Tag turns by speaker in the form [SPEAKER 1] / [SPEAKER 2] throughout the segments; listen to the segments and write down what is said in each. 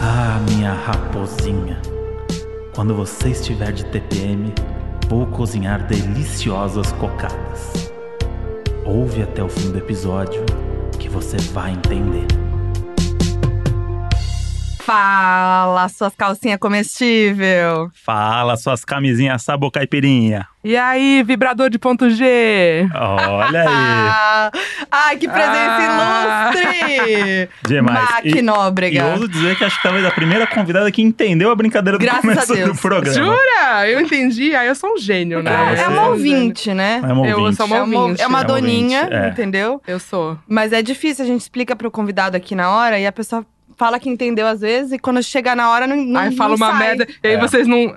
[SPEAKER 1] Ah, Minha raposinha, quando você estiver de TPM, vou cozinhar deliciosas cocadas. Ouve até o fim do episódio que você vai entender.
[SPEAKER 2] Fala, suas calcinhas comestível.
[SPEAKER 1] Fala, suas camisinhas sabocaipirinha.
[SPEAKER 2] E aí, vibrador de ponto G?
[SPEAKER 1] Olha aí.
[SPEAKER 2] Ai, que
[SPEAKER 3] Ah.
[SPEAKER 2] presença ilustre!
[SPEAKER 1] Demais.
[SPEAKER 2] Mac
[SPEAKER 1] E
[SPEAKER 2] Nóbrega.
[SPEAKER 1] ouso dizer que acho que talvez a primeira convidada que entendeu a brincadeira do
[SPEAKER 2] Graças a
[SPEAKER 1] começo
[SPEAKER 2] Deus.
[SPEAKER 1] do programa.
[SPEAKER 3] Jura? Eu entendi. Aí eu sou um gênio, né?
[SPEAKER 1] Ah,
[SPEAKER 2] É
[SPEAKER 1] você-
[SPEAKER 2] uma ouvinte, né?
[SPEAKER 1] É uma
[SPEAKER 3] Eu
[SPEAKER 1] ouvinte.
[SPEAKER 3] sou uma
[SPEAKER 2] É uma,
[SPEAKER 3] ouvinte.
[SPEAKER 2] é uma
[SPEAKER 1] É uma ouvinte,
[SPEAKER 2] doninha,
[SPEAKER 1] é.
[SPEAKER 2] entendeu?
[SPEAKER 3] Eu sou.
[SPEAKER 2] Mas é difícil, a gente explica pro convidado aqui na hora e a pessoa fala que entendeu às vezes e quando chega na hora não, não
[SPEAKER 3] aí fala
[SPEAKER 2] não
[SPEAKER 3] uma
[SPEAKER 2] sai.
[SPEAKER 3] merda. E aí
[SPEAKER 1] É.
[SPEAKER 3] vocês não.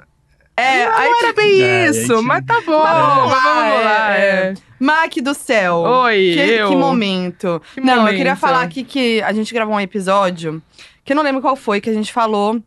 [SPEAKER 2] É, aí
[SPEAKER 3] Não era bem
[SPEAKER 1] É,
[SPEAKER 3] isso,
[SPEAKER 1] gente- É.
[SPEAKER 3] mas tá bom.
[SPEAKER 2] Mas vamos lá,
[SPEAKER 3] vamos lá,
[SPEAKER 2] é.
[SPEAKER 3] é.
[SPEAKER 2] Mac do céu.
[SPEAKER 3] Oi,
[SPEAKER 2] que,
[SPEAKER 3] eu.
[SPEAKER 2] que momento.
[SPEAKER 3] Que
[SPEAKER 2] não, eu
[SPEAKER 3] momento.
[SPEAKER 2] queria falar aqui que a gente gravou um episódio que eu não lembro qual foi, que a gente falou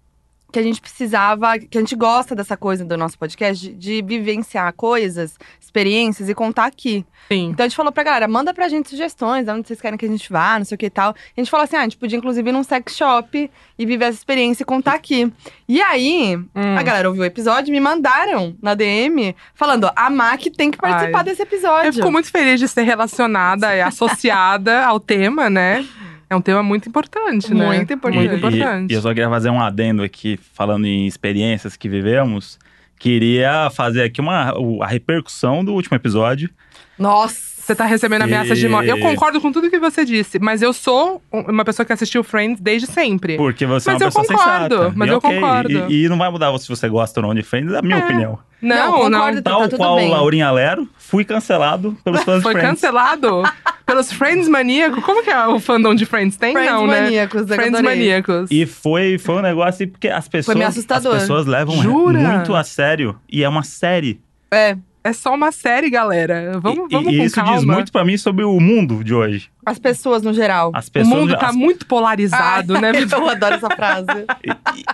[SPEAKER 2] que a gente precisava, que a gente gosta dessa coisa do nosso podcast, de, de vivenciar coisas, experiências e contar aqui.
[SPEAKER 3] Sim.
[SPEAKER 2] Então a gente falou pra galera, manda pra gente sugestões, de onde vocês querem que a gente vá, não sei o que e tal. E a gente falou assim, ah, a gente podia inclusive ir num sex shop e viver essa experiência e contar aqui. E aí,
[SPEAKER 3] Hum.
[SPEAKER 2] a galera ouviu o episódio e me mandaram na DM falando: a Mac tem que participar
[SPEAKER 3] Ai,
[SPEAKER 2] desse episódio.
[SPEAKER 3] Eu fico muito feliz de ser relacionada e associada ao tema, né? É um tema muito importante, né?
[SPEAKER 2] Muito importante.
[SPEAKER 3] Muito importante.
[SPEAKER 1] E, eu só queria fazer um adendo aqui, falando em experiências que vivemos. Queria fazer aqui uma, o- a repercussão do último episódio.
[SPEAKER 2] Nossa!
[SPEAKER 3] Você tá recebendo ameaças de morte. Eu concordo com tudo que você disse, mas eu sou um, uma pessoa que assistiu Friends desde sempre.
[SPEAKER 1] Porque você
[SPEAKER 3] Mas
[SPEAKER 1] é uma
[SPEAKER 3] eu
[SPEAKER 1] pessoa
[SPEAKER 3] concordo,
[SPEAKER 1] sensata.
[SPEAKER 3] mas
[SPEAKER 1] E
[SPEAKER 3] eu
[SPEAKER 1] ok,
[SPEAKER 3] concordo.
[SPEAKER 1] E, e não vai mudar se você gosta ou não de Friends, é a minha
[SPEAKER 3] É,
[SPEAKER 1] opinião.
[SPEAKER 3] Não, não.
[SPEAKER 2] concordo, tá
[SPEAKER 1] Tal
[SPEAKER 2] tudo
[SPEAKER 1] qual
[SPEAKER 2] bem.
[SPEAKER 1] o Laurinha Lero, fui cancelado pelos fãs
[SPEAKER 3] Foi
[SPEAKER 1] de Friends.
[SPEAKER 3] cancelado pelos Friends maníacos. Como que é o fandom de Friends? Tem
[SPEAKER 2] Friends
[SPEAKER 3] não, né?
[SPEAKER 2] maníacos, eu
[SPEAKER 3] Friends
[SPEAKER 2] adorei.
[SPEAKER 3] maníacos.
[SPEAKER 1] E foi, foi um negócio porque as pessoas,
[SPEAKER 2] meio assustador.
[SPEAKER 1] as pessoas levam
[SPEAKER 3] Jura?
[SPEAKER 1] muito a sério. E é uma série.
[SPEAKER 2] É,
[SPEAKER 3] É só uma série, galera. Vamos,
[SPEAKER 1] e,
[SPEAKER 3] vamos
[SPEAKER 1] e
[SPEAKER 3] com
[SPEAKER 1] isso
[SPEAKER 3] calma.
[SPEAKER 1] diz muito pra mim sobre o mundo de hoje.
[SPEAKER 2] as pessoas no geral. então
[SPEAKER 1] As
[SPEAKER 3] O
[SPEAKER 1] pessoas,
[SPEAKER 3] mundo tá
[SPEAKER 1] as-
[SPEAKER 3] muito polarizado, né?
[SPEAKER 2] Ah,
[SPEAKER 3] vida?
[SPEAKER 2] Eu adoro essa frase.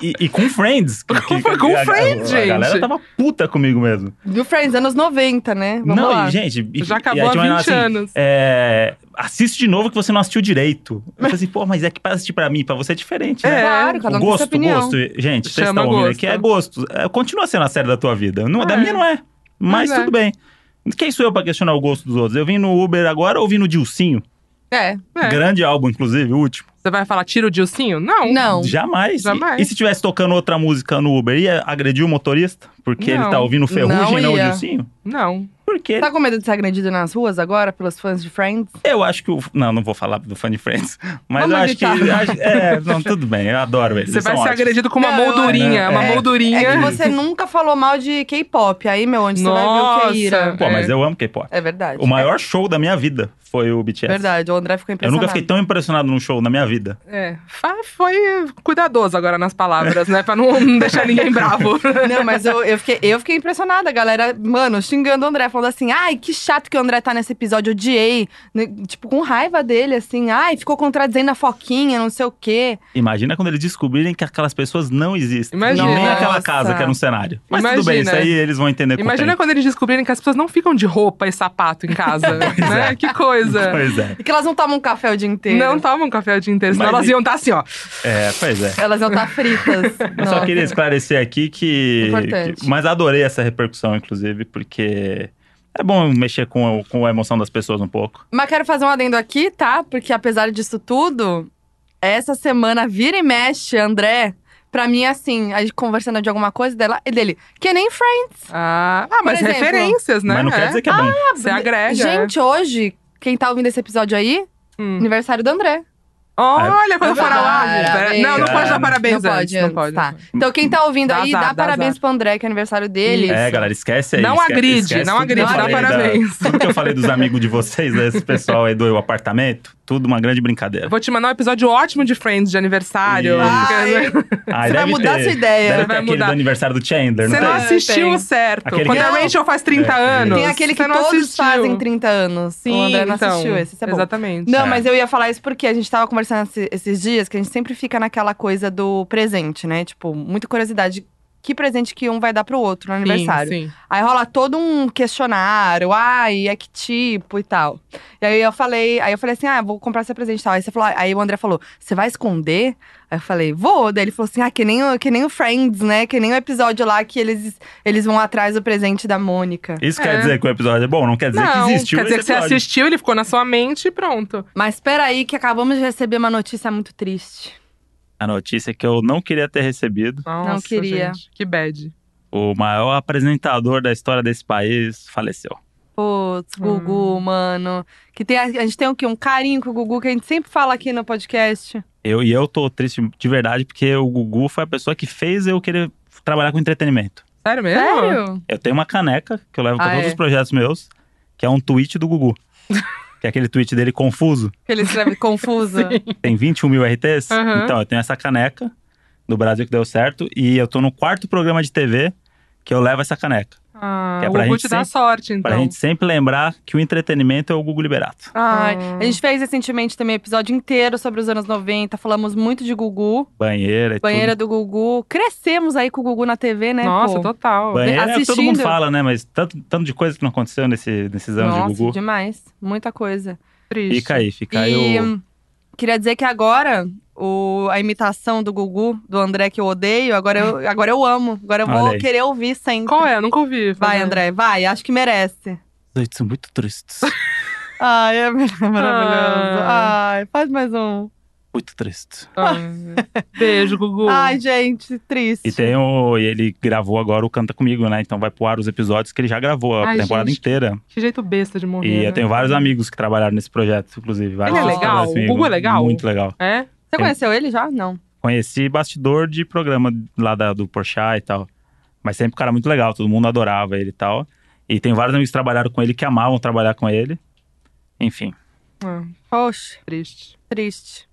[SPEAKER 1] E, e- e com Friends. que-
[SPEAKER 3] Com-
[SPEAKER 1] que-
[SPEAKER 3] com
[SPEAKER 1] a- a-
[SPEAKER 3] Friends,
[SPEAKER 1] A galera
[SPEAKER 3] gente.
[SPEAKER 1] tava puta comigo mesmo.
[SPEAKER 2] Do Friends, anos 90, né? Vamos
[SPEAKER 1] não,
[SPEAKER 2] lá.
[SPEAKER 1] e, gente, e-
[SPEAKER 3] Já
[SPEAKER 1] e
[SPEAKER 3] acabou
[SPEAKER 1] a
[SPEAKER 3] há
[SPEAKER 1] gente vai
[SPEAKER 3] 20
[SPEAKER 1] lá, assim,
[SPEAKER 3] anos.
[SPEAKER 1] É, assiste de novo que você não assistiu direito. Eu falei assim, pô, mas é que pra assistir pra mim, pra você é diferente, né?
[SPEAKER 3] É.
[SPEAKER 2] Claro, cada
[SPEAKER 1] O
[SPEAKER 2] um tem sua
[SPEAKER 1] gosto,
[SPEAKER 2] opinião.
[SPEAKER 1] gosto. Gente, vocês
[SPEAKER 3] Chama
[SPEAKER 1] estão ouvindo
[SPEAKER 3] gosto.
[SPEAKER 1] aqui, é gosto. É, continua sendo a série da tua vida. Não, Da
[SPEAKER 3] É.
[SPEAKER 1] minha não é. Mas
[SPEAKER 3] Pois é.
[SPEAKER 1] tudo bem. Quem sou eu pra questionar o gosto dos outros? Eu vim no Uber agora ou vim no Dilcinho?
[SPEAKER 2] É.
[SPEAKER 3] É.
[SPEAKER 1] Grande álbum, inclusive, o último.
[SPEAKER 3] Você vai falar, tira o Dilcinho? Não.
[SPEAKER 2] Não.
[SPEAKER 1] Jamais.
[SPEAKER 3] Jamais.
[SPEAKER 1] E, e se tivesse tocando outra música no Uber, ia agredir o motorista? Porque ele
[SPEAKER 3] Não.
[SPEAKER 1] tá ouvindo Ferrugem
[SPEAKER 2] Não
[SPEAKER 1] e não o
[SPEAKER 2] ia.
[SPEAKER 1] Dilcinho?
[SPEAKER 3] Não.
[SPEAKER 1] Porque
[SPEAKER 2] Tá com medo de ser agredido nas ruas agora pelos fãs de Friends?
[SPEAKER 1] eu acho que o. Não, não vou falar do Funny Friends. Mas
[SPEAKER 2] Vamos
[SPEAKER 1] eu acho que.
[SPEAKER 2] evitar.
[SPEAKER 1] acho- é, não, tudo bem, eu adoro eles.
[SPEAKER 3] Você vai
[SPEAKER 1] são
[SPEAKER 3] ser
[SPEAKER 1] ótimos.
[SPEAKER 3] agredido com uma
[SPEAKER 2] Não, eu-
[SPEAKER 3] moldurinha.
[SPEAKER 1] É,
[SPEAKER 3] uma
[SPEAKER 1] é.
[SPEAKER 3] moldurinha.
[SPEAKER 2] É que você nunca falou mal de K-pop. Aí, meu, onde você vai ver o que
[SPEAKER 3] Nossa.
[SPEAKER 2] é ira.
[SPEAKER 1] Pô, mas eu amo K-pop.
[SPEAKER 2] É verdade.
[SPEAKER 1] O maior show da minha vida foi o BTS.
[SPEAKER 2] É verdade, o André ficou
[SPEAKER 1] Eu
[SPEAKER 2] impressionado.
[SPEAKER 1] nunca fiquei tão impressionado num show na minha vida.
[SPEAKER 3] É, fa- foi cuidadoso agora nas palavras, né? Pra não não deixar ninguém bravo.
[SPEAKER 2] Não, mas eu, eu, fiquei, eu fiquei impressionada, a galera, mano, xingando o André, falando assim, ai, que chato que o André tá nesse episódio, odiei. né, Tipo, com raiva dele, assim, ai, ficou contradizendo a Foquinha, não sei o quê.
[SPEAKER 1] Imagina quando eles descobrirem que aquelas pessoas não existem.
[SPEAKER 3] Imagina.
[SPEAKER 1] Nem aquela
[SPEAKER 2] Nossa.
[SPEAKER 1] casa que era um cenário. Mas tudo bem,
[SPEAKER 3] Imagina.
[SPEAKER 1] isso aí eles vão entender com o
[SPEAKER 3] Imagina
[SPEAKER 1] tempo.
[SPEAKER 3] quando eles descobrirem que as pessoas não ficam de roupa e sapato em casa, né? Que coisa.
[SPEAKER 1] é. Pois é.
[SPEAKER 2] E que elas não tomam café o dia inteiro.
[SPEAKER 3] Não tomam café o dia inteiro, senão
[SPEAKER 1] Mas
[SPEAKER 3] elas
[SPEAKER 1] e-
[SPEAKER 3] iam estar assim, ó.
[SPEAKER 1] É, pois é.
[SPEAKER 2] Elas não tá fritas.
[SPEAKER 1] Eu
[SPEAKER 2] Nossa.
[SPEAKER 1] só queria esclarecer aqui que,
[SPEAKER 2] Importante.
[SPEAKER 1] que- Mas adorei essa repercussão, inclusive, porque é bom mexer com, o- com a emoção das pessoas um pouco.
[SPEAKER 2] Mas quero fazer um adendo aqui, tá? Porque apesar disso tudo, essa semana vira e mexe, André. Pra mim, assim, a gente conversando de alguma coisa dela, e dele, que nem Friends.
[SPEAKER 3] Ah, ah, mas
[SPEAKER 2] Por exemplo.
[SPEAKER 3] referências, né?
[SPEAKER 1] Mas não
[SPEAKER 3] É.
[SPEAKER 1] quer dizer que é bom.
[SPEAKER 3] Você agrega.
[SPEAKER 2] Gente, hoje, quem tá ouvindo esse episódio aí,
[SPEAKER 3] Hum.
[SPEAKER 2] aniversário do André.
[SPEAKER 3] Olha, quando
[SPEAKER 2] É
[SPEAKER 3] for ao ar.
[SPEAKER 2] verdade.
[SPEAKER 3] Não, não pode dar
[SPEAKER 1] Cara.
[SPEAKER 3] parabéns
[SPEAKER 2] não
[SPEAKER 3] antes.
[SPEAKER 2] pode,
[SPEAKER 3] Não pode.
[SPEAKER 2] Tá. Então, quem tá ouvindo
[SPEAKER 3] Dá
[SPEAKER 2] aí,
[SPEAKER 3] azar,
[SPEAKER 2] dá,
[SPEAKER 3] dá
[SPEAKER 2] parabéns
[SPEAKER 3] azar.
[SPEAKER 2] pro André, que é aniversário dele.
[SPEAKER 1] É, galera, esquece aí.
[SPEAKER 3] Não
[SPEAKER 1] esquece-
[SPEAKER 3] agride,
[SPEAKER 1] esquece
[SPEAKER 3] não
[SPEAKER 1] tudo
[SPEAKER 3] agride,
[SPEAKER 1] que eu
[SPEAKER 2] dá
[SPEAKER 1] falei
[SPEAKER 3] parabéns.
[SPEAKER 1] Da, tudo que eu falei dos amigos de vocês, desse pessoal aí do apartamento, tudo uma grande brincadeira.
[SPEAKER 3] Eu vou te mandar um episódio ótimo de Friends de aniversário.
[SPEAKER 1] Isso.
[SPEAKER 2] Ai,
[SPEAKER 3] porque-
[SPEAKER 1] Ah,
[SPEAKER 2] Você
[SPEAKER 1] deve
[SPEAKER 2] vai mudar
[SPEAKER 1] ter-
[SPEAKER 2] sua
[SPEAKER 1] Deve
[SPEAKER 2] ideia.
[SPEAKER 3] Você vai
[SPEAKER 1] ter aquele
[SPEAKER 3] mudar.
[SPEAKER 1] do aniversário do Chandler,
[SPEAKER 3] Você não
[SPEAKER 1] não
[SPEAKER 2] É,
[SPEAKER 1] tem?
[SPEAKER 3] assistiu
[SPEAKER 2] tem.
[SPEAKER 3] o certo.
[SPEAKER 1] Aquele
[SPEAKER 3] Quando
[SPEAKER 2] que-
[SPEAKER 3] a Rachel faz 30
[SPEAKER 1] É.
[SPEAKER 3] anos.
[SPEAKER 2] Tem aquele
[SPEAKER 3] você
[SPEAKER 2] que
[SPEAKER 3] não
[SPEAKER 2] todos
[SPEAKER 3] assistiu.
[SPEAKER 2] fazem 30 anos.
[SPEAKER 3] Sim,
[SPEAKER 2] o André não
[SPEAKER 3] então,
[SPEAKER 2] assistiu esse, isso é bom.
[SPEAKER 3] Exatamente.
[SPEAKER 1] É.
[SPEAKER 2] Não, mas eu ia falar isso porque a gente tava conversando esse- esses dias que a gente sempre fica naquela coisa do presente, né? Tipo, muita curiosidade que presente que um vai dar pro outro no aniversário.
[SPEAKER 3] Sim, sim.
[SPEAKER 2] Aí rola todo um questionário, ai, é que tipo e tal. E aí eu falei, aí eu falei assim: "Ah, vou comprar esse presente e tal". Aí você falou, aí o André falou: "Você vai esconder?" Aí eu falei: "Vou". Daí ele falou assim: "Ah, que nem o, que nem o Friends, né? Que nem o episódio lá que eles eles vão atrás do presente da Mônica".
[SPEAKER 1] Isso
[SPEAKER 3] É.
[SPEAKER 1] quer dizer que o episódio é bom, não quer dizer
[SPEAKER 3] não,
[SPEAKER 1] que existiu
[SPEAKER 3] quer dizer que
[SPEAKER 1] esse
[SPEAKER 3] você
[SPEAKER 1] episódio.
[SPEAKER 3] assistiu, ele ficou na sua mente e pronto.
[SPEAKER 2] Mas peraí, que acabamos de receber uma notícia muito triste.
[SPEAKER 1] A notícia é que eu não queria ter recebido.
[SPEAKER 3] Nossa,
[SPEAKER 2] queria.
[SPEAKER 3] gente, que bad.
[SPEAKER 1] O maior apresentador da história desse país faleceu.
[SPEAKER 2] Putz,
[SPEAKER 3] Hum.
[SPEAKER 2] Gugu, mano. Que tem, a a gente tem o quê? Um carinho com o Gugu que a gente sempre fala aqui no podcast.
[SPEAKER 1] Eu, e eu tô triste de verdade, porque o Gugu foi a pessoa que fez eu querer trabalhar com entretenimento.
[SPEAKER 3] Sério mesmo?
[SPEAKER 1] Eu tenho uma caneca que eu levo pra
[SPEAKER 2] Ah,
[SPEAKER 1] todos
[SPEAKER 2] é?
[SPEAKER 1] os projetos meus, que é um tweet do Gugu. que é aquele tweet dele confuso.
[SPEAKER 2] Que ele escreve confuso.
[SPEAKER 1] Tem 21 mil RTs.
[SPEAKER 3] Aham.
[SPEAKER 1] Então, eu tenho essa caneca do Brasil que deu certo. E eu tô no quarto programa de TV que eu levo essa caneca.
[SPEAKER 3] Ah,
[SPEAKER 1] Que é
[SPEAKER 3] o
[SPEAKER 1] pra
[SPEAKER 3] Gugu
[SPEAKER 1] gente
[SPEAKER 3] te dá
[SPEAKER 1] sempre-
[SPEAKER 3] sorte, então.
[SPEAKER 1] Pra gente sempre lembrar que o entretenimento é o Gugu Liberato.
[SPEAKER 2] Ai,
[SPEAKER 3] Ah.
[SPEAKER 2] a gente fez recentemente também episódio inteiro sobre os anos 90. Falamos muito de Gugu,
[SPEAKER 1] Banheira e
[SPEAKER 2] banheira do Gugu. Crescemos aí com o Gugu na TV, né?
[SPEAKER 3] Nossa,
[SPEAKER 2] pô?
[SPEAKER 1] tudo.
[SPEAKER 3] total.
[SPEAKER 1] Banheira é o que todo mundo
[SPEAKER 2] assistindo.
[SPEAKER 1] fala, né? Mas tanto, tanto de coisa que não aconteceu nesse, nesses anos
[SPEAKER 2] Nossa,
[SPEAKER 1] de Gugu.
[SPEAKER 2] demais. Muita coisa.
[SPEAKER 3] Triste.
[SPEAKER 1] Fica aí, fica aí
[SPEAKER 2] e
[SPEAKER 1] o...
[SPEAKER 2] hum, queria dizer que agora o- a imitação do Gugu, do André que eu odeio, agora eu, agora eu amo. Agora eu
[SPEAKER 1] Olha
[SPEAKER 2] vou
[SPEAKER 1] aí.
[SPEAKER 2] querer ouvir sempre.
[SPEAKER 3] Qual é? Eu nunca ouvi.
[SPEAKER 2] Vai,
[SPEAKER 3] fazer.
[SPEAKER 2] André, vai, acho que merece.
[SPEAKER 1] Doidos são muito tristes.
[SPEAKER 2] Ai, é maravilhoso. Ai, faz mais um.
[SPEAKER 1] muito tristes.
[SPEAKER 3] Ah. Beijo, Gugu.
[SPEAKER 2] Ai, gente, triste.
[SPEAKER 1] E tem o... E ele gravou agora o Canta Comigo, né? Então vai pro ar os episódios que ele já gravou a
[SPEAKER 3] Ai,
[SPEAKER 1] temporada
[SPEAKER 3] gente.
[SPEAKER 1] inteira.
[SPEAKER 3] Que jeito besta de morrer.
[SPEAKER 1] E
[SPEAKER 3] né?
[SPEAKER 1] eu tenho vários amigos que trabalharam nesse projeto, inclusive. Vários
[SPEAKER 2] é
[SPEAKER 1] que
[SPEAKER 2] legal?
[SPEAKER 1] trabalham
[SPEAKER 3] O
[SPEAKER 1] comigo.
[SPEAKER 3] Hugo é legal?
[SPEAKER 1] Muito legal.
[SPEAKER 3] É?
[SPEAKER 2] Você conheceu ele já? Não.
[SPEAKER 1] Conheci bastidor de programa lá da- do Porchat e tal. Mas sempre um cara muito legal, todo mundo adorava ele e tal. E tem vários amigos que trabalharam com ele que amavam trabalhar com ele. Enfim,
[SPEAKER 3] Ah,
[SPEAKER 2] Poxa,
[SPEAKER 3] triste.
[SPEAKER 2] triste.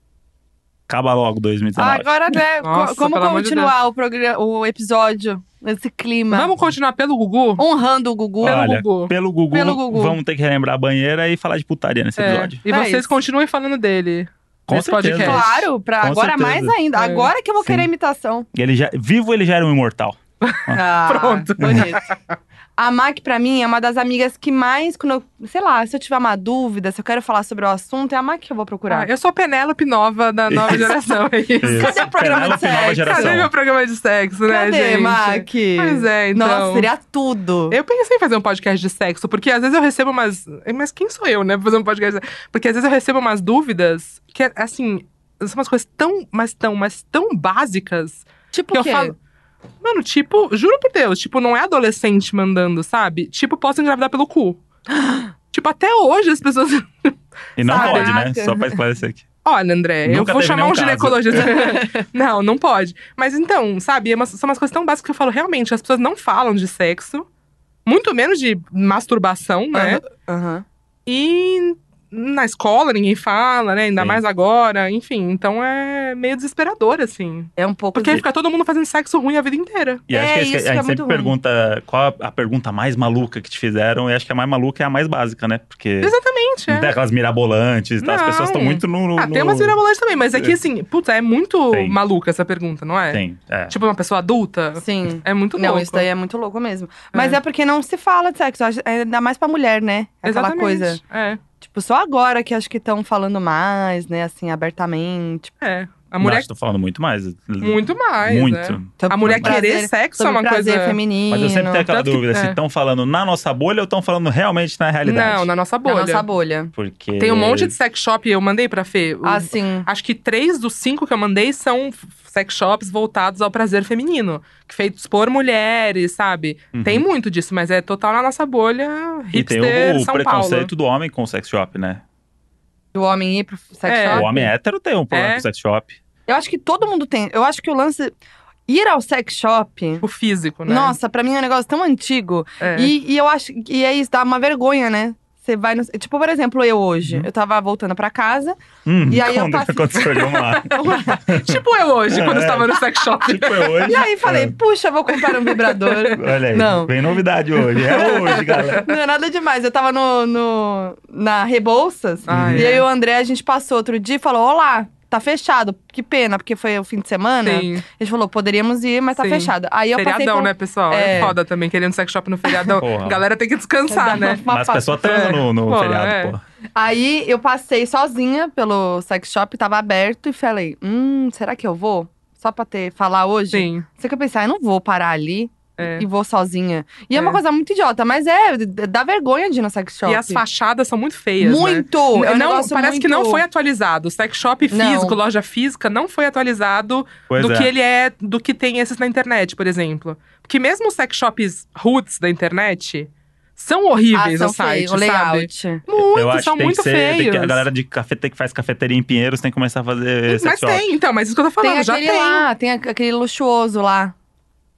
[SPEAKER 1] acaba logo
[SPEAKER 3] Ah,
[SPEAKER 1] 2019.
[SPEAKER 2] Agora, né? co-
[SPEAKER 3] Nossa,
[SPEAKER 2] como
[SPEAKER 3] pelo amor de
[SPEAKER 2] continuar o, progra- o episódio nesse clima?
[SPEAKER 3] Vamos continuar pelo Gugu?
[SPEAKER 2] honrando o Gugu.
[SPEAKER 3] Pelo
[SPEAKER 1] Olha,
[SPEAKER 3] Gugu.
[SPEAKER 1] Pelo Gugu,
[SPEAKER 2] Pelo Gugu.
[SPEAKER 1] vamos ter que relembrar a banheira e falar de putaria nesse
[SPEAKER 3] É,
[SPEAKER 1] episódio.
[SPEAKER 3] E
[SPEAKER 2] É
[SPEAKER 3] vocês
[SPEAKER 2] isso.
[SPEAKER 3] continuem falando dele.
[SPEAKER 1] Com
[SPEAKER 3] Nesse
[SPEAKER 1] certeza.
[SPEAKER 3] podcast.
[SPEAKER 2] Claro, pra
[SPEAKER 1] Com
[SPEAKER 2] agora
[SPEAKER 1] certeza.
[SPEAKER 2] mais ainda.
[SPEAKER 3] É.
[SPEAKER 2] Agora que eu vou
[SPEAKER 1] Sim.
[SPEAKER 2] querer imitação.
[SPEAKER 1] Ele já, vivo ele já era um imortal.
[SPEAKER 2] Ah,
[SPEAKER 3] Pronto.
[SPEAKER 2] Bonito. A Mac, pra mim, é uma das amigas que mais, quando eu, sei lá, se eu tiver uma dúvida, se eu quero falar sobre o assunto, é a Mac que eu vou
[SPEAKER 3] Ah,
[SPEAKER 2] procurar.
[SPEAKER 3] eu sou a Penélope Nova da nova geração, é isso.
[SPEAKER 2] Cadê o programa
[SPEAKER 1] Penélope, nova
[SPEAKER 2] de sexo?
[SPEAKER 1] geração.
[SPEAKER 3] Cadê meu programa de sexo, né,
[SPEAKER 2] Cadê,
[SPEAKER 3] gente?
[SPEAKER 2] Mac?
[SPEAKER 3] Pois é, então.
[SPEAKER 2] Nossa, seria tudo.
[SPEAKER 3] Eu pensei em fazer um podcast de sexo, porque às vezes eu recebo umas. Mas quem sou eu, né? Pra fazer um podcast de sexo? Porque às vezes eu recebo umas dúvidas que, assim, são umas coisas tão, mas tão, mas tão básicas
[SPEAKER 2] Tipo o
[SPEAKER 3] que eu
[SPEAKER 2] quê?
[SPEAKER 3] falo. Mano, tipo, juro por Deus, tipo, não é adolescente mandando, sabe? Tipo, posso engravidar pelo cu. tipo, até hoje as pessoas.
[SPEAKER 1] E não
[SPEAKER 2] Caraca.
[SPEAKER 1] pode, né? Só pra esclarecer aqui.
[SPEAKER 3] Olha, André, eu
[SPEAKER 1] Nunca
[SPEAKER 3] vou
[SPEAKER 1] teve
[SPEAKER 3] chamar
[SPEAKER 1] nenhum
[SPEAKER 3] um
[SPEAKER 1] caso.
[SPEAKER 3] ginecologista. não, não pode. Mas então, sabe, é umas- são umas coisas tão básicas que eu falo, realmente, as pessoas não falam de sexo, muito menos de masturbação, né?
[SPEAKER 2] Aham.
[SPEAKER 3] E na escola ninguém fala, né? Ainda
[SPEAKER 1] Sim.
[SPEAKER 3] mais agora, enfim. Então é meio desesperador, assim.
[SPEAKER 2] É um pouco.
[SPEAKER 3] Porque fica todo mundo fazendo sexo ruim a vida inteira.
[SPEAKER 1] E acho
[SPEAKER 2] É,
[SPEAKER 1] que esse-
[SPEAKER 2] isso
[SPEAKER 1] a
[SPEAKER 2] que
[SPEAKER 1] gente
[SPEAKER 2] é
[SPEAKER 1] sempre
[SPEAKER 2] muito ruim.
[SPEAKER 1] pergunta qual a pergunta mais maluca que te fizeram. E acho que a mais maluca é a mais básica, né? Porque
[SPEAKER 3] Exatamente,
[SPEAKER 1] não tem
[SPEAKER 3] é.
[SPEAKER 1] aquelas mirabolantes, tá? As
[SPEAKER 3] Não.
[SPEAKER 1] pessoas estão muito no. no
[SPEAKER 3] Ah, tem
[SPEAKER 1] no-
[SPEAKER 3] umas virabolantes também, mas é que assim, puta, é muito
[SPEAKER 1] Tem.
[SPEAKER 3] maluca essa pergunta, não é?
[SPEAKER 1] Tem, é.
[SPEAKER 3] Tipo, uma pessoa adulta.
[SPEAKER 2] Sim.
[SPEAKER 3] É muito
[SPEAKER 2] Não,
[SPEAKER 3] louco.
[SPEAKER 2] isso daí é muito louco mesmo.
[SPEAKER 3] É.
[SPEAKER 2] Mas é, porque não se fala de sexo, acho- ainda mais pra mulher, né? Aquela
[SPEAKER 3] Exatamente.
[SPEAKER 2] coisa.
[SPEAKER 3] É,
[SPEAKER 2] Tipo, só agora que acho que estão falando mais, né? Assim, abertamente.
[SPEAKER 3] é. A
[SPEAKER 1] Não,
[SPEAKER 3] mulher
[SPEAKER 1] acho que tô falando muito mais.
[SPEAKER 3] Muito mais.
[SPEAKER 1] Muito.
[SPEAKER 3] né? A mulher
[SPEAKER 2] Prazer-
[SPEAKER 3] querer sexo é
[SPEAKER 2] sobre
[SPEAKER 3] uma
[SPEAKER 2] prazer
[SPEAKER 3] coisa.
[SPEAKER 2] feminino.
[SPEAKER 1] Mas eu sempre tenho aquela
[SPEAKER 3] Tanto que-
[SPEAKER 1] dúvida se
[SPEAKER 3] é.
[SPEAKER 1] estão falando na nossa bolha ou estão falando realmente na realidade. É.
[SPEAKER 3] Não, na nossa
[SPEAKER 2] Na
[SPEAKER 3] bolha.
[SPEAKER 2] nossa bolha.
[SPEAKER 1] Porque.
[SPEAKER 3] Tem um monte de sex shop, eu mandei pra Fê. o-
[SPEAKER 2] Assim.
[SPEAKER 3] Acho que três dos cinco que eu mandei são f- sex shops voltados ao prazer feminino. que Feitos por mulheres, sabe?
[SPEAKER 1] Uhum.
[SPEAKER 3] Tem muito disso, mas é total na nossa bolha
[SPEAKER 1] E tem
[SPEAKER 3] hipster
[SPEAKER 1] o,
[SPEAKER 3] São Paulo.
[SPEAKER 1] preconceito do homem com o sex shop, né?
[SPEAKER 2] Do homem ir pro sex
[SPEAKER 3] É.
[SPEAKER 2] shop.
[SPEAKER 1] O homem hétero tem um problema
[SPEAKER 3] É.
[SPEAKER 1] com o sex shop.
[SPEAKER 2] Eu acho que todo mundo tem. Eu acho que o lance. Ir ao sex shop.
[SPEAKER 3] O físico, né?
[SPEAKER 2] Nossa, pra mim é um negócio tão antigo.
[SPEAKER 3] É.
[SPEAKER 2] E, e eu acho que é isso, dá uma vergonha, né? Você vai no. Tipo, por exemplo, eu hoje.
[SPEAKER 3] Uhum.
[SPEAKER 2] Eu tava voltando pra casa.
[SPEAKER 1] Hum,
[SPEAKER 2] E aí eu
[SPEAKER 1] quando
[SPEAKER 2] tava-
[SPEAKER 1] aconteceu? Vamos lá.
[SPEAKER 3] tipo eu hoje, quando
[SPEAKER 1] É.
[SPEAKER 3] estava no sex shop.
[SPEAKER 1] tipo eu hoje.
[SPEAKER 2] E aí falei,
[SPEAKER 3] É.
[SPEAKER 2] puxa, vou comprar um vibrador.
[SPEAKER 1] Olha aí,
[SPEAKER 2] Não.
[SPEAKER 1] vem novidade hoje. É hoje, galera.
[SPEAKER 2] Não é nada demais. Eu tava no, no- na Rebouças.
[SPEAKER 3] Ah,
[SPEAKER 2] e
[SPEAKER 3] é.
[SPEAKER 2] aí o André, a gente passou outro dia e falou: Olá. tá fechado. Que pena, porque foi o fim de semana.
[SPEAKER 3] Sim.
[SPEAKER 2] A gente falou, poderíamos ir, mas tá
[SPEAKER 3] Sim.
[SPEAKER 2] fechado. Aí eu passei
[SPEAKER 3] Feriadão,
[SPEAKER 2] por...
[SPEAKER 3] né, pessoal? É.
[SPEAKER 2] É.
[SPEAKER 3] foda também, querendo sex shop no feriadão.
[SPEAKER 1] Porra.
[SPEAKER 3] Galera tem que descansar, né?
[SPEAKER 2] Uma
[SPEAKER 1] Mas
[SPEAKER 2] fa-
[SPEAKER 1] a pessoa transa
[SPEAKER 3] É.
[SPEAKER 1] no, no
[SPEAKER 3] Pô,
[SPEAKER 1] feriado,
[SPEAKER 3] é.
[SPEAKER 1] pô.
[SPEAKER 2] Aí eu passei sozinha pelo sex shop, tava aberto e falei: hum, será que eu vou? Só pra ter, falar hoje?
[SPEAKER 3] Sim.
[SPEAKER 2] Você que eu pensei, ah, eu não vou parar ali
[SPEAKER 3] É.
[SPEAKER 2] e vou sozinha. E é.
[SPEAKER 3] É.
[SPEAKER 2] uma coisa muito idiota, mas é, d- dá vergonha de ir no sex shop.
[SPEAKER 3] E as fachadas são muito feias, né?
[SPEAKER 2] Muito! é um
[SPEAKER 3] não,
[SPEAKER 2] negócio
[SPEAKER 3] parece que não
[SPEAKER 2] muito-
[SPEAKER 3] foi atualizado. O sex shop
[SPEAKER 2] Não.
[SPEAKER 3] físico, loja física, não foi atualizado
[SPEAKER 1] Pois
[SPEAKER 3] do
[SPEAKER 1] é.
[SPEAKER 3] que ele é, do que tem esses na internet, por exemplo. Porque mesmo os sex shops roots da internet são horríveis
[SPEAKER 2] Ah,
[SPEAKER 3] no
[SPEAKER 2] são
[SPEAKER 3] site,
[SPEAKER 2] feio, o
[SPEAKER 3] sabe?
[SPEAKER 2] layout.
[SPEAKER 3] Muito,
[SPEAKER 1] eu acho
[SPEAKER 3] são
[SPEAKER 1] que tem
[SPEAKER 3] muito
[SPEAKER 1] que ser. tem
[SPEAKER 3] feios.
[SPEAKER 1] que- a galera de cafete, que faz cafeteria em Pinheiros tem que começar a fazer
[SPEAKER 3] Mas
[SPEAKER 1] sex shop.
[SPEAKER 3] tem, então, mas isso que eu tô falando,
[SPEAKER 2] Tem
[SPEAKER 3] já
[SPEAKER 2] aquele
[SPEAKER 3] tem.
[SPEAKER 2] lá, tem a- aquele luxuoso lá.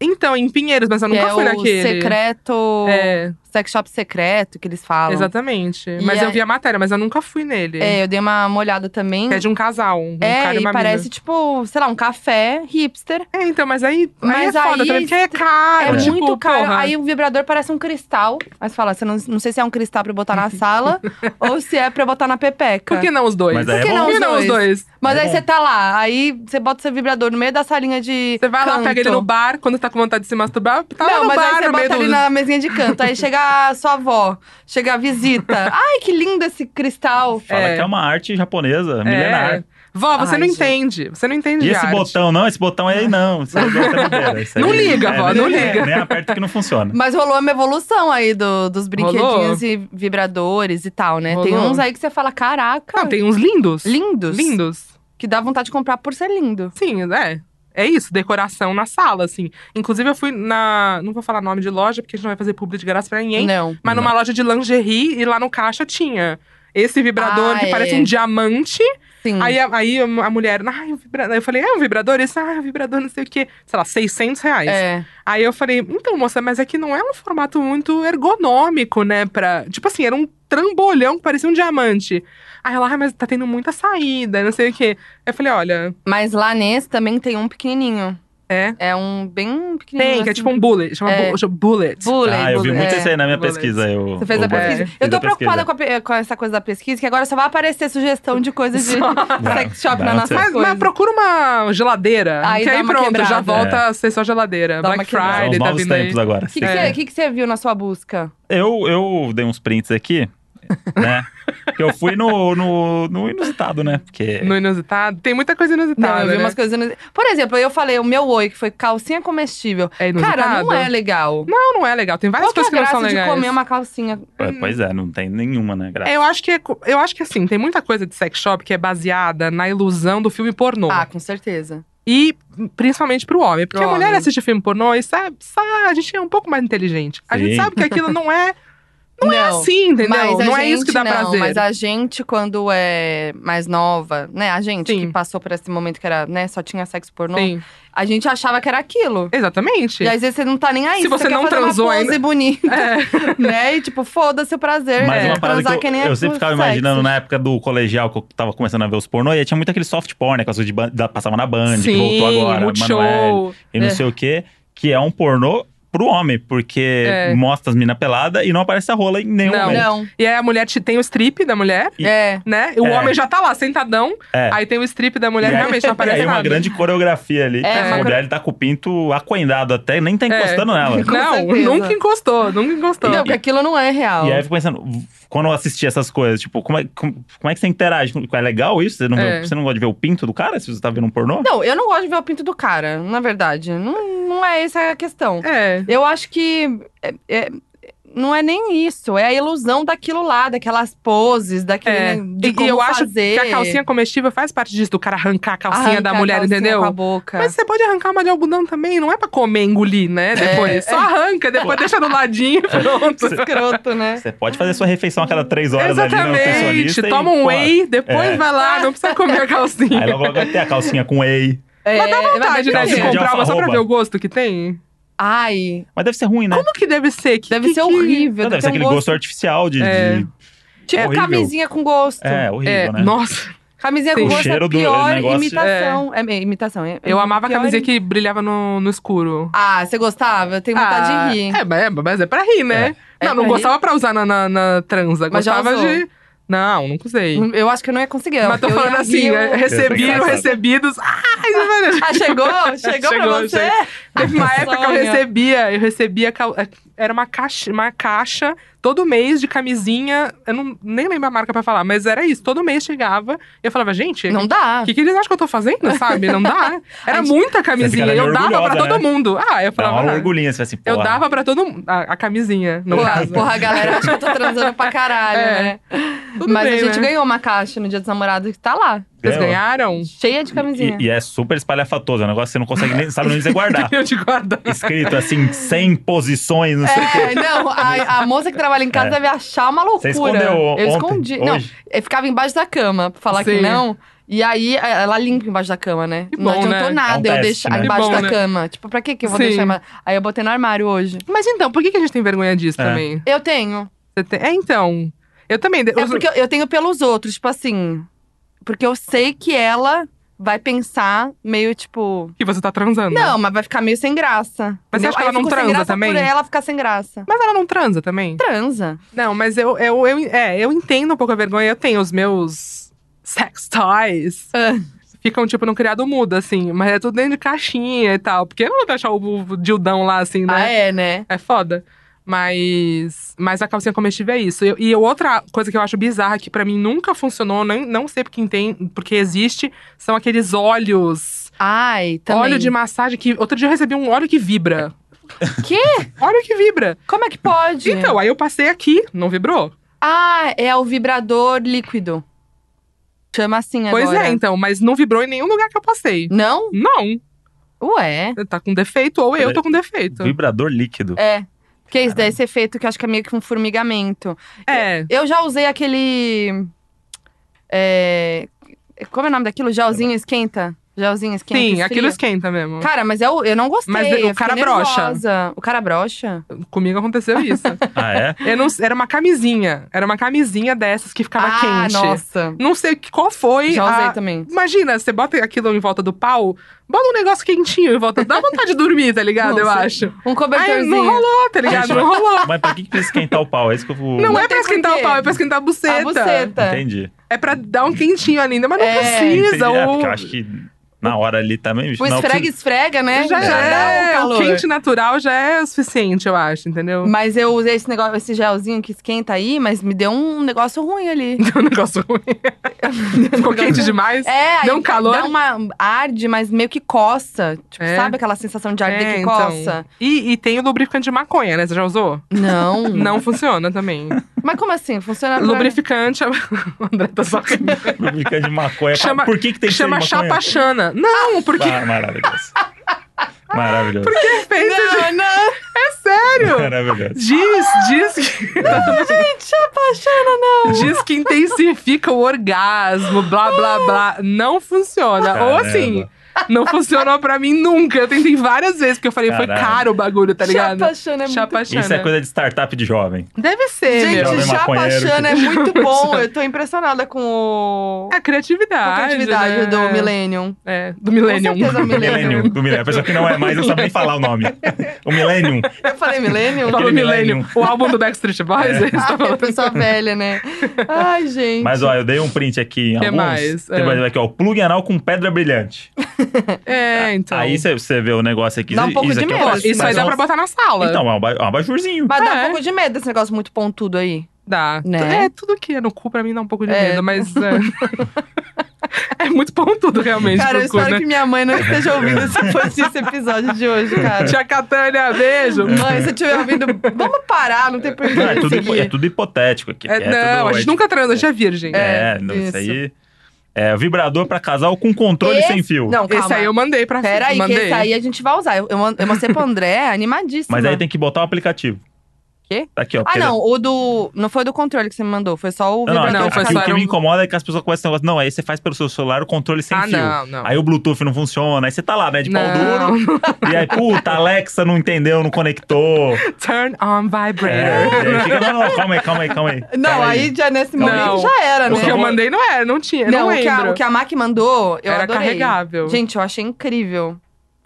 [SPEAKER 3] Então, em Pinheiros, mas eu
[SPEAKER 2] que
[SPEAKER 3] nunca
[SPEAKER 2] é
[SPEAKER 3] fui
[SPEAKER 2] o
[SPEAKER 3] naquele.
[SPEAKER 2] secreto.
[SPEAKER 3] É,
[SPEAKER 2] Sex shop secreto que eles falam.
[SPEAKER 3] exatamente. mas
[SPEAKER 2] E
[SPEAKER 3] eu
[SPEAKER 2] a-
[SPEAKER 3] vi a matéria, mas eu nunca fui nele.
[SPEAKER 2] É, eu dei uma, uma olhada também.
[SPEAKER 3] Que é de um casal, um
[SPEAKER 2] é,
[SPEAKER 3] cara e
[SPEAKER 2] e
[SPEAKER 3] uma
[SPEAKER 2] parece
[SPEAKER 3] mina.
[SPEAKER 2] tipo, sei lá, um café hipster.
[SPEAKER 3] É, então, mas aí,
[SPEAKER 2] Mas
[SPEAKER 3] aí é foda
[SPEAKER 2] aí
[SPEAKER 3] também, porque é caro.
[SPEAKER 2] é
[SPEAKER 3] tipo,
[SPEAKER 2] muito caro.
[SPEAKER 3] porra.
[SPEAKER 2] Aí o vibrador parece um cristal. Aí você fala, você não, não sei se é um cristal pra eu botar na sala ou se é pra eu botar na pepeca.
[SPEAKER 3] Por que não os dois?
[SPEAKER 1] Mas aí
[SPEAKER 2] Por que é bom.
[SPEAKER 3] Por que não os dois?
[SPEAKER 2] Mas
[SPEAKER 1] É
[SPEAKER 2] aí
[SPEAKER 1] bom.
[SPEAKER 2] você tá lá, aí você bota seu vibrador no meio da salinha de.
[SPEAKER 3] Você vai lá,
[SPEAKER 2] canto.
[SPEAKER 3] pega ele no bar, quando tá com vontade de se masturbar, tá lá
[SPEAKER 2] Não,
[SPEAKER 3] no
[SPEAKER 2] mas
[SPEAKER 3] bar,
[SPEAKER 2] aí você
[SPEAKER 3] no meio
[SPEAKER 2] bota
[SPEAKER 3] do...
[SPEAKER 2] ali na mesinha de canto. Aí chega a sua avó, chega a visita. Ai, que lindo esse cristal.
[SPEAKER 1] Fala
[SPEAKER 3] É.
[SPEAKER 1] que é uma arte japonesa, milenar.
[SPEAKER 3] É. Vó, você
[SPEAKER 2] Ai,
[SPEAKER 3] não
[SPEAKER 2] gente.
[SPEAKER 3] entende. Você não entende
[SPEAKER 1] E
[SPEAKER 3] de
[SPEAKER 1] esse
[SPEAKER 3] arte.
[SPEAKER 1] botão, não? Esse botão aí não. Isso aí é brincadeira, isso aí-
[SPEAKER 3] Não liga,
[SPEAKER 1] é,
[SPEAKER 3] vó,
[SPEAKER 1] nem-
[SPEAKER 3] não
[SPEAKER 1] é,
[SPEAKER 3] liga.
[SPEAKER 1] Nem aperta que não funciona.
[SPEAKER 2] Mas rolou uma evolução aí do- dos brinquedinhos
[SPEAKER 3] Rolou?
[SPEAKER 2] e vibradores e tal, né? Tem
[SPEAKER 3] Rolou.
[SPEAKER 2] uns aí que você fala, caraca,
[SPEAKER 3] Não, tem uns lindos.
[SPEAKER 2] lindos.
[SPEAKER 3] Lindos.
[SPEAKER 2] Que dá vontade de comprar por ser lindo.
[SPEAKER 3] Sim, é. É isso, decoração na sala, assim. Inclusive, eu fui na. Não vou falar nome de loja, porque a gente não vai fazer publi de graça pra ninguém.
[SPEAKER 2] Não.
[SPEAKER 3] Mas numa loja de lingerie e lá no caixa tinha esse vibrador
[SPEAKER 2] Ah,
[SPEAKER 3] que
[SPEAKER 2] é. Hum.
[SPEAKER 3] parece um diamante.
[SPEAKER 2] Sim.
[SPEAKER 3] Aí, a- aí a mulher, ai, um vibrador. Eu falei, é um vibrador? Isso, ah, vibrador, não sei o quê. Sei lá, 600 reais.
[SPEAKER 2] é.
[SPEAKER 3] Aí eu falei, então, moça, mas é que não é um formato muito ergonômico, né? Pra... Tipo assim, era um trambolhão que parecia um diamante. Aí ela, ai, mas tá tendo muita saída, não sei o quê. Eu falei, olha,
[SPEAKER 2] Mas lá nesse também tem um pequenininho.
[SPEAKER 3] é.
[SPEAKER 2] É um bem pequenininho.
[SPEAKER 3] Tem, que é
[SPEAKER 2] assim.
[SPEAKER 3] tipo um bullet, chama
[SPEAKER 2] É.
[SPEAKER 3] bu- chama bullet.
[SPEAKER 2] Bullet,
[SPEAKER 1] ah, eu vi
[SPEAKER 2] bullet.
[SPEAKER 1] muito
[SPEAKER 2] É.
[SPEAKER 1] isso aí na minha
[SPEAKER 3] Bullet.
[SPEAKER 1] pesquisa. Eu,
[SPEAKER 2] Você fez
[SPEAKER 1] eu
[SPEAKER 2] a
[SPEAKER 3] É.
[SPEAKER 1] botei.
[SPEAKER 2] pesquisa?
[SPEAKER 1] Fiz
[SPEAKER 2] Eu tô
[SPEAKER 1] a pesquisa.
[SPEAKER 2] preocupada com, a pe- com essa coisa da pesquisa, que agora só vai aparecer sugestão de coisa de sex shop
[SPEAKER 1] Vai
[SPEAKER 2] na nossa
[SPEAKER 1] acontecer.
[SPEAKER 3] Mas, mas
[SPEAKER 2] coisa.
[SPEAKER 3] procura uma geladeira,
[SPEAKER 2] Aí
[SPEAKER 3] que
[SPEAKER 2] dá
[SPEAKER 3] aí
[SPEAKER 2] uma
[SPEAKER 3] pronto,
[SPEAKER 2] quebrada.
[SPEAKER 3] já volta a ser só geladeira.
[SPEAKER 2] Dá uma
[SPEAKER 3] Black
[SPEAKER 2] quebrada.
[SPEAKER 1] São os
[SPEAKER 3] Friday tá
[SPEAKER 1] novos
[SPEAKER 3] vindo aí.
[SPEAKER 1] É um tempos né? agora.
[SPEAKER 2] O que, que,
[SPEAKER 3] É.
[SPEAKER 2] você- que que você viu na sua busca?
[SPEAKER 1] Eu, eu dei uns prints aqui, né? que eu fui no, no, no inusitado, né? Porque.
[SPEAKER 3] No inusitado, tem muita coisa
[SPEAKER 2] Não,
[SPEAKER 3] inusitada,
[SPEAKER 2] eu vi
[SPEAKER 3] né?
[SPEAKER 2] umas coisas. inus- Por exemplo, eu falei o meu oi, que foi calcinha comestível.
[SPEAKER 3] É inusitado?
[SPEAKER 2] Cara, não é legal.
[SPEAKER 3] Não, não é legal. Tem várias
[SPEAKER 2] Qual que é a
[SPEAKER 3] coisas que não são
[SPEAKER 2] graça de
[SPEAKER 3] legais.
[SPEAKER 2] comer uma calcinha?
[SPEAKER 1] É, Pois é, não tem nenhuma, né? Graça.
[SPEAKER 3] Eu acho que é co- eu acho que assim, tem muita coisa de sex shop que é baseada na ilusão do filme pornô.
[SPEAKER 2] Ah, com certeza.
[SPEAKER 3] E principalmente pro homem. Porque
[SPEAKER 2] Pro
[SPEAKER 3] a mulher
[SPEAKER 2] homem.
[SPEAKER 3] assiste filme pornô e sabe, sabe, a gente é um pouco mais inteligente. A gente
[SPEAKER 1] Sim.
[SPEAKER 3] sabe que aquilo não é
[SPEAKER 2] Não,
[SPEAKER 3] é assim, entendeu?
[SPEAKER 2] Mas a
[SPEAKER 3] não é
[SPEAKER 2] gente
[SPEAKER 3] isso que dá
[SPEAKER 2] não,
[SPEAKER 3] prazer.
[SPEAKER 2] Mas a gente, quando é mais nova, né? A gente
[SPEAKER 3] Sim.
[SPEAKER 2] que passou por esse momento que era, né, só tinha sexo pornô,
[SPEAKER 3] Sim,
[SPEAKER 2] a gente achava que era aquilo.
[SPEAKER 3] exatamente.
[SPEAKER 2] E às vezes você não tá nem aí.
[SPEAKER 3] Se você
[SPEAKER 2] quer
[SPEAKER 3] não
[SPEAKER 2] fazer uma
[SPEAKER 3] transou
[SPEAKER 2] pose
[SPEAKER 3] ainda.
[SPEAKER 2] bonita,
[SPEAKER 3] É.
[SPEAKER 2] né? E tipo, foda-se o prazer.
[SPEAKER 1] Mas
[SPEAKER 2] né?
[SPEAKER 1] uma parada
[SPEAKER 2] Transar
[SPEAKER 1] que eu,
[SPEAKER 2] nem é
[SPEAKER 1] eu sempre
[SPEAKER 2] por
[SPEAKER 1] ficava
[SPEAKER 2] sexo.
[SPEAKER 1] imaginando né? na época do colegial que eu tava começando a ver os pornô, e aí tinha muito aquele soft porn, né? Que as coisas de ban- da- passava na Band, que voltou agora, Manoel,
[SPEAKER 3] Multishow.
[SPEAKER 1] e não
[SPEAKER 2] É.
[SPEAKER 1] sei o quê, que é um pornô pro homem, porque
[SPEAKER 3] É.
[SPEAKER 1] mostra as minas peladas e não aparece a rola em nenhum
[SPEAKER 3] Não.
[SPEAKER 1] momento.
[SPEAKER 2] Não,
[SPEAKER 3] E aí a mulher te, tem o strip da mulher,
[SPEAKER 1] E-
[SPEAKER 2] é.
[SPEAKER 3] né? E o
[SPEAKER 1] É.
[SPEAKER 3] homem já tá lá, sentadão.
[SPEAKER 1] É.
[SPEAKER 3] Aí tem o strip da mulher,
[SPEAKER 1] E aí-
[SPEAKER 3] realmente não
[SPEAKER 1] E
[SPEAKER 3] aparece
[SPEAKER 1] aí uma
[SPEAKER 3] nada.
[SPEAKER 1] grande coreografia ali, que
[SPEAKER 2] É,
[SPEAKER 1] a
[SPEAKER 2] uma
[SPEAKER 1] mulher tá com o pinto aquendado até, nem tá
[SPEAKER 3] É.
[SPEAKER 1] encostando nela.
[SPEAKER 2] Com
[SPEAKER 3] Não,
[SPEAKER 2] certeza.
[SPEAKER 3] nunca encostou, nunca encostou.
[SPEAKER 2] Não, porque aquilo não é real.
[SPEAKER 1] E aí eu fico pensando, quando eu assisti essas coisas, tipo, como é, como, como é que você interage? com- É legal isso? Você não, vê-
[SPEAKER 3] É.
[SPEAKER 1] você não gosta de ver o pinto do cara se você tá vendo um pornô?
[SPEAKER 2] Não, eu não gosto de ver o pinto do cara, na verdade. Não, não é essa a questão.
[SPEAKER 3] É.
[SPEAKER 2] Eu acho que. é- é- não é nem isso, é a ilusão daquilo lá, daquelas poses, daquele.
[SPEAKER 3] É.
[SPEAKER 2] né,
[SPEAKER 3] E-
[SPEAKER 2] de como
[SPEAKER 3] e eu acho
[SPEAKER 2] fazer,
[SPEAKER 3] que a calcinha comestível faz parte disso, do cara arrancar a calcinha
[SPEAKER 2] É. arrancar
[SPEAKER 3] da
[SPEAKER 2] a
[SPEAKER 3] mulher,
[SPEAKER 2] calcinha
[SPEAKER 3] entendeu?
[SPEAKER 2] Com a boca.
[SPEAKER 3] Mas você pode arrancar uma de algodão também, não é pra comer, engolir,
[SPEAKER 2] É,
[SPEAKER 3] né? Depois. Só arranca, depois deixa do ladinho e pronto.
[SPEAKER 2] Escroto, né?
[SPEAKER 1] Você pode fazer sua refeição a cada três horas ali no
[SPEAKER 3] Exatamente.
[SPEAKER 1] nutricionista. e,
[SPEAKER 3] Toma um
[SPEAKER 1] pô,
[SPEAKER 3] whey, depois
[SPEAKER 1] É.
[SPEAKER 3] vai lá, não precisa comer a calcinha.
[SPEAKER 1] Aí logo logo vai ter a calcinha com whey.
[SPEAKER 2] É,
[SPEAKER 3] Mas dá vontade, né, de
[SPEAKER 1] calcinha de
[SPEAKER 3] comprar uma só pra
[SPEAKER 1] alfarroba.
[SPEAKER 3] ver o gosto que tem?
[SPEAKER 2] Ai,
[SPEAKER 1] Mas deve ser ruim, né?
[SPEAKER 3] Como que deve ser? Que,
[SPEAKER 2] deve
[SPEAKER 3] que-
[SPEAKER 2] ser
[SPEAKER 3] que-
[SPEAKER 2] horrível.
[SPEAKER 1] Não, deve ser
[SPEAKER 2] ter um
[SPEAKER 1] aquele gosto, artificial de.
[SPEAKER 3] É.
[SPEAKER 1] de-
[SPEAKER 2] Tipo
[SPEAKER 1] horrível.
[SPEAKER 2] camisinha com gosto.
[SPEAKER 1] É, horrível,
[SPEAKER 3] É,
[SPEAKER 1] né?
[SPEAKER 3] Nossa,
[SPEAKER 2] Camisinha
[SPEAKER 3] Sim.
[SPEAKER 2] com
[SPEAKER 3] O
[SPEAKER 2] gosto
[SPEAKER 1] cheiro
[SPEAKER 2] é
[SPEAKER 1] do
[SPEAKER 2] pior
[SPEAKER 1] negócio-
[SPEAKER 2] imitação. É. é imitação. é-
[SPEAKER 3] eu amava a
[SPEAKER 2] pior
[SPEAKER 3] camisinha que brilhava no, no escuro.
[SPEAKER 2] Ah, você gostava? Eu tenho vontade
[SPEAKER 3] Ah,
[SPEAKER 2] de rir.
[SPEAKER 3] É, mas é, mas é pra rir, né?
[SPEAKER 1] É.
[SPEAKER 2] É
[SPEAKER 3] Não, não
[SPEAKER 2] pra
[SPEAKER 3] gostava pra usar na, na, na transa.
[SPEAKER 2] Mas já
[SPEAKER 3] Gostava
[SPEAKER 2] usou.
[SPEAKER 3] de. Não, nunca usei.
[SPEAKER 2] Eu acho que eu não ia conseguir. eu-
[SPEAKER 3] é. Mas tô
[SPEAKER 2] É, eu ia
[SPEAKER 3] falando assim,
[SPEAKER 2] rir o-
[SPEAKER 3] é, recebido,
[SPEAKER 1] Engraçado.
[SPEAKER 3] recebidos. Ai,
[SPEAKER 2] Ah, chegou? Chegou, pra
[SPEAKER 3] Chegou,
[SPEAKER 2] você?
[SPEAKER 3] Teve uma época que eu
[SPEAKER 2] Sonho.
[SPEAKER 3] recebia, eu recebia. cal- é, Era uma caixa, uma caixa todo mês de camisinha. Eu não, nem lembro a marca pra falar, mas era isso. Todo mês chegava. Eu falava, gente, o
[SPEAKER 2] Não dá.
[SPEAKER 3] que, que eles acham que eu tô fazendo, sabe? Não dá. Era
[SPEAKER 2] gente-
[SPEAKER 3] muita camisinha.
[SPEAKER 1] meio
[SPEAKER 3] Eu dava pra
[SPEAKER 1] orgulhosa,
[SPEAKER 3] todo
[SPEAKER 1] né?
[SPEAKER 3] mundo. Ah, eu
[SPEAKER 1] Dá
[SPEAKER 3] falava.
[SPEAKER 1] uma
[SPEAKER 3] "Ah,
[SPEAKER 1] orgulhinha, você vai assim,
[SPEAKER 3] Eu
[SPEAKER 1] porra,
[SPEAKER 3] dava pra todo mundo. A, a camisinha, no
[SPEAKER 2] Porra,
[SPEAKER 3] caso.
[SPEAKER 2] porra, galera, acho que eu tô transando pra caralho,
[SPEAKER 3] É.
[SPEAKER 2] né?
[SPEAKER 3] Tudo
[SPEAKER 2] Mas
[SPEAKER 3] bem,
[SPEAKER 2] a gente
[SPEAKER 3] né?
[SPEAKER 2] ganhou uma caixa no dia dos namorados que tá lá.
[SPEAKER 3] Vocês
[SPEAKER 1] ganhou.
[SPEAKER 3] ganharam?
[SPEAKER 2] Cheia de camisinha.
[SPEAKER 1] E, e é super espalhafatoso, é um negócio que você não consegue nem, sabe nem onde você guardar.
[SPEAKER 3] Eu te guardo.
[SPEAKER 1] Escrito assim, 100 posições, não sei o quê.
[SPEAKER 2] É, não, a, a moça que trabalha em casa
[SPEAKER 1] É.
[SPEAKER 2] deve achar uma
[SPEAKER 1] Você
[SPEAKER 2] loucura.
[SPEAKER 1] escondeu ontem,
[SPEAKER 2] eu escondi. Não,
[SPEAKER 1] hoje?
[SPEAKER 2] eu ficava embaixo da cama pra falar
[SPEAKER 3] Sim.
[SPEAKER 2] que não. E aí, é, ela limpa embaixo da cama, né?
[SPEAKER 3] Que
[SPEAKER 2] não
[SPEAKER 3] bom,
[SPEAKER 2] adiantou
[SPEAKER 3] né?
[SPEAKER 1] É um
[SPEAKER 2] nada eu
[SPEAKER 1] teste,
[SPEAKER 2] deixar
[SPEAKER 1] né?
[SPEAKER 3] Que
[SPEAKER 2] embaixo
[SPEAKER 3] bom,
[SPEAKER 2] da
[SPEAKER 3] né?
[SPEAKER 2] cama. Tipo, pra que que eu vou
[SPEAKER 3] Sim.
[SPEAKER 2] deixar embaixo? Aí eu botei no armário hoje.
[SPEAKER 3] Mas então, por que, que a gente tem vergonha disso
[SPEAKER 1] É.
[SPEAKER 3] também?
[SPEAKER 2] Eu tenho.
[SPEAKER 3] Você tem- É, então. Eu também.
[SPEAKER 2] É
[SPEAKER 3] os-
[SPEAKER 2] porque eu, eu tenho pelos outros, tipo assim. Porque eu sei que ela vai pensar meio tipo.
[SPEAKER 3] Que você tá transando.
[SPEAKER 2] Não, mas vai ficar meio sem graça.
[SPEAKER 3] Mas você
[SPEAKER 2] entendeu?
[SPEAKER 3] acha que
[SPEAKER 2] Aí
[SPEAKER 3] ela
[SPEAKER 2] eu fico
[SPEAKER 3] não
[SPEAKER 2] sem
[SPEAKER 3] transa
[SPEAKER 2] graça
[SPEAKER 3] também?
[SPEAKER 2] Por ela ficar sem graça.
[SPEAKER 3] Mas ela não transa também?
[SPEAKER 2] Transa.
[SPEAKER 3] Não, mas eu, eu, eu, é, eu entendo um pouco a vergonha. Eu tenho os meus sex toys.
[SPEAKER 2] Ah.
[SPEAKER 3] Ficam, tipo, no criado mudo, assim. Mas é tudo dentro de caixinha e tal. Porque eu não vou deixar o, o dildão lá, assim, né?
[SPEAKER 2] Ah, é, né?
[SPEAKER 3] É foda. Mas, mas a calcinha comestível é isso. E, e outra coisa que eu acho bizarra, que pra mim nunca funcionou, nem, não sei porque, tem, porque existe, são aqueles óleos.
[SPEAKER 2] Ai, também.
[SPEAKER 3] Óleo de massagem que. Outro dia eu recebi um óleo que vibra.
[SPEAKER 2] Quê?
[SPEAKER 3] Óleo que vibra.
[SPEAKER 2] Como é que pode?
[SPEAKER 3] Então, aí eu passei aqui, não vibrou?
[SPEAKER 2] Ah, é o vibrador líquido. Chama assim agora.
[SPEAKER 3] Pois é, então, mas não vibrou em nenhum lugar que eu passei.
[SPEAKER 2] Não?
[SPEAKER 3] Não.
[SPEAKER 2] Ué.
[SPEAKER 3] Tá com defeito ou eu tô com defeito.
[SPEAKER 1] Vibrador líquido.
[SPEAKER 2] É. Porque isso deve ser feito que eu acho que é meio que um formigamento.
[SPEAKER 3] É.
[SPEAKER 2] Eu já usei aquele. É, como é o nome daquilo? Gelzinho esquenta? Gelzinho esquenta.
[SPEAKER 3] Sim,
[SPEAKER 2] esfria.
[SPEAKER 3] aquilo esquenta mesmo.
[SPEAKER 2] Cara, mas eu, eu não gostei.
[SPEAKER 3] Mas o
[SPEAKER 2] eu fiquei
[SPEAKER 3] cara brocha.
[SPEAKER 2] nervosa. O cara brocha?
[SPEAKER 3] Comigo aconteceu isso.
[SPEAKER 1] Ah, é?
[SPEAKER 3] Eu não- era uma camisinha. Era uma camisinha dessas que ficava
[SPEAKER 2] ah,
[SPEAKER 3] quente. ah,
[SPEAKER 2] nossa.
[SPEAKER 3] Não sei que- qual foi.
[SPEAKER 2] Já usei
[SPEAKER 3] a-
[SPEAKER 2] também.
[SPEAKER 3] Imagina, você bota aquilo em volta do pau, bota um negócio quentinho em volta. Dá vontade de dormir, tá ligado? Eu
[SPEAKER 2] Nossa.
[SPEAKER 3] acho.
[SPEAKER 2] Um
[SPEAKER 3] Aí não
[SPEAKER 2] cobertorzinho.
[SPEAKER 3] rolou, tá ligado?
[SPEAKER 1] Gente,
[SPEAKER 3] Não rolou.
[SPEAKER 1] Mas pra que, que precisa esquentar o pau? É isso que eu vou.
[SPEAKER 3] Não, é
[SPEAKER 2] tem
[SPEAKER 3] pra esquentar o
[SPEAKER 2] porquê.
[SPEAKER 3] pau, é pra esquentar a buceta.
[SPEAKER 2] a Ah, buceta.
[SPEAKER 1] Entendi.
[SPEAKER 3] É pra dar um quentinho ali, ainda, mas não
[SPEAKER 2] É.
[SPEAKER 1] Entendi.
[SPEAKER 3] precisa.
[SPEAKER 1] É,
[SPEAKER 3] o-
[SPEAKER 1] porque eu acho que na hora ali também. bicho,
[SPEAKER 2] O
[SPEAKER 1] não, eu
[SPEAKER 2] Um esfrega,
[SPEAKER 1] preciso-
[SPEAKER 2] esfrega, né?
[SPEAKER 3] Já,
[SPEAKER 2] dá um
[SPEAKER 3] é, o
[SPEAKER 2] calor. Hum.
[SPEAKER 3] quente natural já é o suficiente, eu acho, entendeu?
[SPEAKER 2] Mas eu usei esse negócio, esse gelzinho que esquenta aí, mas me deu um negócio ruim ali.
[SPEAKER 3] Deu um negócio ruim. Ficou quente demais.
[SPEAKER 2] É, aí
[SPEAKER 3] Deu um calor?
[SPEAKER 2] Dá uma arde, mas meio que coça. Tipo,
[SPEAKER 3] É.
[SPEAKER 2] sabe aquela sensação de arder
[SPEAKER 3] É,
[SPEAKER 2] que
[SPEAKER 3] então.
[SPEAKER 2] coça?
[SPEAKER 3] E, e tem o lubrificante de maconha, né? Você já usou?
[SPEAKER 2] Não.
[SPEAKER 3] Não funciona também.
[SPEAKER 2] Mas como assim? Funciona pra-
[SPEAKER 3] lubrificante. O André tá só
[SPEAKER 1] lubrificante é de maconha.
[SPEAKER 3] Chama-
[SPEAKER 1] Por que, que tem que
[SPEAKER 3] Chama
[SPEAKER 1] ser de maconha?
[SPEAKER 3] chapa chana. Não, porque
[SPEAKER 1] Ah, maravilhoso. Maravilhoso.
[SPEAKER 3] é feito
[SPEAKER 2] Não, não.
[SPEAKER 3] de sério.
[SPEAKER 1] Maravilhoso.
[SPEAKER 3] Diz, diz que.
[SPEAKER 2] Gente, apaixona, não.
[SPEAKER 3] Diz que intensifica o orgasmo, blá blá blá. Não funciona. Ou
[SPEAKER 1] Caramba.
[SPEAKER 3] assim, não funcionou pra mim nunca. Eu tentei várias vezes, porque eu falei, foi
[SPEAKER 1] Caralho.
[SPEAKER 3] caro o bagulho, tá ligado?
[SPEAKER 2] Chapachana é muito
[SPEAKER 3] Chapa
[SPEAKER 1] Isso é
[SPEAKER 3] chana.
[SPEAKER 1] coisa de startup de jovem.
[SPEAKER 3] Deve ser, meu.
[SPEAKER 2] Gente,
[SPEAKER 1] Jovem maconheiro.
[SPEAKER 2] Chapachana é muito bom. Eu tô impressionada com o.
[SPEAKER 3] É
[SPEAKER 2] com
[SPEAKER 3] a
[SPEAKER 2] a
[SPEAKER 3] criatividade.
[SPEAKER 2] criatividade
[SPEAKER 3] né?
[SPEAKER 2] do Millennium.
[SPEAKER 3] É, do Millennium.
[SPEAKER 2] Com certeza, o Millennium.
[SPEAKER 1] Do Millennium. A pessoa que não é mais, não sabe nem falar o nome. O Millennium.
[SPEAKER 2] Eu falei Millennium?
[SPEAKER 3] Fala o
[SPEAKER 1] Aquele
[SPEAKER 3] Millennium.
[SPEAKER 1] Millennium. É.
[SPEAKER 3] O álbum do Backstreet Boys. eles estão
[SPEAKER 2] Ai,
[SPEAKER 3] falando.
[SPEAKER 2] pessoa velha, né? Ai, gente.
[SPEAKER 1] Mas ó, eu dei um print aqui em
[SPEAKER 3] Que
[SPEAKER 1] alguns.
[SPEAKER 3] mais?
[SPEAKER 1] Tem
[SPEAKER 3] É.
[SPEAKER 1] mais aqui, ó. Plug anal com pedra brilhante.
[SPEAKER 3] É, então.
[SPEAKER 1] Aí você vê o negócio aqui.
[SPEAKER 2] Dá um
[SPEAKER 1] isso
[SPEAKER 2] pouco
[SPEAKER 1] aqui
[SPEAKER 2] de
[SPEAKER 1] eu
[SPEAKER 2] medo.
[SPEAKER 1] faço,
[SPEAKER 3] Isso aí
[SPEAKER 1] mas
[SPEAKER 3] dá
[SPEAKER 1] é um-
[SPEAKER 3] pra botar na sala.
[SPEAKER 1] Então, é um ba- é um abajurzinho.
[SPEAKER 2] Mas dá
[SPEAKER 3] É.
[SPEAKER 2] um pouco de medo esse negócio muito pontudo aí.
[SPEAKER 3] Dá.
[SPEAKER 2] Né?
[SPEAKER 3] É, tudo que é no cu pra mim dá um pouco de
[SPEAKER 2] É.
[SPEAKER 3] medo, mas. É, é muito pontudo, realmente,
[SPEAKER 2] Cara, eu
[SPEAKER 3] pro cu,
[SPEAKER 2] espero
[SPEAKER 3] né?
[SPEAKER 2] que minha mãe não esteja ouvindo se fosse esse episódio de hoje, cara.
[SPEAKER 3] Tia Catânia,
[SPEAKER 1] É.
[SPEAKER 3] beijo!
[SPEAKER 2] Mãe, se estiver ouvindo, vamos parar, não tem porquê.
[SPEAKER 1] Não, é, tudo, hipo-
[SPEAKER 2] seguir.
[SPEAKER 1] é tudo hipotético aqui.
[SPEAKER 3] É, não,
[SPEAKER 1] tudo-
[SPEAKER 3] a gente nunca transa, a gente é virgem.
[SPEAKER 1] É, não, isso
[SPEAKER 2] isso.
[SPEAKER 1] aí. É, vibrador pra casal com controle
[SPEAKER 2] Esse-
[SPEAKER 1] sem fio.
[SPEAKER 2] Não, calma.
[SPEAKER 3] Esse aí eu mandei pra
[SPEAKER 2] Pera aí,
[SPEAKER 3] mandei.
[SPEAKER 2] que esse aí a gente vai usar. Eu, eu, man- eu mostrei pro André, é animadíssimo.
[SPEAKER 1] Mas aí tem que botar o aplicativo.
[SPEAKER 2] Quê?
[SPEAKER 1] Tá aqui, ó.
[SPEAKER 2] Ah,
[SPEAKER 1] porque-
[SPEAKER 2] não, o do. Não foi do controle que você me mandou, foi só o
[SPEAKER 1] Não, não,
[SPEAKER 2] vibrador
[SPEAKER 3] não,
[SPEAKER 2] de
[SPEAKER 3] foi
[SPEAKER 1] aqui
[SPEAKER 3] só
[SPEAKER 1] o que
[SPEAKER 3] era
[SPEAKER 1] me
[SPEAKER 3] um-
[SPEAKER 1] incomoda é que as pessoas começam esse negócio. Não, aí você faz pelo seu celular o controle sem
[SPEAKER 3] Ah,
[SPEAKER 1] fio.
[SPEAKER 3] não, não.
[SPEAKER 1] Aí o Bluetooth não funciona, aí você tá lá, né, de pau
[SPEAKER 3] Não.
[SPEAKER 1] duro. E aí, puta, a Alexa não entendeu, não conectou.
[SPEAKER 3] Turn on vibrator.
[SPEAKER 1] É, e aí fica, não, não, calma aí, calma aí, calma aí.
[SPEAKER 2] Não,
[SPEAKER 1] Calma
[SPEAKER 2] aí já nesse
[SPEAKER 1] Não.
[SPEAKER 2] momento já era,
[SPEAKER 3] O que eu
[SPEAKER 2] né?
[SPEAKER 3] mandei não era, não tinha, não,
[SPEAKER 2] o que,
[SPEAKER 3] lembro.
[SPEAKER 2] a, o que a Mac mandou, eu
[SPEAKER 3] era
[SPEAKER 2] adorei.
[SPEAKER 3] carregável.
[SPEAKER 2] Gente, eu achei incrível.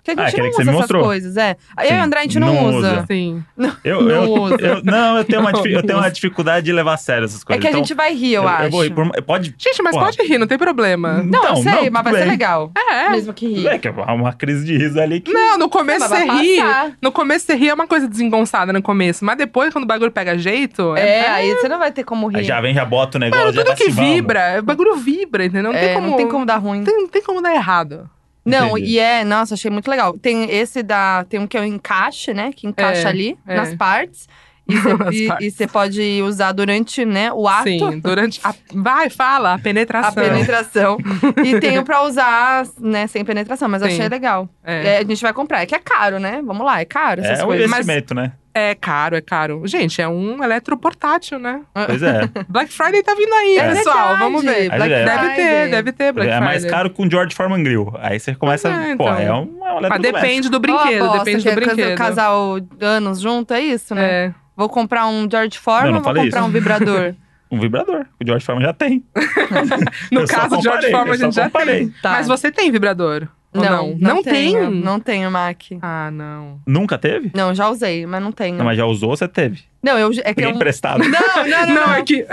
[SPEAKER 2] Que a
[SPEAKER 1] Ah,
[SPEAKER 2] gente
[SPEAKER 1] aquele
[SPEAKER 2] não
[SPEAKER 1] que você
[SPEAKER 2] usa
[SPEAKER 1] me
[SPEAKER 2] essas
[SPEAKER 1] mostrou.
[SPEAKER 2] coisas, é. Eu e
[SPEAKER 1] Sim,
[SPEAKER 2] o André, a gente não,
[SPEAKER 1] não
[SPEAKER 2] usa.
[SPEAKER 1] usa.
[SPEAKER 3] Sim.
[SPEAKER 1] Eu,
[SPEAKER 3] Não
[SPEAKER 1] eu,
[SPEAKER 3] usa.
[SPEAKER 1] eu- não, eu tenho, uma,
[SPEAKER 3] Não
[SPEAKER 1] difi- eu tenho uma
[SPEAKER 3] usa.
[SPEAKER 1] dificuldade de levar a sério essas
[SPEAKER 2] É
[SPEAKER 1] coisas.
[SPEAKER 2] que a
[SPEAKER 1] Então,
[SPEAKER 2] gente vai rir, eu,
[SPEAKER 1] eu,
[SPEAKER 2] acho.
[SPEAKER 1] eu vou rir por- Pode.
[SPEAKER 3] Gente, mas
[SPEAKER 1] Porra.
[SPEAKER 3] pode rir, não tem problema.
[SPEAKER 1] Hum.
[SPEAKER 2] Não, eu sei,
[SPEAKER 1] não,
[SPEAKER 2] mas vai
[SPEAKER 1] tudo
[SPEAKER 2] ser
[SPEAKER 1] bem.
[SPEAKER 2] legal.
[SPEAKER 3] É.
[SPEAKER 2] Mesmo que rir.
[SPEAKER 1] É que há uma crise de riso ali que.
[SPEAKER 3] Não, no começo
[SPEAKER 2] Mas vai
[SPEAKER 3] você ri.
[SPEAKER 2] passar.
[SPEAKER 3] No começo você ri é uma coisa desengonçada no começo. Mas depois, quando o bagulho pega jeito.
[SPEAKER 2] É, aí você não vai ter como rir.
[SPEAKER 1] Aí já vem, já bota o negócio.
[SPEAKER 3] Mano,
[SPEAKER 1] já
[SPEAKER 3] tudo
[SPEAKER 1] tá
[SPEAKER 3] que
[SPEAKER 1] assim, vamos.
[SPEAKER 3] vibra, o bagulho vibra, entendeu? Não,
[SPEAKER 2] É,
[SPEAKER 3] tem como,
[SPEAKER 2] não tem como dar ruim.
[SPEAKER 3] tem- não tem como dar errado.
[SPEAKER 2] Não,
[SPEAKER 1] Entendi.
[SPEAKER 2] e é, nossa, achei muito legal. Tem esse da. Tem um que é o encaixe, né? Que encaixa
[SPEAKER 3] É,
[SPEAKER 2] ali
[SPEAKER 3] é.
[SPEAKER 2] nas partes.
[SPEAKER 3] Nas
[SPEAKER 2] E
[SPEAKER 3] partes.
[SPEAKER 2] você pode usar durante né, o ato.
[SPEAKER 3] Sim, durante. a- vai, fala, a penetração.
[SPEAKER 2] A penetração. e tem o pra usar, né, sem penetração, mas eu
[SPEAKER 3] Sim.
[SPEAKER 2] achei legal.
[SPEAKER 3] É.
[SPEAKER 2] É, a gente vai comprar. É que é caro, né? Vamos lá, é caro essas
[SPEAKER 1] É um
[SPEAKER 2] coisas.
[SPEAKER 3] mas-
[SPEAKER 1] investimento, né?
[SPEAKER 3] É caro, é caro. Gente, é um eletroportátil, né?
[SPEAKER 2] Ah.
[SPEAKER 1] Pois é.
[SPEAKER 3] Black Friday tá vindo aí,
[SPEAKER 1] É
[SPEAKER 3] pessoal.
[SPEAKER 2] verdade.
[SPEAKER 3] Vamos ver.
[SPEAKER 1] Black
[SPEAKER 3] deve
[SPEAKER 2] Friday.
[SPEAKER 3] ter, deve ter Black
[SPEAKER 1] é
[SPEAKER 3] Friday.
[SPEAKER 1] mais caro que um George Foreman Grill. Aí você começa.
[SPEAKER 3] Ah,
[SPEAKER 1] Pô,
[SPEAKER 3] então.
[SPEAKER 1] é um, é um
[SPEAKER 3] Ah,
[SPEAKER 1] eletrodoméstico.
[SPEAKER 3] depende do
[SPEAKER 2] Ó,
[SPEAKER 3] brinquedo,
[SPEAKER 2] aposta que
[SPEAKER 3] depende do
[SPEAKER 2] é casa-
[SPEAKER 3] brinquedo.
[SPEAKER 2] casal anos junto, é isso, né?
[SPEAKER 3] É.
[SPEAKER 2] Vou comprar um George Foreman
[SPEAKER 1] Não, não
[SPEAKER 2] ou vou
[SPEAKER 1] falei
[SPEAKER 2] comprar
[SPEAKER 1] isso.
[SPEAKER 2] um vibrador?
[SPEAKER 1] Um vibrador. O George Foreman já tem.
[SPEAKER 3] No
[SPEAKER 1] Eu só
[SPEAKER 3] caso de George
[SPEAKER 1] comparei,
[SPEAKER 3] Foreman, a
[SPEAKER 1] eu só
[SPEAKER 3] gente já
[SPEAKER 1] comparei.
[SPEAKER 3] tem. Mas você tem vibrador? Ou
[SPEAKER 2] Tá. Não,
[SPEAKER 3] Tá. não, tem.
[SPEAKER 2] tenho, Não tenho, Mac.
[SPEAKER 3] Ah, não.
[SPEAKER 1] Nunca teve?
[SPEAKER 2] Não, já usei, mas não tenho.
[SPEAKER 1] Não, mas já usou, você teve.
[SPEAKER 2] Não, eu é que
[SPEAKER 1] Peguei
[SPEAKER 2] eu...
[SPEAKER 1] emprestado.
[SPEAKER 2] Não, Ah, não, não,
[SPEAKER 3] Não,
[SPEAKER 2] não.
[SPEAKER 3] é que.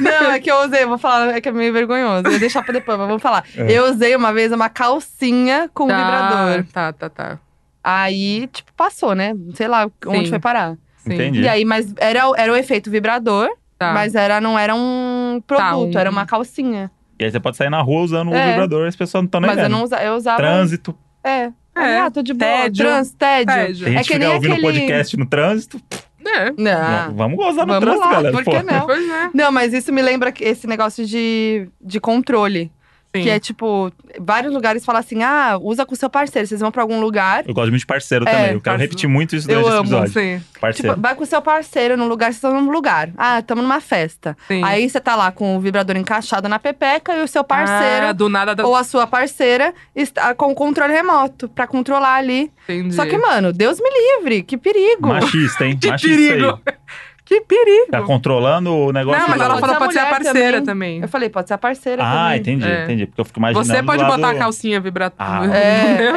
[SPEAKER 2] Não, é que eu usei, eu vou falar, é que é meio vergonhoso. Eu Vou deixar pra depois, mas vamos falar.
[SPEAKER 1] É.
[SPEAKER 2] Eu usei uma vez uma calcinha com vibrador.
[SPEAKER 3] um Tá, tá, tá.
[SPEAKER 2] Aí, tipo, passou, né? Sei lá onde
[SPEAKER 3] Sim.
[SPEAKER 2] foi parar.
[SPEAKER 3] Sim.
[SPEAKER 1] Entendi.
[SPEAKER 2] E aí, mas era, o- era o efeito vibrador,
[SPEAKER 3] Tá.
[SPEAKER 2] mas era, não era um
[SPEAKER 3] Tá,
[SPEAKER 2] produto,
[SPEAKER 3] um-
[SPEAKER 2] era uma calcinha.
[SPEAKER 1] E aí você pode sair na rua usando o
[SPEAKER 2] É.
[SPEAKER 1] vibrador e as pessoas não estão nem
[SPEAKER 2] mas eu
[SPEAKER 1] vendo.
[SPEAKER 2] não usava, eu usava.
[SPEAKER 1] Trânsito.
[SPEAKER 2] É.
[SPEAKER 3] É.
[SPEAKER 2] Ah, tô de boa.
[SPEAKER 3] Tédio.
[SPEAKER 2] Trans, tédio.
[SPEAKER 1] Tem
[SPEAKER 3] Tédio.
[SPEAKER 1] gente
[SPEAKER 2] É
[SPEAKER 1] que
[SPEAKER 2] que
[SPEAKER 1] fica
[SPEAKER 2] nem
[SPEAKER 1] ouvindo
[SPEAKER 2] aquele-
[SPEAKER 1] podcast no trânsito.
[SPEAKER 3] É.
[SPEAKER 2] Não.
[SPEAKER 1] Não, vamos gozar no
[SPEAKER 2] Vamos
[SPEAKER 1] trânsito,
[SPEAKER 2] lá,
[SPEAKER 1] galera.
[SPEAKER 2] por que
[SPEAKER 1] pô.
[SPEAKER 2] não?
[SPEAKER 3] Pois é.
[SPEAKER 2] Não, mas isso me lembra que- esse negócio de, de controle.
[SPEAKER 3] Sim.
[SPEAKER 2] Que é tipo, vários lugares falam assim: ah, usa com seu parceiro. Vocês vão pra algum lugar.
[SPEAKER 1] Eu gosto muito de parceiro
[SPEAKER 2] É,
[SPEAKER 1] também. Eu quero
[SPEAKER 3] parceiro.
[SPEAKER 1] repetir muito isso
[SPEAKER 2] Eu
[SPEAKER 1] durante esse
[SPEAKER 2] amo,
[SPEAKER 1] episódio.
[SPEAKER 3] Sim,
[SPEAKER 1] Parceiro.
[SPEAKER 2] Tipo, vai com seu parceiro num lugar, vocês estão num lugar. Ah, estamos numa festa.
[SPEAKER 3] sim.
[SPEAKER 2] Aí você tá lá com o vibrador encaixado na pepeca e o seu
[SPEAKER 3] Ah,
[SPEAKER 2] parceiro
[SPEAKER 3] do nada da.
[SPEAKER 2] ou a sua parceira está com o controle remoto pra controlar ali.
[SPEAKER 3] Entendi.
[SPEAKER 2] Só que, mano, Deus me livre, que perigo.
[SPEAKER 1] Machista, hein?
[SPEAKER 3] Que
[SPEAKER 1] Machista
[SPEAKER 3] perigo!
[SPEAKER 1] aí.
[SPEAKER 3] Que perigo!
[SPEAKER 1] Tá controlando o negócio.
[SPEAKER 3] Não, mas
[SPEAKER 1] do-
[SPEAKER 3] ela falou
[SPEAKER 2] ser
[SPEAKER 3] pode ser a
[SPEAKER 2] mulher
[SPEAKER 3] parceira também.
[SPEAKER 2] Eu falei, pode ser a parceira
[SPEAKER 1] Ah,
[SPEAKER 2] também.
[SPEAKER 1] entendi,
[SPEAKER 3] É.
[SPEAKER 1] entendi. Porque eu fico imaginando.
[SPEAKER 3] Você pode
[SPEAKER 1] do
[SPEAKER 3] botar
[SPEAKER 1] lado-
[SPEAKER 3] a calcinha
[SPEAKER 1] Ah. Tá
[SPEAKER 3] vibradora.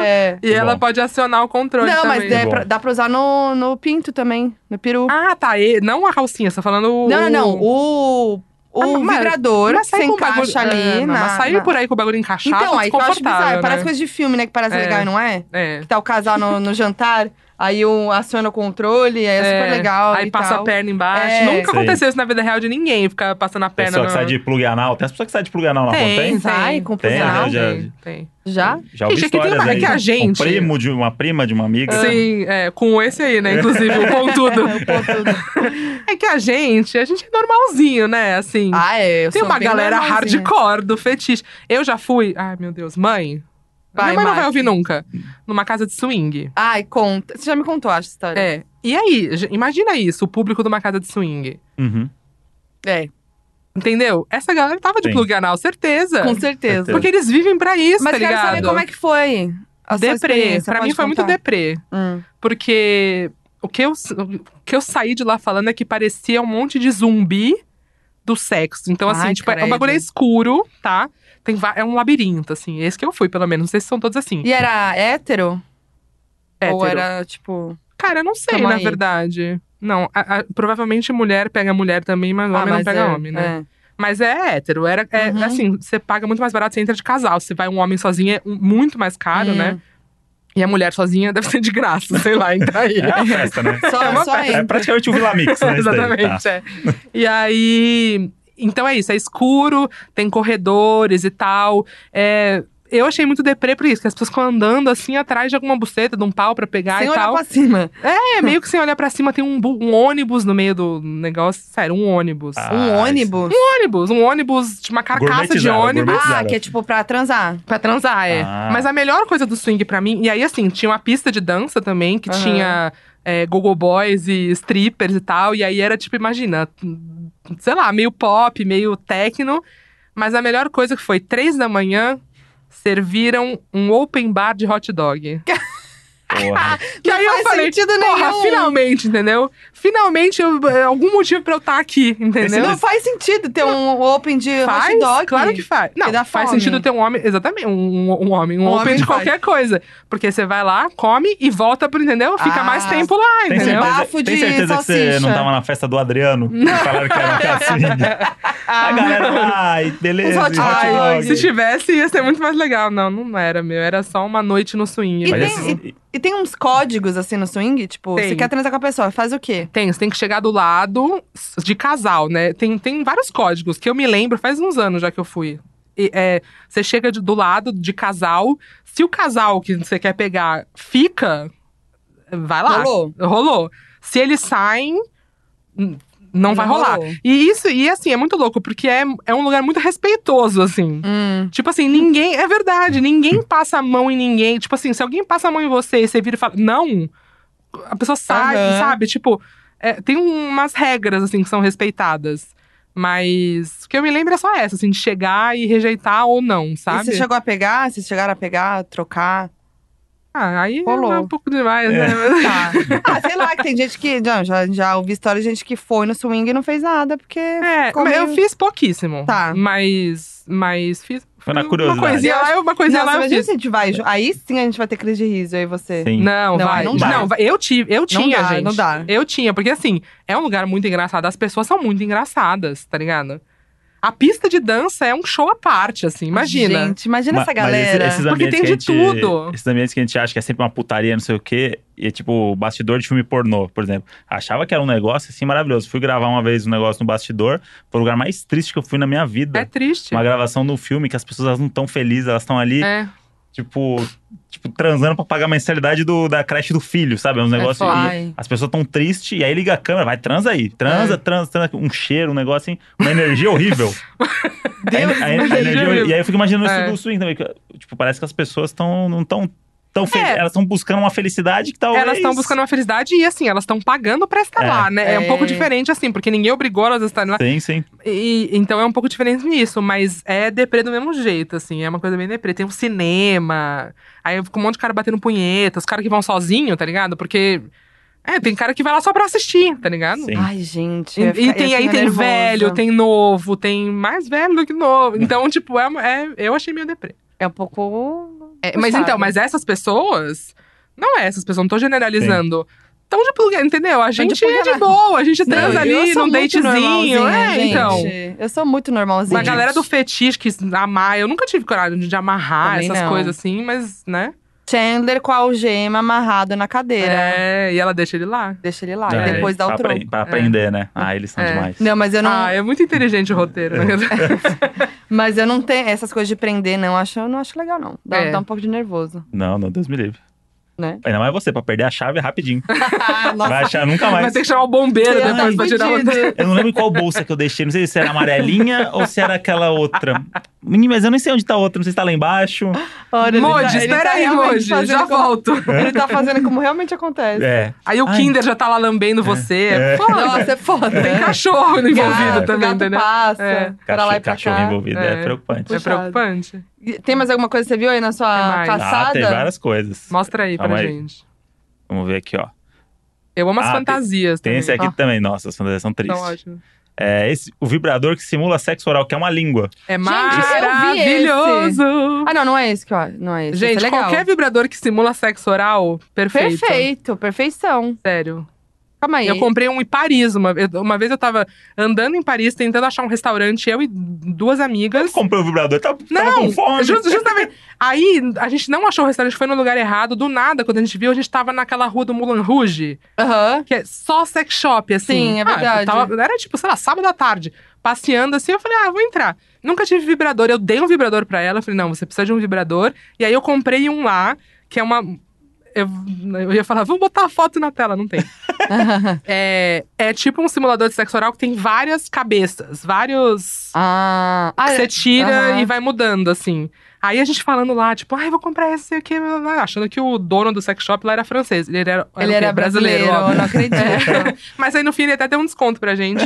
[SPEAKER 2] É, é.
[SPEAKER 3] E ela
[SPEAKER 1] Bom.
[SPEAKER 3] pode acionar o controle
[SPEAKER 2] Não,
[SPEAKER 3] também.
[SPEAKER 2] mas é- dá
[SPEAKER 1] Bom.
[SPEAKER 2] pra, dá pra usar no, no pinto também, no peru.
[SPEAKER 3] Ah, tá. E, não a calcinha, você tá falando o...
[SPEAKER 2] Não, não, não. O, o
[SPEAKER 3] Ah, mas-
[SPEAKER 2] vibrador que
[SPEAKER 3] Mas
[SPEAKER 2] você
[SPEAKER 3] sai com o bagulho-
[SPEAKER 2] encaixa ali.
[SPEAKER 3] É, não,
[SPEAKER 2] na,
[SPEAKER 3] mas sair
[SPEAKER 2] na-
[SPEAKER 3] por aí com o bagulho encaixado
[SPEAKER 2] Então, aí que eu acho
[SPEAKER 3] desconfortável,
[SPEAKER 2] bizarro.
[SPEAKER 3] né?
[SPEAKER 2] Parece coisa de filme, né? Que parece
[SPEAKER 3] É.
[SPEAKER 2] legal e não é?
[SPEAKER 3] É.
[SPEAKER 2] Que tá o casal no, no jantar, aí um aciona o controle, aí é, super legal.
[SPEAKER 3] Aí
[SPEAKER 2] e
[SPEAKER 3] passa
[SPEAKER 2] tal.
[SPEAKER 3] a perna embaixo.
[SPEAKER 2] É.
[SPEAKER 3] Nunca
[SPEAKER 1] Sei.
[SPEAKER 3] aconteceu isso na vida real de ninguém, ficar passando a perna
[SPEAKER 1] Pessoa
[SPEAKER 3] na...
[SPEAKER 1] que sai de plug anal. Tem as pessoas que saem de plug anal na rua,
[SPEAKER 3] Tem,
[SPEAKER 1] tem?
[SPEAKER 2] Sai,
[SPEAKER 3] tem.
[SPEAKER 2] com
[SPEAKER 1] Tem,
[SPEAKER 2] profissional.
[SPEAKER 1] né, já-
[SPEAKER 3] tem, tem.
[SPEAKER 2] Já?
[SPEAKER 1] Já ouvi
[SPEAKER 3] Gente, aqui tem
[SPEAKER 1] histórias
[SPEAKER 3] uma- é
[SPEAKER 1] aí.
[SPEAKER 3] que a
[SPEAKER 1] Um
[SPEAKER 3] gente-
[SPEAKER 1] primo de uma prima de uma amiga.
[SPEAKER 3] Sim, é, com esse aí, né? Inclusive, o pontudo.
[SPEAKER 2] É, o ponto-
[SPEAKER 3] É que a gente, a gente é normalzinho, né? Assim,
[SPEAKER 2] ah, é. Eu
[SPEAKER 3] tem
[SPEAKER 2] sou
[SPEAKER 3] uma
[SPEAKER 2] bem
[SPEAKER 3] galera
[SPEAKER 2] normalzinha.
[SPEAKER 3] hardcore do fetiche. Eu já fui. Ai, meu Deus, mãe.
[SPEAKER 2] Vai,
[SPEAKER 3] Minha mãe não é vai Hum.
[SPEAKER 2] Mari.
[SPEAKER 3] ouvir nunca. Numa casa de swing.
[SPEAKER 2] Ai, conta. Você já me contou, acho, a história.
[SPEAKER 3] É. E aí, j- imagina isso, o público de uma casa de swing.
[SPEAKER 1] Uhum.
[SPEAKER 2] É,
[SPEAKER 3] Entendeu? Essa galera tava de
[SPEAKER 1] Sim.
[SPEAKER 3] plug anal, certeza.
[SPEAKER 2] com certeza.
[SPEAKER 1] certeza.
[SPEAKER 3] Porque eles vivem pra isso,
[SPEAKER 2] Mas
[SPEAKER 3] tá
[SPEAKER 2] quero
[SPEAKER 3] ligado?
[SPEAKER 2] saber como é que foi a sua
[SPEAKER 3] deprê.
[SPEAKER 2] experiência.
[SPEAKER 3] Pra
[SPEAKER 2] Pode
[SPEAKER 3] mim foi muito
[SPEAKER 2] contar.
[SPEAKER 3] deprê.
[SPEAKER 2] Hum.
[SPEAKER 3] Porque o que, eu, o que eu saí de lá falando é que parecia um monte de zumbi do sexo. Então, assim,
[SPEAKER 2] Ai,
[SPEAKER 3] tipo, é- o
[SPEAKER 2] credo.
[SPEAKER 3] bagulho é escuro, tá? Tem, va- é um labirinto, assim. Esse que eu fui, pelo menos. Não sei se são todos assim.
[SPEAKER 2] E era hétero? Ou
[SPEAKER 3] Hétero.
[SPEAKER 2] era, tipo…
[SPEAKER 3] Cara, eu não sei,
[SPEAKER 2] Tamo
[SPEAKER 3] na
[SPEAKER 2] aí.
[SPEAKER 3] verdade. Não, a- a- provavelmente mulher pega mulher também, mas homem não
[SPEAKER 2] mas
[SPEAKER 3] pega
[SPEAKER 2] é,
[SPEAKER 3] homem, né?
[SPEAKER 2] é.
[SPEAKER 3] Mas é hétero. Era, é,
[SPEAKER 2] Uhum.
[SPEAKER 3] Assim, você paga muito mais barato, você entra de casal. Se vai um homem sozinho, é um- muito mais caro,
[SPEAKER 2] Hum.
[SPEAKER 3] né? E a mulher sozinha deve ser de graça, sei lá, entra aí.
[SPEAKER 1] É uma festa, né?
[SPEAKER 2] Só,
[SPEAKER 3] É uma
[SPEAKER 2] só
[SPEAKER 1] É
[SPEAKER 2] entra.
[SPEAKER 1] praticamente o Vila Mix, né? isso daí, tá?
[SPEAKER 3] Exatamente, é. E aí. Então é isso, é escuro, tem corredores e tal. É, eu achei muito deprê por isso, que as pessoas ficam andando assim atrás de alguma buceta, de um pau pra pegar
[SPEAKER 2] Sem
[SPEAKER 3] e
[SPEAKER 2] olhar
[SPEAKER 3] tal.
[SPEAKER 2] pra cima.
[SPEAKER 3] É, meio que sem olhar pra cima, tem um, bu- um ônibus no meio do negócio. Sério, um ônibus.
[SPEAKER 1] Ah,
[SPEAKER 2] um ônibus.
[SPEAKER 3] Um ônibus, um ônibus, de uma carcaça de
[SPEAKER 1] Gourmetizado,
[SPEAKER 3] ônibus.
[SPEAKER 1] gourmet-
[SPEAKER 2] Ah,
[SPEAKER 1] Exato.
[SPEAKER 2] que é tipo pra transar.
[SPEAKER 3] Pra transar, é.
[SPEAKER 1] Ah.
[SPEAKER 3] Mas a melhor coisa do swing pra mim. E aí, assim, tinha uma pista de dança também, que
[SPEAKER 2] Aham.
[SPEAKER 3] tinha é, gogo boys e strippers e tal. E aí era tipo, imagina, sei lá, meio pop, meio techno. Mas a melhor coisa que foi três da manhã, serviram um open bar de hot dog.
[SPEAKER 1] Ah, Porra.
[SPEAKER 3] Que
[SPEAKER 2] Não
[SPEAKER 3] aí eu
[SPEAKER 2] faz
[SPEAKER 3] falei,
[SPEAKER 2] sentido
[SPEAKER 3] porra,
[SPEAKER 2] nenhum.
[SPEAKER 3] finalmente, entendeu? Finalmente, eu- é, algum motivo pra eu estar aqui,
[SPEAKER 2] Isso
[SPEAKER 3] entendeu?
[SPEAKER 2] não faz sentido ter um open de
[SPEAKER 3] faz,
[SPEAKER 2] hot dog.
[SPEAKER 3] claro que faz. Não,
[SPEAKER 2] dá
[SPEAKER 3] faz
[SPEAKER 2] fome.
[SPEAKER 3] sentido ter um homem, exatamente, um, um- um homem, um,
[SPEAKER 2] Um
[SPEAKER 3] open
[SPEAKER 2] homem faz.
[SPEAKER 3] de qualquer coisa. Porque você vai lá, come e volta pro, entendeu? Fica
[SPEAKER 2] Ah,
[SPEAKER 3] mais tempo lá,
[SPEAKER 2] Tem
[SPEAKER 3] entendeu?
[SPEAKER 2] certeza. bafo
[SPEAKER 1] tem
[SPEAKER 2] de
[SPEAKER 1] certeza que você
[SPEAKER 2] salsicha.
[SPEAKER 1] não tava na festa do Adriano? Que falaram que era um cassino.
[SPEAKER 2] Ah.
[SPEAKER 1] A galera, ai, beleza.
[SPEAKER 2] Os hot
[SPEAKER 1] e
[SPEAKER 3] Ai,
[SPEAKER 2] dog.
[SPEAKER 3] se tivesse, ia ser muito mais legal. Não, não era, meu. Era só uma noite no swing. né?
[SPEAKER 2] E
[SPEAKER 1] Mas
[SPEAKER 2] tem-
[SPEAKER 1] esses-
[SPEAKER 2] E tem uns códigos assim no swing? Tipo,
[SPEAKER 3] Tem.
[SPEAKER 2] você quer transar com a pessoa, faz o quê?
[SPEAKER 3] Tem, você tem que chegar do lado de casal, né? Tem, tem vários códigos que eu me lembro, faz uns anos já que eu fui. E, é, você chega de- do lado de casal. Se o casal que você quer pegar fica, vai lá.
[SPEAKER 2] Rolou.
[SPEAKER 3] Rolou. Se eles saem, n- não,
[SPEAKER 2] Não
[SPEAKER 3] vai rolar.
[SPEAKER 2] rolou.
[SPEAKER 3] E isso, e assim, é muito louco, porque é, é um lugar muito respeitoso, assim.
[SPEAKER 2] Hum.
[SPEAKER 3] Tipo assim, ninguém. É verdade,
[SPEAKER 2] Uhum.
[SPEAKER 3] ninguém passa a mão em ninguém. Tipo assim, se alguém passa a mão em você e você vira e fala, não, a pessoa sai,
[SPEAKER 2] Aham.
[SPEAKER 3] sabe? Tipo, é, tem umas regras, assim, que são respeitadas. Mas o que eu me lembro é só essa, assim, de chegar e rejeitar ou não,
[SPEAKER 2] E você
[SPEAKER 3] sabe?
[SPEAKER 2] chegou a pegar? Vocês chegaram a pegar, trocar?
[SPEAKER 3] Ah, aí
[SPEAKER 2] Rolou.
[SPEAKER 3] é um pouco demais, né?
[SPEAKER 2] Tá. ah, sei lá, que tem gente que. Já, já, já ouvi história de gente que foi no swing e não fez nada, porque.
[SPEAKER 3] É,
[SPEAKER 2] ficou
[SPEAKER 3] mas eu
[SPEAKER 2] meio-
[SPEAKER 3] fiz pouquíssimo.
[SPEAKER 2] Tá.
[SPEAKER 3] Mas. Mas fiz.
[SPEAKER 1] Foi na
[SPEAKER 3] Uma
[SPEAKER 1] curiosidade.
[SPEAKER 3] coisinha lá, uma coisinha
[SPEAKER 2] Nossa,
[SPEAKER 3] lá eu
[SPEAKER 2] imagina
[SPEAKER 3] fiz.
[SPEAKER 2] se a gente vai. ju- Aí sim a gente vai ter crise de riso, eu e você.
[SPEAKER 1] Sim.
[SPEAKER 3] Não,
[SPEAKER 2] Não,
[SPEAKER 3] vai.
[SPEAKER 2] não
[SPEAKER 1] dá.
[SPEAKER 3] vai. eu tive, eu tinha,
[SPEAKER 2] dá,
[SPEAKER 3] gente.
[SPEAKER 2] não dá.
[SPEAKER 3] Eu tinha, porque assim, é um lugar muito engraçado. As pessoas são muito engraçadas, tá ligado? A pista de dança é um show à parte, assim, imagina.
[SPEAKER 2] Gente, imagina
[SPEAKER 1] Ma-
[SPEAKER 2] essa
[SPEAKER 1] mas esse-
[SPEAKER 2] galera.
[SPEAKER 1] esses
[SPEAKER 3] Porque
[SPEAKER 1] ambientes
[SPEAKER 3] tem
[SPEAKER 1] que a
[SPEAKER 3] de
[SPEAKER 1] gente-
[SPEAKER 3] tudo.
[SPEAKER 1] Esses ambientes que a gente acha que é sempre uma putaria, não sei o quê. E é tipo bastidor de filme pornô, por exemplo. Achava que era um negócio assim maravilhoso. Fui gravar uma vez um negócio no bastidor. Foi o lugar mais triste que eu fui na minha vida.
[SPEAKER 3] É triste.
[SPEAKER 1] Uma gravação de um filme que as pessoas elas não estão felizes, elas estão ali,
[SPEAKER 3] É.
[SPEAKER 1] tipo, tipo, transando pra pagar a mensalidade do, da creche do filho, sabe? É um negócio.
[SPEAKER 3] foda.
[SPEAKER 1] e
[SPEAKER 2] Ai.
[SPEAKER 1] as pessoas estão tristes, e aí liga a câmera, vai, transa aí.
[SPEAKER 3] É.
[SPEAKER 1] Transa, transa, transa. Um cheiro, um negócio assim, uma energia horrível.
[SPEAKER 2] Deus,
[SPEAKER 1] A- a- a
[SPEAKER 3] mas é
[SPEAKER 1] energia-
[SPEAKER 3] horrível.
[SPEAKER 1] e aí eu fico imaginando isso
[SPEAKER 3] É.
[SPEAKER 1] do swing também. que, tipo, parece que as pessoas estão não estão tão felizes.
[SPEAKER 3] É.
[SPEAKER 1] Elas estão buscando uma felicidade que talvez.
[SPEAKER 3] Elas estão buscando uma felicidade e, assim, elas estão pagando pra estar
[SPEAKER 1] É.
[SPEAKER 3] lá, né? É, um
[SPEAKER 2] É.
[SPEAKER 3] pouco diferente, assim, porque ninguém obrigou elas a estarem lá.
[SPEAKER 1] Sim, sim.
[SPEAKER 3] E- então é um pouco diferente nisso, mas é deprê do mesmo jeito, assim. É uma coisa bem deprê. Tem um cinema, aí fica um monte de cara batendo punheta, os caras que vão sozinho, tá ligado? Porque. É, tem cara que vai lá só pra assistir, tá ligado?
[SPEAKER 1] Sim.
[SPEAKER 2] Ai, gente.
[SPEAKER 3] E,
[SPEAKER 2] eu ia
[SPEAKER 3] e
[SPEAKER 2] ficar- eu
[SPEAKER 3] tem
[SPEAKER 2] ia
[SPEAKER 3] aí
[SPEAKER 2] ficar
[SPEAKER 3] tem
[SPEAKER 2] nervosa.
[SPEAKER 3] velho, tem novo, tem mais velho do que novo. Então, tipo, é, uma- é- eu achei meio deprê.
[SPEAKER 2] É um pouco.
[SPEAKER 3] É, mas
[SPEAKER 2] Puxado.
[SPEAKER 3] então, mas essas pessoas. Não é essas pessoas, não tô generalizando. Estão de plugue, entendeu? A
[SPEAKER 2] Tão de
[SPEAKER 3] gente é de
[SPEAKER 2] plugue-
[SPEAKER 3] boa, a gente transa
[SPEAKER 2] Eu
[SPEAKER 3] ali
[SPEAKER 2] sou
[SPEAKER 3] num
[SPEAKER 2] muito
[SPEAKER 3] datezinho.
[SPEAKER 2] normalzinha,
[SPEAKER 3] É,
[SPEAKER 2] gente.
[SPEAKER 3] então.
[SPEAKER 2] Eu sou muito normalzinha.
[SPEAKER 3] Uma galera do fetiche que amar, eu nunca tive coragem de amarrar
[SPEAKER 2] Também
[SPEAKER 3] essas
[SPEAKER 2] não.
[SPEAKER 3] coisas assim, mas, né?
[SPEAKER 2] Chandler com a algema amarrado na cadeira.
[SPEAKER 3] É, e ela deixa ele lá.
[SPEAKER 2] Deixa ele lá.
[SPEAKER 1] É,
[SPEAKER 2] E depois dá o
[SPEAKER 1] pra
[SPEAKER 2] troco.
[SPEAKER 1] apre- Pra aprender, né? Ah, eles são
[SPEAKER 3] É.
[SPEAKER 1] demais.
[SPEAKER 2] Não, mas eu não.
[SPEAKER 3] Ah, é muito inteligente o
[SPEAKER 1] É.
[SPEAKER 3] roteiro. né?
[SPEAKER 2] Mas eu não tenho essas coisas de prender, não. Acho, eu não acho legal, não. Dá,
[SPEAKER 3] É.
[SPEAKER 2] dá um pouco de nervoso,
[SPEAKER 1] Não, não, Deus me livre.
[SPEAKER 2] né?
[SPEAKER 1] Ainda mais você, pra perder a chave é rapidinho.
[SPEAKER 2] Nossa,
[SPEAKER 1] Vai achar nunca
[SPEAKER 3] Vai
[SPEAKER 1] mais.
[SPEAKER 3] ter que chamar o bombeiro
[SPEAKER 2] tá
[SPEAKER 1] Ai,
[SPEAKER 3] depois pra tirar o roteiro.
[SPEAKER 1] Eu não lembro qual bolsa que eu deixei. Não sei se era amarelinha ou se era aquela outra. Menino, mas eu nem sei onde tá a outra. Não sei se tá lá embaixo.
[SPEAKER 2] olha, ele
[SPEAKER 3] Moji,
[SPEAKER 2] tá- ele
[SPEAKER 3] espera
[SPEAKER 2] tá
[SPEAKER 3] aí,
[SPEAKER 2] realmente
[SPEAKER 3] Moji,
[SPEAKER 2] fazendo
[SPEAKER 3] já
[SPEAKER 2] como-
[SPEAKER 3] volto.
[SPEAKER 2] Ele tá fazendo como realmente acontece.
[SPEAKER 1] É.
[SPEAKER 3] Aí o
[SPEAKER 1] Ai.
[SPEAKER 3] Kinder já tá lá lambendo você.
[SPEAKER 1] É.
[SPEAKER 3] Foda.
[SPEAKER 2] Nossa, é foda.
[SPEAKER 3] Tem
[SPEAKER 2] né?
[SPEAKER 3] cachorro envolvido
[SPEAKER 1] Gato,
[SPEAKER 2] o
[SPEAKER 3] também,
[SPEAKER 2] É. gato
[SPEAKER 3] entendeu?
[SPEAKER 2] passa
[SPEAKER 3] É.
[SPEAKER 2] pra lá
[SPEAKER 1] Cachorro,
[SPEAKER 2] e pra
[SPEAKER 1] cachorro
[SPEAKER 2] cá.
[SPEAKER 1] envolvido. É,
[SPEAKER 3] É.
[SPEAKER 1] preocupante.
[SPEAKER 3] É
[SPEAKER 2] Puxado.
[SPEAKER 3] preocupante.
[SPEAKER 2] E Tem mais alguma coisa que você viu aí na
[SPEAKER 3] Tem
[SPEAKER 2] sua
[SPEAKER 3] mais.
[SPEAKER 2] caçada?
[SPEAKER 1] Ah, tem várias coisas.
[SPEAKER 3] Mostra aí pra
[SPEAKER 1] Calma aí.
[SPEAKER 3] gente.
[SPEAKER 1] Vamos ver aqui, ó.
[SPEAKER 3] Eu amo as
[SPEAKER 1] Ah, tem-
[SPEAKER 3] fantasias
[SPEAKER 1] Tem
[SPEAKER 3] também.
[SPEAKER 1] esse aqui também. Nossa, as fantasias são
[SPEAKER 3] São
[SPEAKER 1] tristes.
[SPEAKER 3] ótimas.
[SPEAKER 1] É esse, o vibrador que simula sexo oral, que é uma língua.
[SPEAKER 3] É
[SPEAKER 2] eu vi esse.
[SPEAKER 3] maravilhoso.
[SPEAKER 2] Ah, não, não é esse que eu acho. Não é esse.
[SPEAKER 3] Gente,
[SPEAKER 2] esse é legal.
[SPEAKER 3] qualquer vibrador que simula sexo oral, perfeito.
[SPEAKER 2] Perfeito, perfeição.
[SPEAKER 3] Sério.
[SPEAKER 2] Calma aí.
[SPEAKER 3] Eu comprei um em Paris. Uma, eu- uma vez eu tava andando em Paris, tentando achar um restaurante, eu e duas amigas.
[SPEAKER 1] Comprei o vibrador, tá, tava
[SPEAKER 3] Não,
[SPEAKER 1] com fome.
[SPEAKER 3] just- justamente. Aí a gente não achou o restaurante, foi no lugar errado. Do nada, quando a gente viu, a gente tava naquela rua do Moulin Rouge,
[SPEAKER 2] Aham.
[SPEAKER 3] que é só sex shop, assim.
[SPEAKER 2] Sim, é
[SPEAKER 3] Ah, eu
[SPEAKER 2] verdade.
[SPEAKER 3] tava- era tipo, sei lá, sábado à tarde, passeando assim. Eu falei, ah, vou entrar. Nunca tive vibrador. Eu dei um vibrador pra ela. Eu falei, não, você precisa de um vibrador. E aí eu comprei um lá, que é uma. Eu, eu ia falar, vamos botar a foto na tela, não tem. é, é tipo um simulador de sexo oral que tem várias cabeças, vários
[SPEAKER 2] ah, ah,
[SPEAKER 3] que você tira
[SPEAKER 2] aham.
[SPEAKER 3] e vai mudando, assim. Aí a gente falando lá, tipo, ai, vou comprar esse aqui, blá, blá, blá", achando que o dono do sex shop lá era francês. Ele era, é o
[SPEAKER 2] ele
[SPEAKER 3] quê?
[SPEAKER 2] era brasileiro, eu
[SPEAKER 3] óbvio. É.
[SPEAKER 2] não acredito.
[SPEAKER 3] Mas aí no fim ele até deu um desconto pra gente.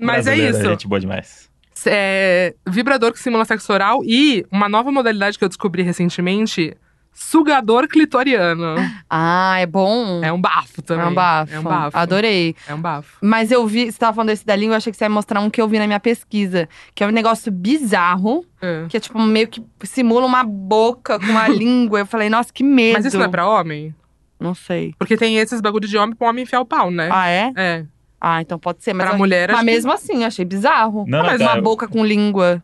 [SPEAKER 3] Mas é
[SPEAKER 1] Brasileiro,
[SPEAKER 3] isso.
[SPEAKER 1] Gente boa demais.
[SPEAKER 3] É, vibrador que simula sexo oral e uma nova modalidade que eu descobri recentemente Sugador clitoriano.
[SPEAKER 2] Ah, é bom.
[SPEAKER 3] É um bafo também.
[SPEAKER 2] É um bafo.
[SPEAKER 3] É um bafo.
[SPEAKER 2] Adorei.
[SPEAKER 3] É um bafo.
[SPEAKER 2] Mas eu vi, você tava falando desse da língua, eu achei que você ia mostrar um que eu vi na minha pesquisa. Que é um negócio bizarro,
[SPEAKER 3] É.
[SPEAKER 2] que é tipo meio que simula uma boca com uma língua. Eu falei, nossa, que medo.
[SPEAKER 3] Mas isso não é pra homem?
[SPEAKER 2] Não sei.
[SPEAKER 3] Porque tem esses bagulho de homem pra homem enfiar o pau, né?
[SPEAKER 2] Ah, é?
[SPEAKER 3] É.
[SPEAKER 2] Ah, então pode ser. Mas,
[SPEAKER 3] pra
[SPEAKER 2] eu-
[SPEAKER 3] mulher.
[SPEAKER 2] mas
[SPEAKER 3] acho que-
[SPEAKER 2] mesmo assim, eu achei bizarro.
[SPEAKER 3] Não, mas
[SPEAKER 2] uma
[SPEAKER 1] eu-
[SPEAKER 2] boca com língua.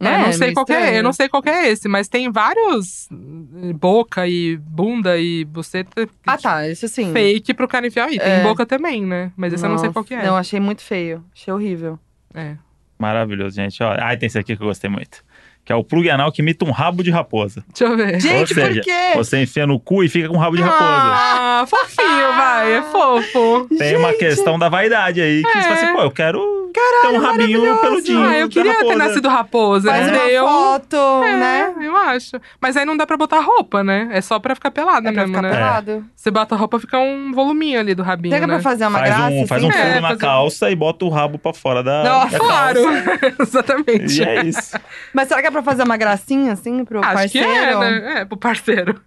[SPEAKER 3] É, eu
[SPEAKER 2] Né?
[SPEAKER 3] não sei
[SPEAKER 2] Meio
[SPEAKER 3] qual que é, eu
[SPEAKER 2] estranho.
[SPEAKER 3] não sei qual que é esse, mas tem vários hum, boca e bunda e buceta é tipo
[SPEAKER 2] Ah, tá. Isso sim.
[SPEAKER 3] fake pro cara enfiar aí. Tem
[SPEAKER 2] É.
[SPEAKER 3] boca também, né? Mas esse eu não sei
[SPEAKER 2] Nossa,
[SPEAKER 3] qual que é.
[SPEAKER 2] Não, achei muito feio. Achei horrível.
[SPEAKER 3] É.
[SPEAKER 1] Maravilhoso, gente. Ó, ai, tem esse aqui que eu gostei muito. Que é o plug anal que imita um rabo de raposa.
[SPEAKER 3] Deixa eu ver.
[SPEAKER 2] Gente,
[SPEAKER 1] seja,
[SPEAKER 2] por quê?
[SPEAKER 1] Você enfia no cu e fica com um rabo de raposa.
[SPEAKER 3] Ah, fofinho, vai, é fofo.
[SPEAKER 1] Tem uma questão da vaidade aí. Que
[SPEAKER 3] É.
[SPEAKER 1] você fala assim, pô, eu quero ter um rabinho peludinho
[SPEAKER 3] Ah, eu
[SPEAKER 1] da
[SPEAKER 3] queria ter
[SPEAKER 1] raposa.
[SPEAKER 3] nascido raposa,
[SPEAKER 2] Faz
[SPEAKER 3] né?
[SPEAKER 2] uma
[SPEAKER 3] eu...
[SPEAKER 2] foto,
[SPEAKER 3] É,
[SPEAKER 2] né?
[SPEAKER 3] Eu acho. Mas aí não dá pra botar roupa, né? É só pra ficar pelada
[SPEAKER 2] É pra
[SPEAKER 3] mesmo,
[SPEAKER 2] ficar
[SPEAKER 3] né?
[SPEAKER 2] pelado.
[SPEAKER 3] Você bota a roupa, fica um voluminho ali do rabinho,
[SPEAKER 2] Será que é pra
[SPEAKER 3] né?
[SPEAKER 2] fazer uma
[SPEAKER 1] Faz
[SPEAKER 2] graça?
[SPEAKER 1] um, faz
[SPEAKER 2] assim?
[SPEAKER 1] um é
[SPEAKER 3] É,
[SPEAKER 1] furo na
[SPEAKER 3] fazer-
[SPEAKER 1] calça e bota o rabo pra fora da,
[SPEAKER 2] Não,
[SPEAKER 1] da
[SPEAKER 3] Claro,
[SPEAKER 1] calça.
[SPEAKER 3] exatamente.
[SPEAKER 1] E é isso.
[SPEAKER 2] Mas será que é pra fazer uma gracinha, assim, pro
[SPEAKER 3] Acho
[SPEAKER 2] parceiro?
[SPEAKER 3] que é, né? É, pro parceiro.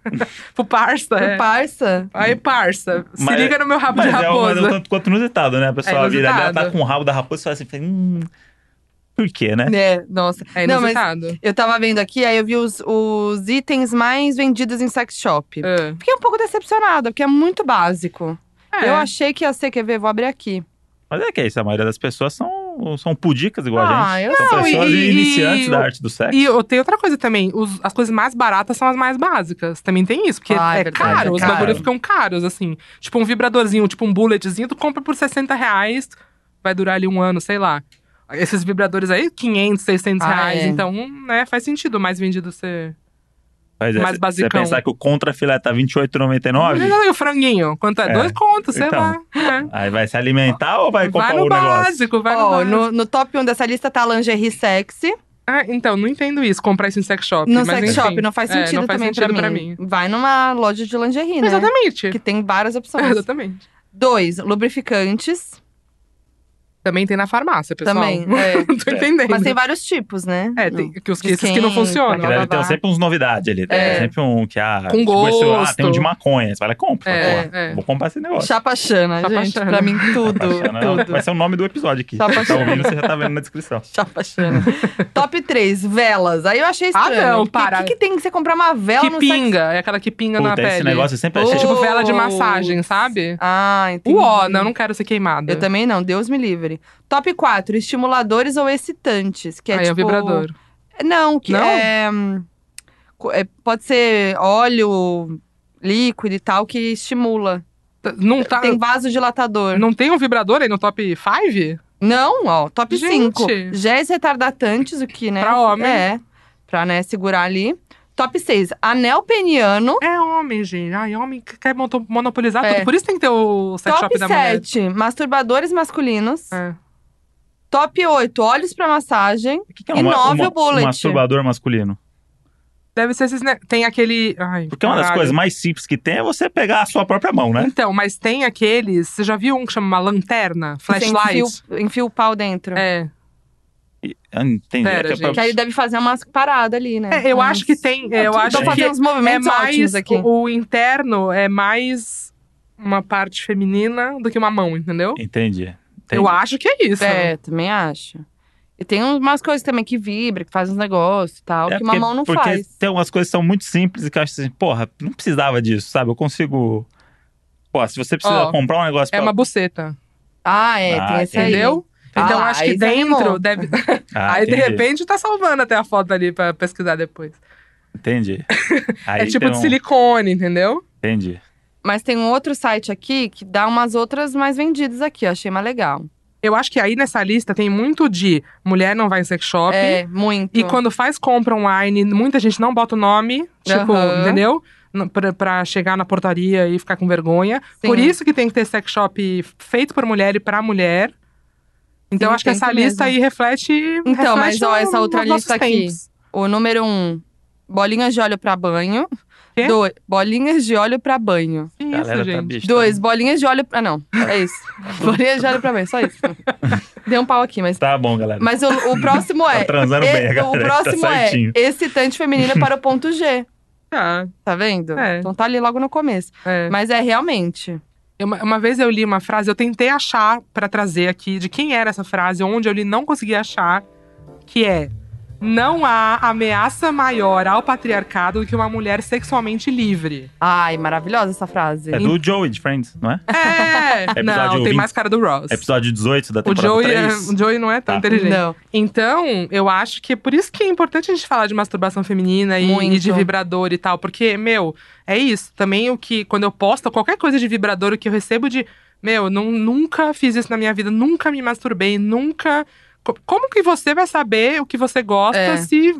[SPEAKER 3] pro parça,
[SPEAKER 2] Pro
[SPEAKER 3] é.
[SPEAKER 2] parça?
[SPEAKER 3] Aí, parça, se
[SPEAKER 1] Mas-
[SPEAKER 3] liga no meu rabo de
[SPEAKER 1] Mas é, um- mas
[SPEAKER 3] raposa. É
[SPEAKER 1] é um tanto quanto inusitado, né? A pessoa vira ali, ela tá
[SPEAKER 3] inusitado.
[SPEAKER 1] com o rabo da raposa e fala assim, fala, hum, por quê, né?
[SPEAKER 2] É, nossa.
[SPEAKER 3] É
[SPEAKER 2] Não, mas
[SPEAKER 3] inusitado.
[SPEAKER 2] eu tava vendo aqui, aí eu vi os, os itens mais vendidos em sex shop.
[SPEAKER 3] É.
[SPEAKER 2] Fiquei um pouco decepcionada, porque é muito básico.
[SPEAKER 3] É.
[SPEAKER 2] Eu achei que ia ser, quer ver? Vou abrir aqui.
[SPEAKER 1] Mas é que é isso, a maioria das pessoas são, são pudicas igual a
[SPEAKER 2] Ah,
[SPEAKER 1] gente. Tá
[SPEAKER 2] eu
[SPEAKER 1] são
[SPEAKER 3] não,
[SPEAKER 1] pessoas
[SPEAKER 3] e-
[SPEAKER 1] iniciantes
[SPEAKER 3] e-
[SPEAKER 1] da arte do sexo.
[SPEAKER 3] E eu- tem outra coisa também, os- as coisas mais baratas são as mais básicas. Também tem isso, porque
[SPEAKER 2] Ah, é
[SPEAKER 3] é,
[SPEAKER 2] verdade,
[SPEAKER 3] caro,
[SPEAKER 1] é
[SPEAKER 3] os
[SPEAKER 1] caro.
[SPEAKER 3] bagulhos ficam caros, assim. Tipo um vibradorzinho, tipo um bulletzinho, tu compra por 60 reais, vai durar ali um ano, sei lá. Esses vibradores aí, 500, 600
[SPEAKER 2] Ah,
[SPEAKER 3] reais.
[SPEAKER 2] é.
[SPEAKER 3] Então, né, faz sentido mais vendido ser.
[SPEAKER 1] Mas é,
[SPEAKER 3] mais
[SPEAKER 1] se você
[SPEAKER 3] basicão.
[SPEAKER 1] pensar que o contra-filé tá
[SPEAKER 3] Mas
[SPEAKER 1] R$28,99,
[SPEAKER 3] olha aí o franguinho, quanto é?
[SPEAKER 1] É.
[SPEAKER 3] Dois contos, sei
[SPEAKER 1] Então,
[SPEAKER 3] lá. É.
[SPEAKER 1] aí vai se alimentar ou vai comprar
[SPEAKER 3] Vai
[SPEAKER 1] o
[SPEAKER 3] no
[SPEAKER 1] negócio?
[SPEAKER 3] básico, vai no
[SPEAKER 2] Ó,
[SPEAKER 3] básico.
[SPEAKER 2] no, no top 1 dessa lista tá lingerie sexy.
[SPEAKER 3] Ah, então, não entendo isso, comprar isso em sex shop.
[SPEAKER 2] No
[SPEAKER 3] mas
[SPEAKER 2] sex
[SPEAKER 3] enfim.
[SPEAKER 2] shop, não faz
[SPEAKER 3] É,
[SPEAKER 2] sentido
[SPEAKER 3] não faz
[SPEAKER 2] também
[SPEAKER 3] sentido
[SPEAKER 2] pra,
[SPEAKER 3] pra
[SPEAKER 2] mim. Vai numa loja de lingerie, né?
[SPEAKER 3] Exatamente.
[SPEAKER 2] Que tem várias opções.
[SPEAKER 3] Exatamente.
[SPEAKER 2] Dois, lubrificantes.
[SPEAKER 3] Também tem na farmácia, pessoal.
[SPEAKER 2] Também. é.
[SPEAKER 3] Não tô
[SPEAKER 1] É.
[SPEAKER 3] entendendo.
[SPEAKER 2] Mas tem vários tipos, né?
[SPEAKER 3] É, tem que os que, esses que
[SPEAKER 2] Esquenta,
[SPEAKER 3] não
[SPEAKER 1] Porque
[SPEAKER 3] funcionam.
[SPEAKER 2] blá,
[SPEAKER 1] deve ter
[SPEAKER 2] blá.
[SPEAKER 1] sempre uns novidades ali. Tem
[SPEAKER 2] É.
[SPEAKER 1] sempre um que a.
[SPEAKER 3] Com
[SPEAKER 1] esse- ah,
[SPEAKER 3] gosto.
[SPEAKER 1] tem um de maconha. Você fala, compra.
[SPEAKER 3] É,
[SPEAKER 1] porra,
[SPEAKER 3] é.
[SPEAKER 1] Vou comprar esse negócio.
[SPEAKER 2] Chapa Xana,
[SPEAKER 3] Chapa
[SPEAKER 2] gente.
[SPEAKER 3] Xana.
[SPEAKER 2] Pra mim, tudo.
[SPEAKER 1] Chapa Xana
[SPEAKER 2] tudo.
[SPEAKER 1] Vai ser o nome do episódio aqui.
[SPEAKER 2] Chapa
[SPEAKER 1] Você tá
[SPEAKER 2] Xana.
[SPEAKER 1] ouvindo, você já tá vendo na descrição.
[SPEAKER 2] Chapa Xana. Top 3, velas. Aí eu achei estranho.
[SPEAKER 3] Ah, não,
[SPEAKER 2] porque
[SPEAKER 3] para.
[SPEAKER 2] O que, que tem que você comprar uma vela
[SPEAKER 3] Que
[SPEAKER 2] no
[SPEAKER 3] pinga, é aquela que pinga na
[SPEAKER 1] Puta,
[SPEAKER 3] pele.
[SPEAKER 1] esse negócio eu sempre
[SPEAKER 2] Ô,
[SPEAKER 1] achei.
[SPEAKER 3] É
[SPEAKER 1] Tipo,
[SPEAKER 3] tipo vela de
[SPEAKER 2] Putz.
[SPEAKER 3] massagem, sabe?
[SPEAKER 2] sex? Ah, entendi.
[SPEAKER 3] Uó, não, eu não quero ser queimada.
[SPEAKER 2] Eu também não, Deus me livre. Top 4, estimuladores ou excitantes. Que é
[SPEAKER 3] Aí
[SPEAKER 2] tipo...
[SPEAKER 3] é o vibrador.
[SPEAKER 2] Não, que
[SPEAKER 3] Não?
[SPEAKER 2] é, hum, co- é- Pode ser óleo, líquido e tal, que estimula.
[SPEAKER 3] T- Não, tá,
[SPEAKER 2] Tem vasodilatador.
[SPEAKER 3] não tem um vibrador aí no top 5?
[SPEAKER 2] Não, ó, top
[SPEAKER 3] Gente.
[SPEAKER 2] 5. Géis retardatantes, o que, né?
[SPEAKER 3] Pra homem.
[SPEAKER 2] É, pra, né, segurar ali. Top 6, anel peniano.
[SPEAKER 3] É homem, gente. Ai, homem que quer mono- monopolizar
[SPEAKER 2] É.
[SPEAKER 3] tudo. Por isso tem que ter o sex
[SPEAKER 2] top
[SPEAKER 3] shop da mulher.
[SPEAKER 2] 7, masturbadores masculinos.
[SPEAKER 3] É.
[SPEAKER 2] Top 8, óleos pra massagem.
[SPEAKER 1] o que que é
[SPEAKER 2] E
[SPEAKER 1] uma-
[SPEAKER 2] nove
[SPEAKER 1] uma-
[SPEAKER 2] o bullet.
[SPEAKER 1] Um masturbador masculino.
[SPEAKER 3] Deve ser esses. Ne... Tem aquele. Ai,
[SPEAKER 1] Porque é uma das
[SPEAKER 3] caralho.
[SPEAKER 1] coisas mais simples que tem é você pegar a sua própria mão, né?
[SPEAKER 3] Então, mas tem aqueles. Você já viu um que chama uma lanterna? Flashlight?
[SPEAKER 2] Você Enfia, o- enfia o pau dentro.
[SPEAKER 3] É.
[SPEAKER 1] E- ah, Entendi.
[SPEAKER 3] Pera,
[SPEAKER 1] É que é pra-
[SPEAKER 2] Que aí deve fazer umas paradas ali, né?
[SPEAKER 3] É, eu
[SPEAKER 2] Uns-
[SPEAKER 3] acho que tem.
[SPEAKER 1] Ah,
[SPEAKER 3] Eu
[SPEAKER 1] tudo
[SPEAKER 3] acho
[SPEAKER 2] Tô
[SPEAKER 1] bem.
[SPEAKER 3] que
[SPEAKER 2] fazendo uns
[SPEAKER 3] é
[SPEAKER 2] movimentos ótimos
[SPEAKER 3] mais.
[SPEAKER 2] aqui.
[SPEAKER 3] O, o interno é mais uma parte feminina do que uma mão, entendeu?
[SPEAKER 1] Entendi.
[SPEAKER 3] é
[SPEAKER 1] entendi.
[SPEAKER 3] Eu acho que é isso.
[SPEAKER 2] É, também acho. E tem umas coisas também que vibra, que faz uns negócios e tal,
[SPEAKER 1] É
[SPEAKER 2] que uma mão não
[SPEAKER 1] porque
[SPEAKER 2] faz.
[SPEAKER 1] Tem algumas coisas que são muito simples e que eu acho assim, porra, não precisava disso, sabe? Eu consigo. Pô, se você precisa
[SPEAKER 3] Ó,
[SPEAKER 1] comprar um negócio
[SPEAKER 3] É
[SPEAKER 1] pra.
[SPEAKER 3] uma buceta,
[SPEAKER 2] Ah, é,
[SPEAKER 1] Ah,
[SPEAKER 2] tem esse aí.
[SPEAKER 3] entendeu?
[SPEAKER 2] Ah,
[SPEAKER 3] Então
[SPEAKER 2] lá,
[SPEAKER 3] acho que
[SPEAKER 2] aí você
[SPEAKER 3] dentro
[SPEAKER 2] animou.
[SPEAKER 3] deve.
[SPEAKER 1] Ah,
[SPEAKER 3] aí de
[SPEAKER 1] entendi,
[SPEAKER 3] repente tá salvando até a foto ali pra pesquisar depois.
[SPEAKER 1] Entendi. Aí
[SPEAKER 3] é tipo
[SPEAKER 1] tem
[SPEAKER 3] de
[SPEAKER 1] um-
[SPEAKER 3] silicone, entendeu?
[SPEAKER 1] Entendi.
[SPEAKER 2] Mas tem um outro site aqui que dá umas outras mais vendidas aqui, eu achei mais legal.
[SPEAKER 3] Eu acho que aí nessa lista tem muito de mulher não vai em sex shop.
[SPEAKER 2] É, muito.
[SPEAKER 3] E quando faz compra online, muita gente não bota o nome, tipo,
[SPEAKER 2] Aham.
[SPEAKER 3] entendeu? N- Pra, pra chegar na portaria e ficar com vergonha.
[SPEAKER 2] Sim.
[SPEAKER 3] Por isso que tem que ter sex shop feito por mulher e pra mulher. Então,
[SPEAKER 2] Sim,
[SPEAKER 3] acho que
[SPEAKER 2] tem
[SPEAKER 3] essa
[SPEAKER 2] que Então,
[SPEAKER 3] lista aí reflete. reflete
[SPEAKER 2] mas, ó,
[SPEAKER 3] no-
[SPEAKER 2] essa outra
[SPEAKER 3] nos nossos
[SPEAKER 2] lista aqui.
[SPEAKER 3] tempos.
[SPEAKER 2] O número um, bolinhas de óleo pra banho.
[SPEAKER 3] Quê?
[SPEAKER 2] Dois, bolinhas de óleo pra banho.
[SPEAKER 3] Que
[SPEAKER 1] Galera
[SPEAKER 3] isso,
[SPEAKER 1] tá
[SPEAKER 3] gente.
[SPEAKER 1] bicha.
[SPEAKER 2] Dois, bolinhas de óleo. Ah, não. É isso. bolinhas de óleo pra banho, só isso. Dei um pau aqui, mas.
[SPEAKER 1] Tá bom, galera.
[SPEAKER 2] Mas o, o próximo é.
[SPEAKER 1] Tá transando
[SPEAKER 2] e-
[SPEAKER 1] bem, a galera.
[SPEAKER 2] o próximo
[SPEAKER 1] tá
[SPEAKER 2] é
[SPEAKER 1] certinho.
[SPEAKER 2] excitante feminino para o ponto G.
[SPEAKER 3] Tá,
[SPEAKER 2] Tá vendo?
[SPEAKER 3] É.
[SPEAKER 2] Então tá ali logo no começo.
[SPEAKER 3] é.
[SPEAKER 2] Mas é realmente.
[SPEAKER 3] Eu- Uma, uma vez eu li uma frase, eu tentei achar pra trazer aqui de quem era essa frase, onde eu li não consegui achar, que é: Não há ameaça maior ao patriarcado do que uma mulher sexualmente livre.
[SPEAKER 2] Ai, maravilhosa essa frase.
[SPEAKER 1] É do Joey de Friends, não é?
[SPEAKER 3] É,
[SPEAKER 1] Episódio
[SPEAKER 3] não, tem
[SPEAKER 1] 20.
[SPEAKER 3] mais cara do Ross.
[SPEAKER 1] Episódio 18 da
[SPEAKER 3] O
[SPEAKER 1] temporada
[SPEAKER 3] Joey, é-
[SPEAKER 1] 3.
[SPEAKER 3] o Joey não é tão
[SPEAKER 1] Tá.
[SPEAKER 3] inteligente.
[SPEAKER 2] Não.
[SPEAKER 3] Então, eu acho que é por isso que é importante a gente falar de masturbação feminina e,
[SPEAKER 2] Muito.
[SPEAKER 3] e de vibrador e tal. Porque, meu, é isso. Também o que, quando eu posto qualquer coisa de vibrador, o que eu recebo de. Meu, não, nunca fiz isso na minha vida, nunca me masturbei, nunca. Co- Como que você vai saber o que você gosta
[SPEAKER 2] É.
[SPEAKER 3] se.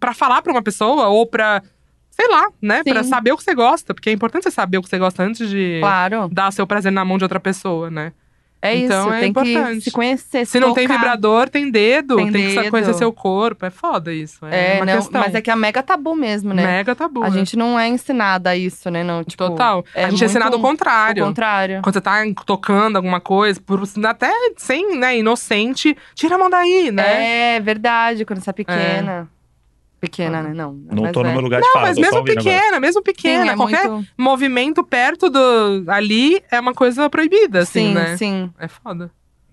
[SPEAKER 3] Pra falar pra uma pessoa ou pra. Sei lá, né?
[SPEAKER 2] Sim.
[SPEAKER 3] Pra saber o que você gosta. Porque é importante você saber o que você gosta antes de
[SPEAKER 2] Claro.
[SPEAKER 3] dar o seu prazer na mão de outra pessoa, né?
[SPEAKER 2] É isso.
[SPEAKER 3] Então é
[SPEAKER 2] tem que
[SPEAKER 3] importante.
[SPEAKER 2] se conhecer.
[SPEAKER 3] Se não tem
[SPEAKER 2] tocar.
[SPEAKER 3] vibrador, tem dedo.
[SPEAKER 2] Tem
[SPEAKER 3] Tem, que sa-
[SPEAKER 2] dedo.
[SPEAKER 3] conhecer seu corpo. É foda isso.
[SPEAKER 2] É,
[SPEAKER 3] É, uma
[SPEAKER 2] não,
[SPEAKER 3] questão.
[SPEAKER 2] mas é que a mega tabu mesmo, né?
[SPEAKER 3] Mega tabu.
[SPEAKER 2] A
[SPEAKER 3] né?
[SPEAKER 2] gente não é ensinada a isso, né? Não, tipo,
[SPEAKER 3] Total.
[SPEAKER 2] é
[SPEAKER 3] a gente é ensinado o
[SPEAKER 2] muito
[SPEAKER 3] contrário.
[SPEAKER 2] O contrário.
[SPEAKER 3] Quando você tá em- tocando alguma coisa, por, até sem, né, inocente, tira a mão daí, né?
[SPEAKER 2] É verdade, quando você é pequena. Pequena, né? Não.
[SPEAKER 1] Não
[SPEAKER 2] mas
[SPEAKER 1] tô no
[SPEAKER 2] é.
[SPEAKER 1] meu lugar de fala,
[SPEAKER 3] Mas
[SPEAKER 1] tô só
[SPEAKER 3] mesmo
[SPEAKER 1] ouvindo
[SPEAKER 3] pequena,
[SPEAKER 1] agora.
[SPEAKER 3] mesmo pequena,
[SPEAKER 2] Sim, é
[SPEAKER 3] qualquer
[SPEAKER 2] muito...
[SPEAKER 3] movimento perto do ali é uma coisa proibida, assim,
[SPEAKER 2] sim,
[SPEAKER 3] né?
[SPEAKER 2] sim.
[SPEAKER 3] É foda.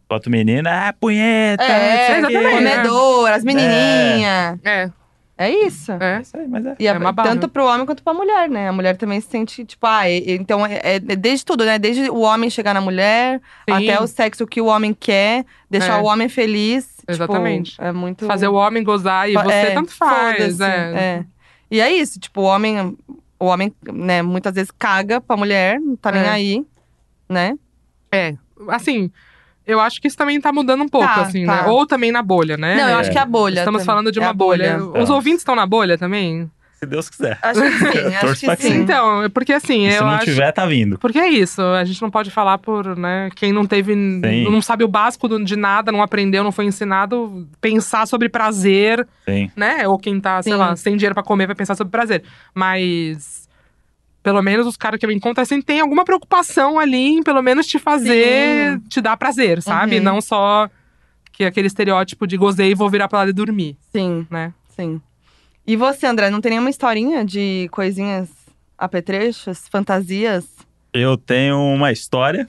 [SPEAKER 1] Bota o menino, ah, punheta.
[SPEAKER 2] É,
[SPEAKER 1] não sei o quê.
[SPEAKER 3] exatamente.
[SPEAKER 2] comedor, as menininhas.
[SPEAKER 3] É,
[SPEAKER 2] É. isso.
[SPEAKER 1] É
[SPEAKER 3] é.
[SPEAKER 1] isso aí, mas é.
[SPEAKER 2] E a-
[SPEAKER 3] É uma barra.
[SPEAKER 2] tanto pro homem quanto pra mulher, né? A mulher também se sente, tipo, ah, e- e- então é, é desde tudo, né? Desde o homem chegar na mulher,
[SPEAKER 3] Sim.
[SPEAKER 2] até o sexo que o homem quer, deixar
[SPEAKER 3] É.
[SPEAKER 2] o homem feliz. tipo,
[SPEAKER 3] Exatamente.
[SPEAKER 2] é muito.
[SPEAKER 3] Fazer o homem gozar e
[SPEAKER 2] Fa-
[SPEAKER 3] você
[SPEAKER 2] é,
[SPEAKER 3] tanto faz.
[SPEAKER 2] foda-se,
[SPEAKER 3] É.
[SPEAKER 2] é. E é isso, tipo, o homem, o homem, né, muitas vezes caga pra mulher, não tá nem
[SPEAKER 3] É.
[SPEAKER 2] aí, né?
[SPEAKER 3] É, assim, eu acho que isso também tá mudando um pouco,
[SPEAKER 2] Tá,
[SPEAKER 3] assim,
[SPEAKER 2] tá.
[SPEAKER 3] né? Ou também na bolha, né?
[SPEAKER 2] Não, eu
[SPEAKER 1] é.
[SPEAKER 2] acho que é a bolha.
[SPEAKER 3] Estamos
[SPEAKER 2] também.
[SPEAKER 3] falando de
[SPEAKER 2] É
[SPEAKER 3] uma
[SPEAKER 2] a
[SPEAKER 3] bolha. Os
[SPEAKER 1] Tá.
[SPEAKER 3] ouvintes estão na bolha também?
[SPEAKER 1] Se Deus quiser.
[SPEAKER 2] Acho que sim, acho
[SPEAKER 1] Torço
[SPEAKER 2] que
[SPEAKER 1] pra
[SPEAKER 2] sim.
[SPEAKER 1] que sim.
[SPEAKER 3] Então, é porque assim,
[SPEAKER 1] E se
[SPEAKER 3] eu
[SPEAKER 1] não
[SPEAKER 3] acho.
[SPEAKER 1] tiver, tá vindo.
[SPEAKER 3] Porque é isso, a gente não pode falar por, né, quem não teve, não sabe o básico do- de nada, não aprendeu, não foi ensinado, pensar sobre prazer,
[SPEAKER 1] Sim.
[SPEAKER 3] né, ou quem tá, sei
[SPEAKER 2] Sim.
[SPEAKER 3] lá, sem dinheiro pra comer vai pensar sobre prazer, mas pelo menos os caras que eu encontro, assim, tem alguma preocupação ali em pelo menos te fazer, te dar prazer, sabe,
[SPEAKER 2] Uhum.
[SPEAKER 3] não só que aquele estereótipo de gozei e vou virar pra lá e dormir,
[SPEAKER 2] Sim,
[SPEAKER 3] né.
[SPEAKER 2] sim. E você, André, não tem nenhuma historinha de coisinhas apetrechos, fantasias?
[SPEAKER 1] Eu tenho uma história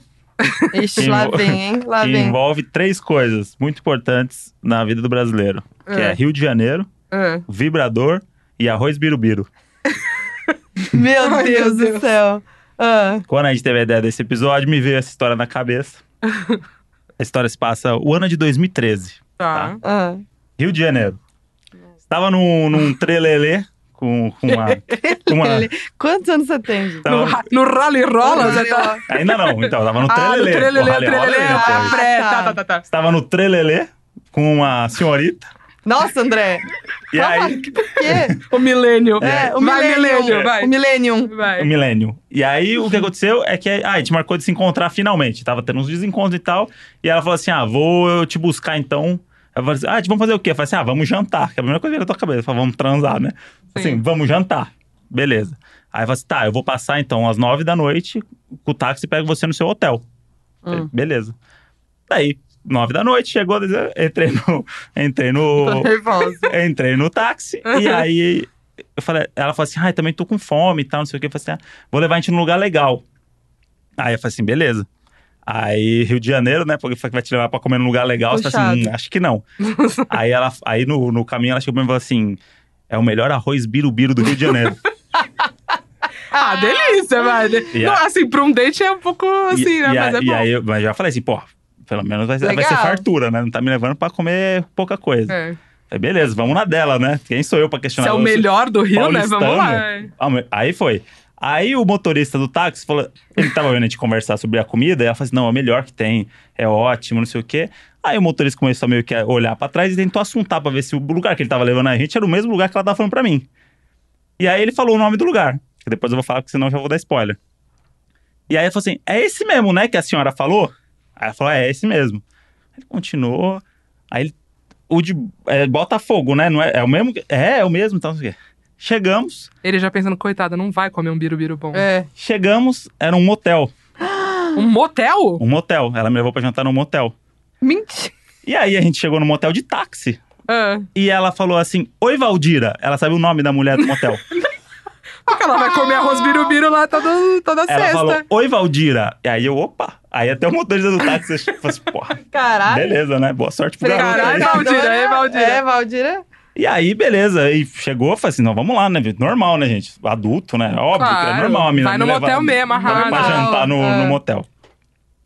[SPEAKER 2] Ixi,
[SPEAKER 1] Que
[SPEAKER 2] lá
[SPEAKER 1] envol-
[SPEAKER 2] vem, hein?
[SPEAKER 3] Tá
[SPEAKER 2] Lá
[SPEAKER 1] que
[SPEAKER 2] vem.
[SPEAKER 1] envolve três coisas muito importantes na vida do brasileiro. Que
[SPEAKER 3] Ah.
[SPEAKER 1] é Rio de Janeiro,
[SPEAKER 2] Ah,
[SPEAKER 3] É.
[SPEAKER 1] vibrador e arroz birubiru.
[SPEAKER 2] Meu
[SPEAKER 3] Ai,
[SPEAKER 2] Deus
[SPEAKER 3] meu
[SPEAKER 2] do céu. Ah,
[SPEAKER 1] Quando a gente teve a ideia desse episódio, me veio essa história na cabeça. a história se passa o ano de 2013.
[SPEAKER 3] Tá.
[SPEAKER 2] ah.
[SPEAKER 1] Rio de Janeiro. Estava num, num trelelê com, com uma. com uma-
[SPEAKER 2] Quantos anos você tem, gente?
[SPEAKER 1] tava-
[SPEAKER 3] No, ra- no rally rola, já tá.
[SPEAKER 1] ainda não, então, estava no
[SPEAKER 3] Ah, no
[SPEAKER 1] trelelê.
[SPEAKER 3] trelelê,
[SPEAKER 1] Porra, olha, olha
[SPEAKER 3] trelelê,
[SPEAKER 1] aí,
[SPEAKER 3] ah,
[SPEAKER 1] rapaz.
[SPEAKER 3] pré,
[SPEAKER 2] Ah,
[SPEAKER 3] tá,
[SPEAKER 2] tá.
[SPEAKER 3] tá, tá, tá.
[SPEAKER 1] Estava no trelelê com uma senhorita.
[SPEAKER 2] Nossa, André.
[SPEAKER 1] E
[SPEAKER 2] Calma,
[SPEAKER 3] assim?
[SPEAKER 1] aí.
[SPEAKER 2] Por quê?
[SPEAKER 3] O milênio.
[SPEAKER 2] É, o
[SPEAKER 3] vai,
[SPEAKER 2] milênio.
[SPEAKER 3] milênio, vai.
[SPEAKER 2] O milênio.
[SPEAKER 1] O
[SPEAKER 3] Vai.
[SPEAKER 1] milênio. E aí, o que aconteceu é que ah, a gente marcou de se encontrar finalmente. Tava tendo uns desencontros e tal. E ela falou assim: ah, vou eu te buscar então. Ela falou assim: ah, vamos fazer o quê? Eu falei assim: ah, vamos jantar, que é a primeira coisa que veio na tua cabeça. Eu falei, vamos transar, né? Assim,
[SPEAKER 3] Sim.
[SPEAKER 1] vamos jantar. Beleza. Aí eu falei assim: tá, eu vou passar então às nove da noite com o táxi e pego você no seu hotel.
[SPEAKER 3] Ah.
[SPEAKER 1] Falei,
[SPEAKER 2] Hum.
[SPEAKER 1] Beleza. Daí, nove da noite, chegou, entrei no. Entrei no.
[SPEAKER 2] nervosa.
[SPEAKER 1] Eu entrei no táxi e aí eu falei, ela falou assim: ai, também tô com fome e tal, não sei o que. Eu falei assim: ah, vou levar a gente num lugar legal. Aí eu falei assim: beleza. Aí, Rio de Janeiro, né? Porque fala que vai te levar pra comer num lugar legal. Você fala assim:
[SPEAKER 2] Puxado.
[SPEAKER 1] hum, acho que não. aí ela, aí no, no caminho ela chegou pra mim e falou assim: é o melhor arroz birubiru do Rio de Janeiro.
[SPEAKER 3] Ah, delícia, vai.
[SPEAKER 1] E
[SPEAKER 3] Não,
[SPEAKER 1] a-
[SPEAKER 3] assim, pra um date é um pouco assim,
[SPEAKER 1] e,
[SPEAKER 3] né?
[SPEAKER 1] e a-
[SPEAKER 3] mas é
[SPEAKER 1] e
[SPEAKER 3] bom.
[SPEAKER 1] aí eu, mas eu já falei assim: pô, pelo menos vai, ser- vai ser
[SPEAKER 2] Legal.
[SPEAKER 1] fartura, né? Não tá me levando pra comer pouca coisa.
[SPEAKER 3] É.
[SPEAKER 1] Aí, beleza, vamos na dela, né? Quem sou eu pra
[SPEAKER 3] Se
[SPEAKER 1] questionar
[SPEAKER 3] é o
[SPEAKER 1] você?
[SPEAKER 3] melhor do Rio, né? Vamos lá.
[SPEAKER 1] Paulistano. Ah, Aí foi. Aí o motorista do táxi falou. Ele tava vendo a gente conversar sobre a comida, e ela falou assim: não, é o melhor que tem, é ótimo, não sei o quê. Aí o motorista começou a meio que a olhar pra trás e tentou assuntar pra ver se o lugar que ele tava levando a gente era o mesmo lugar que ela tava falando pra mim. E aí ele falou o nome do lugar, que depois eu vou falar, porque senão eu já vou dar spoiler. E aí ele falou assim: é esse mesmo, né, que a senhora falou? Aí ela falou: é, é esse mesmo. Ele continuou. Aí ele. O de é, Botafogo, né? Não é, é o mesmo? que- É, é o mesmo, então não sei o quê. Chegamos.
[SPEAKER 3] Ele já pensando, coitada, não vai comer um birubiru bom.
[SPEAKER 2] É.
[SPEAKER 1] Chegamos, era um motel.
[SPEAKER 3] Um motel?
[SPEAKER 1] Um motel. Ela me levou pra jantar num motel.
[SPEAKER 2] Mentira.
[SPEAKER 1] E aí a gente chegou no motel de táxi.
[SPEAKER 3] Ah.
[SPEAKER 1] E ela falou assim: Oi, Valdira. Ela sabe o nome da mulher do motel.
[SPEAKER 3] Porque ela vai comer
[SPEAKER 2] Ah.
[SPEAKER 3] arroz birubiru lá toda, toda
[SPEAKER 1] Ela
[SPEAKER 3] sexta.
[SPEAKER 1] falou, oi, Valdira. E aí eu, opa. Aí até o motorista do táxi eu falei assim, porra,
[SPEAKER 2] Caralho.
[SPEAKER 1] beleza, né? Boa sorte pro
[SPEAKER 2] Falei,
[SPEAKER 1] garoto. aí.
[SPEAKER 3] Caralho, Valdira, é, Valdira.
[SPEAKER 2] É, Valdira.
[SPEAKER 1] E aí, beleza. E chegou, falei assim, não, vamos lá, né? Normal, né, gente? Adulto, né? Óbvio que é
[SPEAKER 3] Claro.
[SPEAKER 1] normal a menina
[SPEAKER 3] Vai no
[SPEAKER 1] me levar-
[SPEAKER 3] motel mesmo,
[SPEAKER 1] Vamos
[SPEAKER 3] arrasa. É.
[SPEAKER 1] pra jantar no,
[SPEAKER 2] Ah.
[SPEAKER 1] no motel.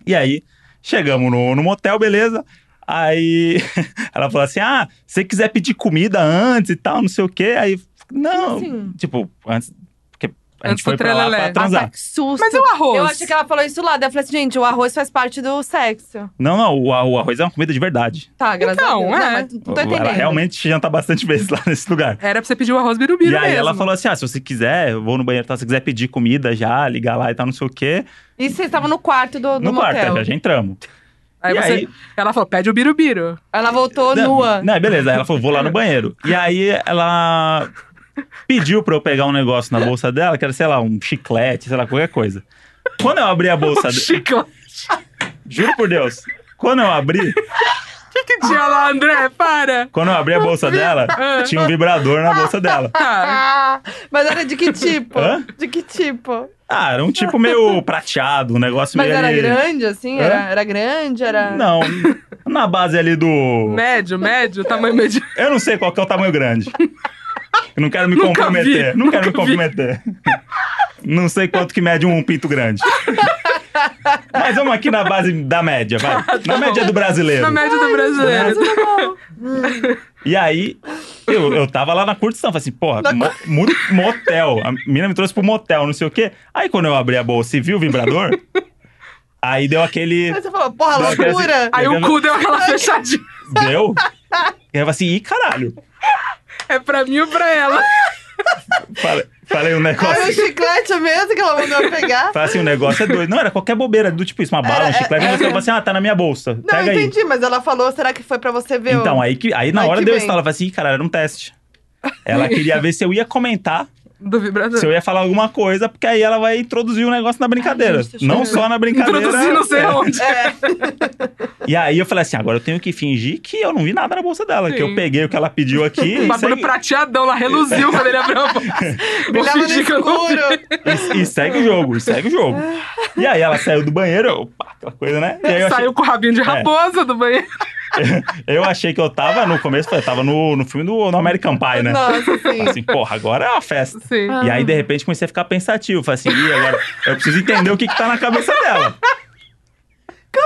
[SPEAKER 1] E aí, chegamos no, no motel, beleza. Aí ela falou assim: ah, se você quiser pedir comida antes e tal, não sei o quê. Aí, não,
[SPEAKER 2] assim?
[SPEAKER 1] tipo, antes. Porque a gente
[SPEAKER 3] Antes do
[SPEAKER 1] foi pra lá
[SPEAKER 3] trelelé.
[SPEAKER 1] pra
[SPEAKER 3] Ah,
[SPEAKER 1] transar.
[SPEAKER 2] Ah, tá, que susto.
[SPEAKER 3] Mas e o arroz?
[SPEAKER 2] Eu achei que ela falou isso lá. Daí eu falei assim, gente, o arroz faz parte do sexo.
[SPEAKER 1] Não, não, o, a- o arroz é uma comida de verdade.
[SPEAKER 2] Tá, graças a Deus.
[SPEAKER 3] Então, é.
[SPEAKER 2] Não, mas não tô entendendo.
[SPEAKER 1] Ela realmente janta bastante vezes lá nesse lugar.
[SPEAKER 3] Era pra você pedir o arroz
[SPEAKER 1] E
[SPEAKER 3] birubiru
[SPEAKER 1] aí
[SPEAKER 3] mesmo.
[SPEAKER 1] ela falou assim: ah, se você quiser, eu vou no banheiro, tá? se você quiser pedir comida já, ligar lá e tal, não sei o quê.
[SPEAKER 2] E vocês estavam no quarto do, do
[SPEAKER 1] no quarto, é
[SPEAKER 2] motel.
[SPEAKER 1] já, já entramos.
[SPEAKER 3] Aí
[SPEAKER 1] e
[SPEAKER 3] você-
[SPEAKER 1] aí-
[SPEAKER 3] Ela falou, pede o birubiru.
[SPEAKER 2] Ela voltou
[SPEAKER 1] Não,
[SPEAKER 2] nua.
[SPEAKER 1] Não, é beleza. Aí ela falou, vou lá no banheiro. E aí ela pediu pra eu pegar um negócio na bolsa dela, que era, sei lá, um chiclete, sei lá, qualquer coisa. Quando eu abri a bolsa dela,
[SPEAKER 3] Chiclete.
[SPEAKER 1] juro por Deus, quando eu abri,
[SPEAKER 3] O que, que tinha lá, André? Para.
[SPEAKER 1] quando eu abri a bolsa dela,
[SPEAKER 3] Ah.
[SPEAKER 1] tinha um vibrador na bolsa dela.
[SPEAKER 3] Tá.
[SPEAKER 2] Ah, mas era de que tipo?
[SPEAKER 1] Hã?
[SPEAKER 2] De que tipo?
[SPEAKER 1] Ah, era um tipo meio prateado, um negócio
[SPEAKER 2] Mas
[SPEAKER 1] meio
[SPEAKER 2] era
[SPEAKER 1] ali-
[SPEAKER 2] grande, assim?
[SPEAKER 1] Hã?
[SPEAKER 2] Era, era grande? Era.
[SPEAKER 1] Não, na base ali do...
[SPEAKER 3] Médio, médio, tamanho médio.
[SPEAKER 1] Eu não sei qual que é o tamanho grande. Eu não quero me
[SPEAKER 3] Nunca
[SPEAKER 1] comprometer.
[SPEAKER 3] vi,
[SPEAKER 1] não quero me
[SPEAKER 3] nunca vi.
[SPEAKER 1] comprometer. Não sei quanto que mede um pinto grande. Mas vamos aqui na base da média, vai. Na média do brasileiro.
[SPEAKER 3] Ah, tá Na média do brasileiro.
[SPEAKER 1] E aí, eu, eu tava lá na curtição. Falei assim, porra, mo- mo- motel. A mina me trouxe pro motel, não sei o quê. Aí quando eu abri a bolsa e vi o vibrador, aí deu aquele...
[SPEAKER 2] Aí você falou, porra,
[SPEAKER 1] Não, quer
[SPEAKER 2] loucura!
[SPEAKER 1] dizer-
[SPEAKER 3] Aí o cu deu aquela fechadinha.
[SPEAKER 1] Deu? E aí eu falei assim, ih, caralho.
[SPEAKER 3] É pra mim ou pra ela?
[SPEAKER 1] Falei, falei um negócio...
[SPEAKER 2] Era o chiclete mesmo que ela mandou eu pegar.
[SPEAKER 1] Fala assim, o negócio é doido. Não, era qualquer bobeira, do tipo isso, uma bala,
[SPEAKER 2] Era-
[SPEAKER 1] um chiclete.
[SPEAKER 2] é-
[SPEAKER 1] Mas eu falava assim, ah, tá na minha bolsa,
[SPEAKER 2] Não,
[SPEAKER 1] pega aí.
[SPEAKER 2] entendi, mas ela falou, será que foi pra você ver o.
[SPEAKER 1] Então, aí, que, aí na
[SPEAKER 2] Ai,
[SPEAKER 1] hora
[SPEAKER 2] que
[SPEAKER 1] deu
[SPEAKER 2] bem.
[SPEAKER 1] isso, ela falou assim, "Ih, cara, era um teste. Ela queria ver se eu ia comentar,
[SPEAKER 3] Do vibrador.
[SPEAKER 1] se eu ia falar alguma coisa, porque aí ela vai introduzir o negócio na brincadeira.
[SPEAKER 2] Ai, gente, tô
[SPEAKER 1] não
[SPEAKER 2] chorando.
[SPEAKER 1] só na brincadeira.
[SPEAKER 3] Introduzir não sei
[SPEAKER 1] é.
[SPEAKER 3] onde.
[SPEAKER 2] É,
[SPEAKER 1] E aí eu falei assim, agora eu tenho que fingir que eu não vi nada na bolsa dela, que eu
[SPEAKER 3] Sim.
[SPEAKER 1] peguei o que ela pediu aqui
[SPEAKER 3] Um
[SPEAKER 1] e,
[SPEAKER 3] bagulho
[SPEAKER 1] segue,
[SPEAKER 3] prateadão lá, reluziu quando ele abriu a boca. Vou
[SPEAKER 2] brilhava no
[SPEAKER 3] fingir que eu não vi.
[SPEAKER 2] escuro.
[SPEAKER 1] e- e segue o jogo, e segue o jogo. E aí ela saiu do banheiro, eu, pá, aquela coisa, né? E aí eu achei- É.
[SPEAKER 3] Saiu com o rabinho de raposa do banheiro.
[SPEAKER 1] Eu achei que eu tava no começo, eu tava no, no filme do no American Pie, né?
[SPEAKER 2] Nossa,
[SPEAKER 1] Falei
[SPEAKER 2] sim.
[SPEAKER 1] Assim, porra, agora é uma festa.
[SPEAKER 3] Sim.
[SPEAKER 2] Ah.
[SPEAKER 1] E aí, de repente, comecei a ficar pensativo. Falei assim, Ih, agora eu preciso entender o que, que tá na cabeça dela. é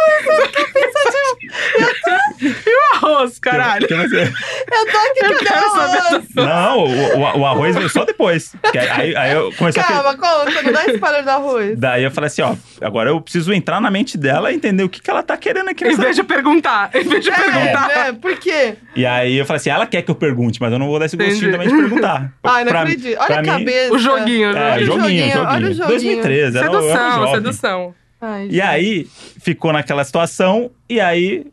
[SPEAKER 3] Arroz, caralho.
[SPEAKER 1] Que eu não sei.
[SPEAKER 2] Eu tô aqui,
[SPEAKER 1] um-
[SPEAKER 2] cadê
[SPEAKER 3] quero
[SPEAKER 2] o
[SPEAKER 3] saber
[SPEAKER 2] arroz?
[SPEAKER 1] Não, o, o- o arroz veio só depois. Que Aí, aí eu comecei a. pe-
[SPEAKER 2] Calma, conta, não dá spoiler do arroz.
[SPEAKER 1] Daí eu falei assim, ó, agora eu preciso entrar na mente dela e entender o que, que ela tá querendo aqui
[SPEAKER 3] Em
[SPEAKER 1] nessa.
[SPEAKER 3] vez de perguntar, em vez de perguntar.
[SPEAKER 2] É, né? Por quê?
[SPEAKER 1] E aí eu falei assim, ela quer que eu pergunte, mas eu não vou dar esse gostinho
[SPEAKER 3] Entendi.
[SPEAKER 1] também de perguntar.
[SPEAKER 2] Ai, Ah, não
[SPEAKER 1] Pra-
[SPEAKER 2] acredito.
[SPEAKER 1] pra
[SPEAKER 2] Olha a
[SPEAKER 1] mim-
[SPEAKER 2] cabeça.
[SPEAKER 3] O joguinho,
[SPEAKER 1] É,
[SPEAKER 3] né?
[SPEAKER 2] o
[SPEAKER 1] joguinho,
[SPEAKER 2] joguinho,
[SPEAKER 1] joguinho.
[SPEAKER 2] olha o joguinho.
[SPEAKER 1] 2013, era, eu era um
[SPEAKER 3] Sedução,
[SPEAKER 1] jovem.
[SPEAKER 3] sedução.
[SPEAKER 2] Ai,
[SPEAKER 1] E aí, ficou naquela situação, e aí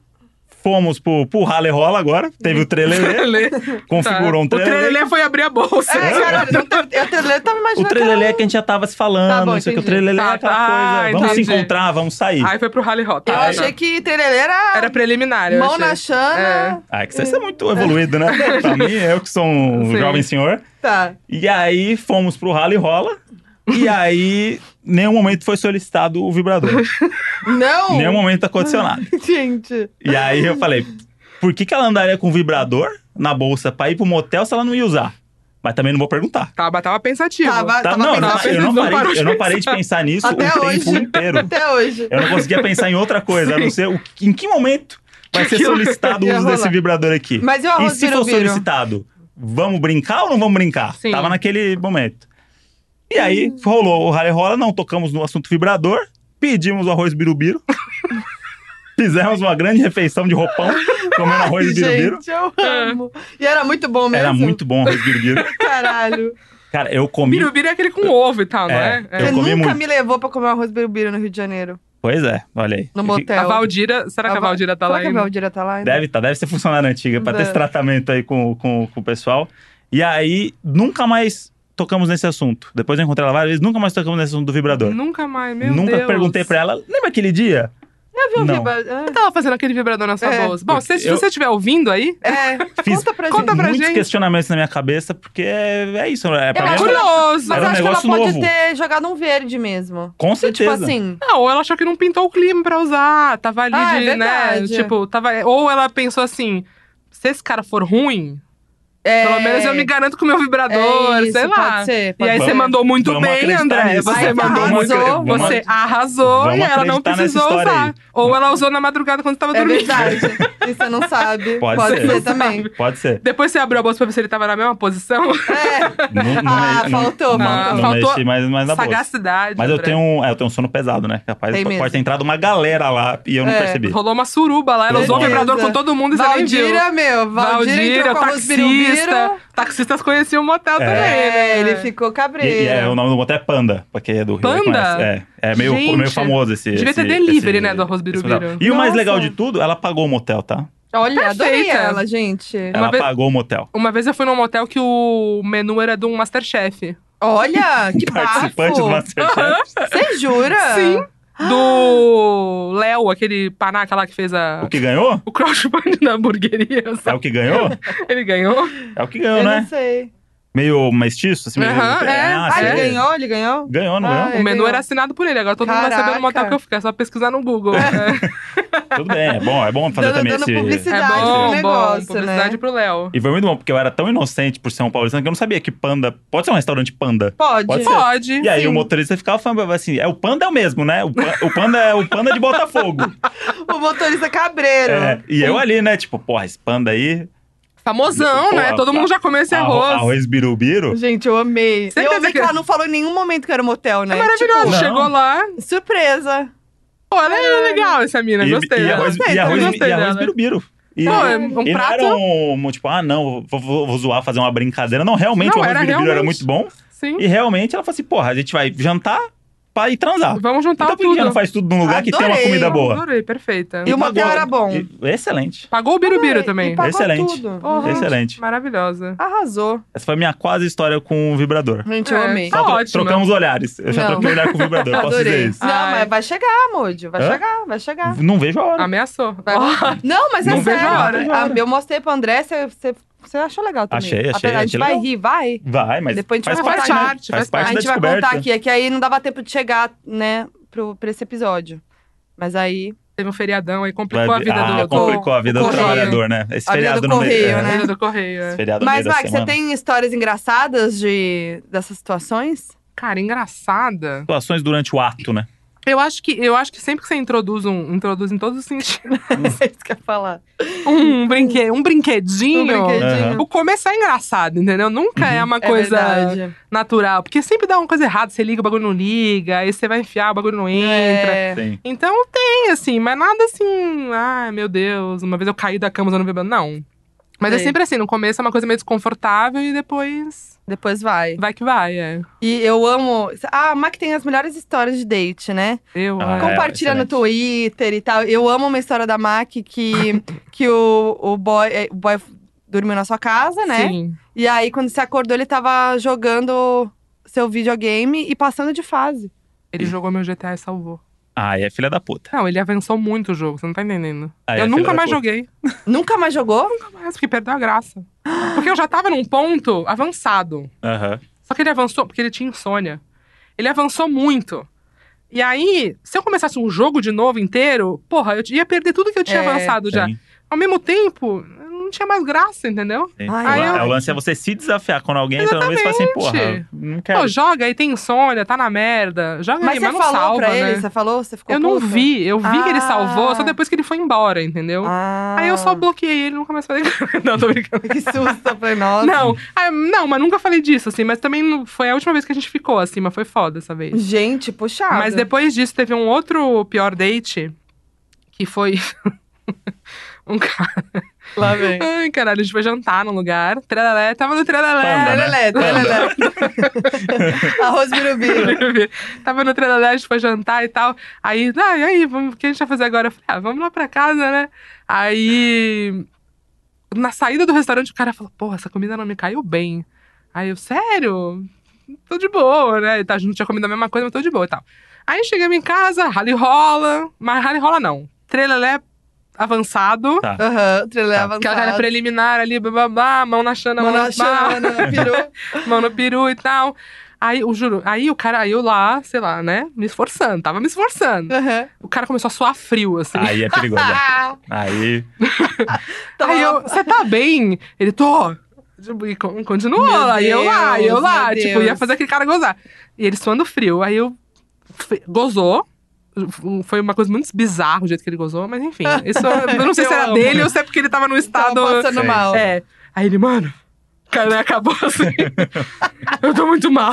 [SPEAKER 1] fomos pro, pro rale rola agora, teve o trelelê,
[SPEAKER 3] Trelê.
[SPEAKER 1] configurou um
[SPEAKER 3] Tá. O
[SPEAKER 1] trelelê.
[SPEAKER 3] trelelê foi abrir a bolsa.
[SPEAKER 2] É, cara, não teve- eu tava- eu tava
[SPEAKER 1] O
[SPEAKER 2] imaginando. que
[SPEAKER 1] trelelê
[SPEAKER 2] era- um-
[SPEAKER 1] é que a gente já tava se falando,
[SPEAKER 2] Tá bom,
[SPEAKER 1] não sei o que, o
[SPEAKER 2] entendi.
[SPEAKER 1] trelelê é
[SPEAKER 3] Tá,
[SPEAKER 1] aquela
[SPEAKER 3] tá,
[SPEAKER 1] coisa, vamos se
[SPEAKER 3] entendi.
[SPEAKER 1] encontrar, vamos sair.
[SPEAKER 3] Aí foi pro rally hot.
[SPEAKER 2] Eu
[SPEAKER 3] Tá.
[SPEAKER 2] achei que trelelê era,
[SPEAKER 3] Era preliminar, eu
[SPEAKER 2] mão
[SPEAKER 3] achei.
[SPEAKER 2] na chana.
[SPEAKER 1] Ah, que você é muito evoluído, né? pra mim, eu que sou um
[SPEAKER 3] Sim.
[SPEAKER 1] jovem senhor.
[SPEAKER 2] Tá.
[SPEAKER 1] E aí, fomos pro rale rola, e aí, nenhum momento foi solicitado o vibrador.
[SPEAKER 2] Não!
[SPEAKER 1] nenhum momento aconteceu nada.
[SPEAKER 2] Gente.
[SPEAKER 1] E aí eu falei, por que, que ela andaria com vibrador na bolsa pra ir pro motel se ela não ia usar? Mas também não vou perguntar.
[SPEAKER 3] Tava, Ah, tava pensativo.
[SPEAKER 2] Tava-
[SPEAKER 1] Tá, não, eu não-
[SPEAKER 2] pensando-
[SPEAKER 1] eu não,
[SPEAKER 3] não parou
[SPEAKER 1] parei,
[SPEAKER 3] de
[SPEAKER 1] eu não parei de pensar nisso
[SPEAKER 2] Até
[SPEAKER 1] o tempo
[SPEAKER 2] hoje.
[SPEAKER 1] inteiro. É um
[SPEAKER 2] Até hoje.
[SPEAKER 1] Eu não conseguia pensar em outra coisa, a não ser o, em que momento vai ser
[SPEAKER 3] Que loucura.
[SPEAKER 1] solicitado o
[SPEAKER 2] Ia
[SPEAKER 1] uso
[SPEAKER 2] rolar.
[SPEAKER 1] desse vibrador aqui.
[SPEAKER 2] Mas e
[SPEAKER 1] e
[SPEAKER 2] o arroz
[SPEAKER 1] se for
[SPEAKER 2] birubiru?
[SPEAKER 1] solicitado, vamos brincar ou não vamos brincar?
[SPEAKER 3] Sim.
[SPEAKER 1] Tava naquele momento. E aí rolou o rale rola, não tocamos no assunto vibrador, pedimos o arroz birubiru. Fizemos uma grande refeição de roupão, comendo arroz birubiru.
[SPEAKER 2] Gente, eu amo. E era muito bom mesmo.
[SPEAKER 1] Era muito bom o arroz birubiru.
[SPEAKER 2] Caralho.
[SPEAKER 1] Cara, eu comi.
[SPEAKER 3] Birubiru é aquele com ovo e tal, não é?
[SPEAKER 1] É, Eu
[SPEAKER 3] É.
[SPEAKER 2] Você
[SPEAKER 1] comi
[SPEAKER 2] nunca
[SPEAKER 1] muito.
[SPEAKER 2] me levou pra comer arroz birubiru no Rio de Janeiro.
[SPEAKER 1] Pois é, olha aí.
[SPEAKER 2] No
[SPEAKER 3] A
[SPEAKER 2] motel.
[SPEAKER 3] Valdira, será que a
[SPEAKER 2] Val-
[SPEAKER 3] Valdira tá
[SPEAKER 2] Será
[SPEAKER 3] lá
[SPEAKER 2] que a
[SPEAKER 3] ainda?
[SPEAKER 2] Valdira tá lá ainda?
[SPEAKER 1] Deve tá, deve ser funcionária antiga pra ter
[SPEAKER 2] Deve.
[SPEAKER 1] esse tratamento aí com, com, com o pessoal. E aí, nunca mais tocamos nesse assunto. Depois eu encontrei ela várias vezes, nunca mais tocamos nesse assunto do vibrador.
[SPEAKER 3] Nunca mais, meu
[SPEAKER 1] nunca
[SPEAKER 3] Deus.
[SPEAKER 1] perguntei pra ela, lembra aquele dia?
[SPEAKER 2] Eu vi um
[SPEAKER 1] Não.
[SPEAKER 2] vibra...
[SPEAKER 3] Eu tava fazendo aquele vibrador na sua
[SPEAKER 2] É.
[SPEAKER 3] bolsa. Bom, se, se
[SPEAKER 1] Eu-
[SPEAKER 3] você estiver ouvindo aí,
[SPEAKER 2] É, é.
[SPEAKER 1] Fiz-
[SPEAKER 2] conta pra gente.
[SPEAKER 3] Conta pra
[SPEAKER 1] Assim, Muitos
[SPEAKER 3] gente.
[SPEAKER 1] questionamentos na minha cabeça, porque é, é isso. É, pra mim,
[SPEAKER 2] Eu
[SPEAKER 3] é
[SPEAKER 1] é-
[SPEAKER 2] acho que-
[SPEAKER 3] curioso.
[SPEAKER 2] Mas
[SPEAKER 1] Era um
[SPEAKER 2] acho que ela
[SPEAKER 1] negócio
[SPEAKER 2] pode
[SPEAKER 1] novo.
[SPEAKER 2] ter jogado um verde mesmo.
[SPEAKER 1] com
[SPEAKER 2] Tipo
[SPEAKER 1] certeza.
[SPEAKER 2] assim.
[SPEAKER 3] Não, ou ela achou que não pintou o clima pra usar, tava ali
[SPEAKER 2] Ah, é
[SPEAKER 3] de, né,
[SPEAKER 2] verdade.
[SPEAKER 3] tipo, tava, ou ela pensou assim, se esse cara for ruim,
[SPEAKER 2] é,
[SPEAKER 3] pelo menos eu me garanto com o meu vibrador,
[SPEAKER 2] é isso,
[SPEAKER 3] sei lá.
[SPEAKER 2] Pode ser,
[SPEAKER 3] E
[SPEAKER 2] pode
[SPEAKER 3] aí
[SPEAKER 2] ser.
[SPEAKER 3] você mandou muito
[SPEAKER 1] Vamos
[SPEAKER 3] bem,
[SPEAKER 1] acreditar
[SPEAKER 3] André.
[SPEAKER 1] nisso.
[SPEAKER 3] Você
[SPEAKER 2] Ai,
[SPEAKER 3] mandou muito
[SPEAKER 2] arrasou.
[SPEAKER 3] bem. Você
[SPEAKER 1] Vamos-
[SPEAKER 3] arrasou
[SPEAKER 1] vamos
[SPEAKER 3] e ela não
[SPEAKER 1] acreditar nessa
[SPEAKER 3] precisou
[SPEAKER 1] história
[SPEAKER 3] usar.
[SPEAKER 1] aí.
[SPEAKER 3] Ou ela usou na madrugada quando tava
[SPEAKER 2] É
[SPEAKER 3] dormindo.
[SPEAKER 2] verdade. Isso você não sabe.
[SPEAKER 1] Pode
[SPEAKER 2] ser,
[SPEAKER 1] ser.
[SPEAKER 2] também.
[SPEAKER 1] Pode ser.
[SPEAKER 3] Depois você abriu a bolsa pra ver se ele tava na mesma posição.
[SPEAKER 2] É,
[SPEAKER 1] Não, não
[SPEAKER 2] Ah,
[SPEAKER 1] me- não,
[SPEAKER 2] faltou, faltou. né?
[SPEAKER 1] Não
[SPEAKER 3] Faltou
[SPEAKER 1] mexi mais, mais na bolsa.
[SPEAKER 3] Sagacidade.
[SPEAKER 1] Mas eu
[SPEAKER 3] André.
[SPEAKER 1] tenho, um, é, eu tenho um sono pesado, né? Capaz
[SPEAKER 2] Tem
[SPEAKER 1] pode
[SPEAKER 2] mesmo.
[SPEAKER 1] ter entrado uma galera lá e eu não
[SPEAKER 2] É,
[SPEAKER 1] percebi.
[SPEAKER 3] Rolou uma suruba lá, ela
[SPEAKER 1] Beleza.
[SPEAKER 3] usou o vibrador com todo mundo e você nem viu.
[SPEAKER 2] Valdira, meu. Valdira entrou
[SPEAKER 3] Valdíria, o
[SPEAKER 2] com a
[SPEAKER 3] taxista.
[SPEAKER 2] Rosbirubiru.
[SPEAKER 3] Taxistas conheciam o motel também, né?
[SPEAKER 2] É, ele ficou
[SPEAKER 1] E, e é,
[SPEAKER 2] cabreiro.
[SPEAKER 1] o nome do motel é Panda, pra quem é do Rio aí
[SPEAKER 3] Panda?
[SPEAKER 1] conhece. É, é meio,
[SPEAKER 3] Gente.
[SPEAKER 1] meio famoso esse.
[SPEAKER 3] Devia
[SPEAKER 1] esse,
[SPEAKER 3] ter delivery,
[SPEAKER 1] esse-
[SPEAKER 3] né, do arroz
[SPEAKER 1] esse
[SPEAKER 3] birubiru.
[SPEAKER 1] motel. E o mais
[SPEAKER 2] Nossa.
[SPEAKER 1] legal de tudo, ela pagou o motel, tá?
[SPEAKER 2] Olha, adorei
[SPEAKER 3] Perfeita.
[SPEAKER 2] ela, gente.
[SPEAKER 1] Ela
[SPEAKER 3] vez-
[SPEAKER 1] pagou o motel.
[SPEAKER 3] Uma vez eu fui num motel que o menu era de um Masterchef.
[SPEAKER 2] Olha, que
[SPEAKER 1] Participante do
[SPEAKER 2] bafo.
[SPEAKER 1] Masterchef.
[SPEAKER 2] Você jura?
[SPEAKER 3] Sim.
[SPEAKER 2] Ah.
[SPEAKER 3] Do Léo, aquele panaca lá que fez a.
[SPEAKER 1] O que ganhou?
[SPEAKER 3] O crowdfunding da hamburgueria,
[SPEAKER 1] É
[SPEAKER 3] sabe?
[SPEAKER 1] o que ganhou?
[SPEAKER 3] Ele ganhou.
[SPEAKER 1] É o que
[SPEAKER 2] Eu,
[SPEAKER 1] ganhou,
[SPEAKER 2] não
[SPEAKER 1] né?
[SPEAKER 2] sei.
[SPEAKER 1] Meio mestiço, assim, meio-
[SPEAKER 3] Aham, é.
[SPEAKER 1] Ah,
[SPEAKER 2] Ah,
[SPEAKER 1] sei.
[SPEAKER 2] ele ganhou? Ele ganhou?
[SPEAKER 1] Ganhou, não
[SPEAKER 2] Ah,
[SPEAKER 1] ganhou?
[SPEAKER 2] é.
[SPEAKER 3] o menu
[SPEAKER 2] ganhou.
[SPEAKER 3] era assinado por ele. Agora todo mundo vai saber
[SPEAKER 2] Caraca.
[SPEAKER 3] no motel que eu fico. É só pesquisar no Google. É,
[SPEAKER 1] Tudo bem, é bom, é bom fazer
[SPEAKER 2] Dando-
[SPEAKER 1] também
[SPEAKER 2] dando
[SPEAKER 1] esse.
[SPEAKER 2] publicidade.
[SPEAKER 3] é
[SPEAKER 2] Publicidade
[SPEAKER 3] bom,
[SPEAKER 2] no
[SPEAKER 3] bom.
[SPEAKER 2] negócio,
[SPEAKER 3] Publicidade
[SPEAKER 2] né?
[SPEAKER 3] pro Léo.
[SPEAKER 1] E foi muito bom, porque eu era tão inocente por ser um paulistano que eu não sabia que panda. Pode ser um restaurante panda.
[SPEAKER 2] Pode.
[SPEAKER 1] Pode ser.
[SPEAKER 3] Pode.
[SPEAKER 1] E aí
[SPEAKER 3] sim.
[SPEAKER 1] o motorista ficava falando assim: é o panda é o mesmo, né? O, pan- o panda é o panda de Botafogo.
[SPEAKER 2] O motorista cabreiro.
[SPEAKER 1] É, e eu ali, né? Tipo, porra, esse panda aí.
[SPEAKER 3] Famosão,
[SPEAKER 1] Pô,
[SPEAKER 3] né?
[SPEAKER 1] a-
[SPEAKER 3] Todo mundo já comeu esse
[SPEAKER 1] arro-
[SPEAKER 3] arroz.
[SPEAKER 1] Arroz birubiru.
[SPEAKER 2] Gente, eu amei.
[SPEAKER 3] Você
[SPEAKER 2] eu
[SPEAKER 3] quer
[SPEAKER 2] ouvi
[SPEAKER 3] ver
[SPEAKER 2] que
[SPEAKER 3] que-
[SPEAKER 2] ela não falou em nenhum momento que era um motel, né?
[SPEAKER 3] É maravilhoso.
[SPEAKER 1] Não.
[SPEAKER 3] Chegou lá.
[SPEAKER 2] Tipo, surpresa.
[SPEAKER 3] Pô, ela é legal essa mina.
[SPEAKER 1] E,
[SPEAKER 3] gostei.
[SPEAKER 1] e
[SPEAKER 3] dela.
[SPEAKER 1] arroz,
[SPEAKER 2] Gostei,
[SPEAKER 1] e arroz,
[SPEAKER 3] gostei
[SPEAKER 1] e arroz
[SPEAKER 3] dela.
[SPEAKER 1] birubiru. E,
[SPEAKER 3] Pô, é um
[SPEAKER 1] e não
[SPEAKER 3] prato.
[SPEAKER 1] era um, tipo, ah, não, vou, vou- vou zoar, fazer uma brincadeira. Não, realmente
[SPEAKER 3] Não,
[SPEAKER 1] o arroz
[SPEAKER 3] era
[SPEAKER 1] birubiru era
[SPEAKER 3] realmente.
[SPEAKER 1] muito bom.
[SPEAKER 3] Sim.
[SPEAKER 1] E realmente ela falou assim: porra, a gente vai jantar pra ir transar.
[SPEAKER 3] Vamos juntar
[SPEAKER 1] então por que
[SPEAKER 3] tudo.
[SPEAKER 1] já não faz tudo num lugar que tem uma
[SPEAKER 2] Adorei.
[SPEAKER 1] comida boa?
[SPEAKER 3] Adorei, perfeita.
[SPEAKER 2] E o motel
[SPEAKER 1] Agora-
[SPEAKER 2] era bom.
[SPEAKER 1] E- Excelente.
[SPEAKER 3] Pagou o birubiru
[SPEAKER 2] E
[SPEAKER 3] também.
[SPEAKER 2] pagou
[SPEAKER 1] um Excelente.
[SPEAKER 2] tudo.
[SPEAKER 3] Porra.
[SPEAKER 2] Uhum.
[SPEAKER 1] Excelente.
[SPEAKER 3] Maravilhosa.
[SPEAKER 2] Arrasou.
[SPEAKER 1] Essa foi a minha quase história com o vibrador.
[SPEAKER 2] Gente, eu
[SPEAKER 3] É.
[SPEAKER 2] amei.
[SPEAKER 3] Tá
[SPEAKER 1] Só tro-
[SPEAKER 3] ótimo.
[SPEAKER 1] Trocamos olhares. Eu já
[SPEAKER 2] Não.
[SPEAKER 1] troquei olhar com o vibrador, posso dizer
[SPEAKER 2] Adorei.
[SPEAKER 1] isso.
[SPEAKER 2] Não,
[SPEAKER 3] Ai.
[SPEAKER 2] mas vai chegar, Moody. Vai
[SPEAKER 1] Hã?
[SPEAKER 2] chegar, vai chegar.
[SPEAKER 1] Não vejo a hora.
[SPEAKER 3] Ameaçou.
[SPEAKER 2] Vai- Não, mas é
[SPEAKER 1] Não vejo a
[SPEAKER 2] sério.
[SPEAKER 1] hora, não vejo a hora.
[SPEAKER 2] Ah, eu mostrei pro André, você- você você achou legal também.
[SPEAKER 1] Achei, achei,
[SPEAKER 2] Apesar, a gente
[SPEAKER 1] achei
[SPEAKER 2] vai
[SPEAKER 1] legal.
[SPEAKER 2] rir, vai.
[SPEAKER 1] Vai, mas
[SPEAKER 2] Depois a gente
[SPEAKER 1] faz,
[SPEAKER 2] vai
[SPEAKER 1] parte,
[SPEAKER 3] contar.
[SPEAKER 1] né?
[SPEAKER 3] Parte,
[SPEAKER 1] faz
[SPEAKER 3] faz
[SPEAKER 1] parte
[SPEAKER 2] a
[SPEAKER 1] da
[SPEAKER 2] gente vai
[SPEAKER 1] descoberta.
[SPEAKER 2] contar aqui, é que aí não dava tempo de chegar, né, pro, pra esse episódio. Mas aí,
[SPEAKER 3] Teve um feriadão
[SPEAKER 1] Vai-
[SPEAKER 3] aí, complicou a vida
[SPEAKER 1] ah,
[SPEAKER 3] do, do,
[SPEAKER 1] complicou a vida do
[SPEAKER 2] correio.
[SPEAKER 1] trabalhador, né? Esse
[SPEAKER 2] A vida
[SPEAKER 1] feriado
[SPEAKER 2] do
[SPEAKER 1] no meio.
[SPEAKER 2] correio,
[SPEAKER 1] é,
[SPEAKER 2] né?
[SPEAKER 3] vida do correio.
[SPEAKER 1] Esse
[SPEAKER 3] é.
[SPEAKER 1] feriado no meio
[SPEAKER 2] mas
[SPEAKER 1] da
[SPEAKER 2] Max, você
[SPEAKER 1] semana.
[SPEAKER 2] tem histórias engraçadas de dessas situações?
[SPEAKER 3] Cara, engraçada.
[SPEAKER 1] Situações durante o ato, né?
[SPEAKER 3] Eu acho que, eu acho que sempre que você introduz um, introduz em todos os sentidos,
[SPEAKER 2] Não sei o É que eu ia falar.
[SPEAKER 3] um, brinque, um brinquedinho.
[SPEAKER 2] Um brinquedinho.
[SPEAKER 3] O começo é engraçado, entendeu? Nunca
[SPEAKER 1] Uhum.
[SPEAKER 3] é uma
[SPEAKER 2] É
[SPEAKER 3] coisa
[SPEAKER 2] verdade.
[SPEAKER 3] natural. Porque sempre dá uma coisa errada. Você liga, o bagulho não liga. Aí você vai enfiar, o bagulho não entra.
[SPEAKER 2] É.
[SPEAKER 1] Tem.
[SPEAKER 3] Então tem, assim, mas nada assim. Ai, meu Deus, uma vez eu caí da cama usando vibrador. Não. Mas é
[SPEAKER 2] Sei.
[SPEAKER 3] sempre assim, no começo é uma coisa meio desconfortável e depois
[SPEAKER 2] Depois vai.
[SPEAKER 3] vai que vai, é.
[SPEAKER 2] E eu amo. Ah, a Mac tem as melhores histórias de date, né?
[SPEAKER 3] Eu
[SPEAKER 1] Ah,
[SPEAKER 3] acho.
[SPEAKER 2] Compartilha no
[SPEAKER 1] excelente.
[SPEAKER 2] Twitter e tal. Eu amo uma história da Mac que, que o, o, boy, eh, o boy dormiu na sua
[SPEAKER 1] é.
[SPEAKER 2] casa, né?
[SPEAKER 3] Sim.
[SPEAKER 2] E aí, quando se acordou, ele tava jogando seu videogame e passando de fase.
[SPEAKER 3] Ele jogou meu GTA e salvou.
[SPEAKER 1] Ah, é filha da puta.
[SPEAKER 3] Não, ele avançou muito o jogo, você não tá entendendo.
[SPEAKER 1] Aí é
[SPEAKER 3] eu
[SPEAKER 1] filha
[SPEAKER 3] nunca
[SPEAKER 1] da
[SPEAKER 3] mais
[SPEAKER 1] puta.
[SPEAKER 3] joguei.
[SPEAKER 2] Nunca mais jogou?
[SPEAKER 3] Nunca mais, porque perdeu a graça. Porque eu já tava num ponto avançado.
[SPEAKER 1] Aham.
[SPEAKER 3] Só que ele avançou, porque ele tinha insônia. Ele avançou muito. E aí, se eu começasse um jogo de novo inteiro, porra, eu ia perder tudo que eu tinha
[SPEAKER 2] É.
[SPEAKER 3] avançado já.
[SPEAKER 1] Tem,
[SPEAKER 3] ao mesmo tempo, não tinha mais graça, entendeu?
[SPEAKER 1] tem.
[SPEAKER 2] Ai,
[SPEAKER 1] O-
[SPEAKER 3] eu-
[SPEAKER 1] é, o lance é você se desafiar quando alguém entra na mesa e fala assim, porra, não quero.
[SPEAKER 3] Pô, joga aí, tem insônia, tá na merda. Joga
[SPEAKER 2] É. Mas
[SPEAKER 3] aí,
[SPEAKER 2] você
[SPEAKER 3] mas não
[SPEAKER 2] falou
[SPEAKER 3] salva,
[SPEAKER 2] pra ele?
[SPEAKER 3] né?
[SPEAKER 2] Você falou? Você ficou
[SPEAKER 3] Eu não
[SPEAKER 2] puta?
[SPEAKER 3] vi, eu vi que ele
[SPEAKER 2] Ah.
[SPEAKER 3] salvou só depois que ele foi embora, entendeu?
[SPEAKER 2] Ah.
[SPEAKER 3] Aí eu só bloqueei ele, nunca mais falei. não, tô brincando.
[SPEAKER 2] Que susto, foi nossa.
[SPEAKER 3] Não, ah, não, mas nunca falei disso, assim. Mas também não- foi a última vez que a gente ficou, assim, mas foi foda essa vez.
[SPEAKER 2] Gente, puxado.
[SPEAKER 3] Mas depois disso teve um outro pior date, que foi. um cara.
[SPEAKER 2] Lá vem.
[SPEAKER 3] Ai, caralho, a gente foi jantar num lugar. Trelelé, tava no trelelé.
[SPEAKER 1] Panda, né?
[SPEAKER 2] Lelé, lelé. Arroz birubiru.
[SPEAKER 3] Tava no Trelelé, a gente foi jantar e tal. Aí, ah, e aí, vamos- o que a gente vai fazer agora? Eu falei, ah, vamos lá pra casa, né? Aí, na saída do restaurante, o cara falou, porra, essa comida não me caiu bem. Aí eu, sério? tô de boa, né? E tá, a gente não tinha comido a mesma coisa, mas tô de boa e tal. Aí chegamos em casa, rally rola, mas rally rola não. Trelelé avançado,
[SPEAKER 1] Tá.
[SPEAKER 2] Aham, trailer
[SPEAKER 1] Tá.
[SPEAKER 3] aquela galera
[SPEAKER 2] avançado.
[SPEAKER 3] preliminar ali, bababá, mão na chana, mão, Ah.
[SPEAKER 2] Mano,
[SPEAKER 3] na chana,
[SPEAKER 2] chama, mano, pirou.
[SPEAKER 3] mão no peru e tal. Aí, eu juro, aí o cara, aí eu lá, sei lá, né, me esforçando, tava me esforçando.
[SPEAKER 2] Aham.
[SPEAKER 3] O cara começou a suar frio, assim.
[SPEAKER 1] Aí é perigoso. né?
[SPEAKER 2] Ah,
[SPEAKER 1] Aí.
[SPEAKER 2] tava
[SPEAKER 3] Aí eu,
[SPEAKER 2] lá.
[SPEAKER 3] você tá bem? Ele, tô. Tipo, e con- continuou
[SPEAKER 2] Meu
[SPEAKER 3] lá, e eu lá, e eu
[SPEAKER 2] Deus,
[SPEAKER 3] lá.
[SPEAKER 2] meu
[SPEAKER 3] Tipo, ia
[SPEAKER 2] Deus.
[SPEAKER 3] fazer aquele cara gozar. E ele suando frio. Aí eu. fe- Gozou. Foi uma coisa muito bizarra o jeito que ele gozou, mas enfim. Isso, eu não sei
[SPEAKER 2] Eu
[SPEAKER 3] se era
[SPEAKER 2] amo.
[SPEAKER 3] dele ou se é porque ele tava num
[SPEAKER 2] Tava
[SPEAKER 3] estado.
[SPEAKER 2] passando
[SPEAKER 1] Sim.
[SPEAKER 2] mal.
[SPEAKER 3] É. Aí ele, mano, cara, acabou assim. eu tô muito mal.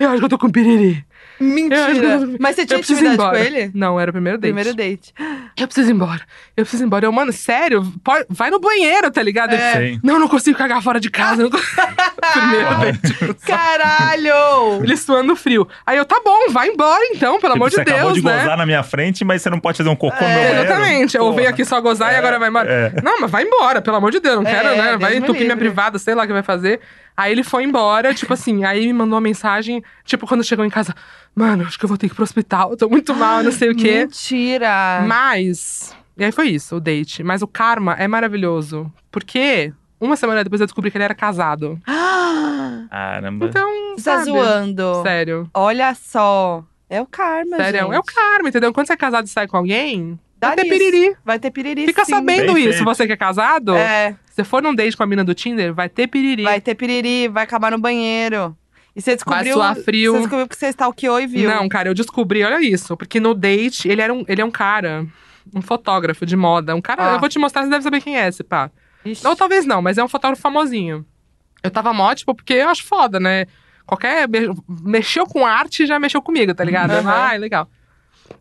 [SPEAKER 3] eu acho que eu tô com piriri.
[SPEAKER 2] Mentira.
[SPEAKER 3] Eu-
[SPEAKER 2] Mas você
[SPEAKER 3] Eu
[SPEAKER 2] tinha
[SPEAKER 3] preciso ir
[SPEAKER 2] intimidade com
[SPEAKER 3] embora.
[SPEAKER 2] ele?
[SPEAKER 3] Não, era o primeiro date.
[SPEAKER 2] Primeiro date.
[SPEAKER 3] Eu preciso ir embora. Eu preciso ir embora. Eu, mano, sério, po- vai no banheiro, tá ligado?
[SPEAKER 2] É.
[SPEAKER 1] Sim. Tipo,
[SPEAKER 3] Não, não consigo cagar fora de casa. não consigo. Primeiro date.
[SPEAKER 2] Ah, Caralho!
[SPEAKER 3] Ele suando frio. Aí eu, tá bom, vai embora então, pelo amor
[SPEAKER 1] Tipo, você
[SPEAKER 3] de Deus,
[SPEAKER 1] acabou de
[SPEAKER 3] né?
[SPEAKER 1] gozar na minha frente, mas você não pode fazer um cocô no meu
[SPEAKER 2] É,
[SPEAKER 1] banheiro.
[SPEAKER 3] Exatamente. Eu
[SPEAKER 1] Porra.
[SPEAKER 3] veio aqui só gozar e
[SPEAKER 1] É,
[SPEAKER 3] agora vai embora.
[SPEAKER 1] é.
[SPEAKER 3] Não, mas vai embora, pelo amor de Deus. Não
[SPEAKER 2] É,
[SPEAKER 3] quero, né?
[SPEAKER 2] Deus
[SPEAKER 3] Vai
[SPEAKER 2] me
[SPEAKER 3] entupir minha
[SPEAKER 2] livre.
[SPEAKER 3] privada, sei lá o que vai fazer. Aí ele foi embora, tipo assim, aí me mandou uma mensagem, tipo, quando chegou em casa, mano, acho que eu vou ter que ir pro hospital, eu tô
[SPEAKER 2] Ah,
[SPEAKER 3] muito mal, não sei o quê.
[SPEAKER 2] Mentira!
[SPEAKER 3] Mas. E aí foi isso, o date. Mas o karma é maravilhoso. Porque uma semana depois eu descobri que ele era casado.
[SPEAKER 2] Ah,
[SPEAKER 1] Caramba.
[SPEAKER 3] Então.
[SPEAKER 2] Você tá
[SPEAKER 3] sabe?
[SPEAKER 2] zoando.
[SPEAKER 3] Sério.
[SPEAKER 2] Olha só. É o karma,
[SPEAKER 3] Sério.
[SPEAKER 2] gente.
[SPEAKER 3] É o karma, entendeu? Quando você é casado e sai com alguém,
[SPEAKER 2] Dá
[SPEAKER 3] vai ter
[SPEAKER 2] nisso.
[SPEAKER 3] piriri.
[SPEAKER 2] Vai ter piriri,
[SPEAKER 3] Fica
[SPEAKER 2] sim.
[SPEAKER 3] sabendo
[SPEAKER 1] Bem
[SPEAKER 3] isso.
[SPEAKER 1] feito.
[SPEAKER 3] Você que é casado,
[SPEAKER 2] É,
[SPEAKER 3] se você for num date com a mina do Tinder, vai ter piriri.
[SPEAKER 2] vai ter piriri, vai acabar no banheiro. E você descobriu…
[SPEAKER 3] suar frio.
[SPEAKER 2] Você descobriu que você stalkeou e viu.
[SPEAKER 3] Não, cara, eu descobri, olha isso. Porque no date, ele, era um, ele é um cara, um fotógrafo de moda. Um cara,
[SPEAKER 2] Ah.
[SPEAKER 3] eu vou te mostrar, você deve saber quem é esse pá.
[SPEAKER 2] Ixi.
[SPEAKER 3] Ou talvez não, mas é um fotógrafo famosinho. Eu tava mó, tipo, porque eu acho foda, né? Qualquer. me- Mexeu com arte já mexeu comigo, tá ligado?
[SPEAKER 2] Uhum.
[SPEAKER 3] Ai, legal.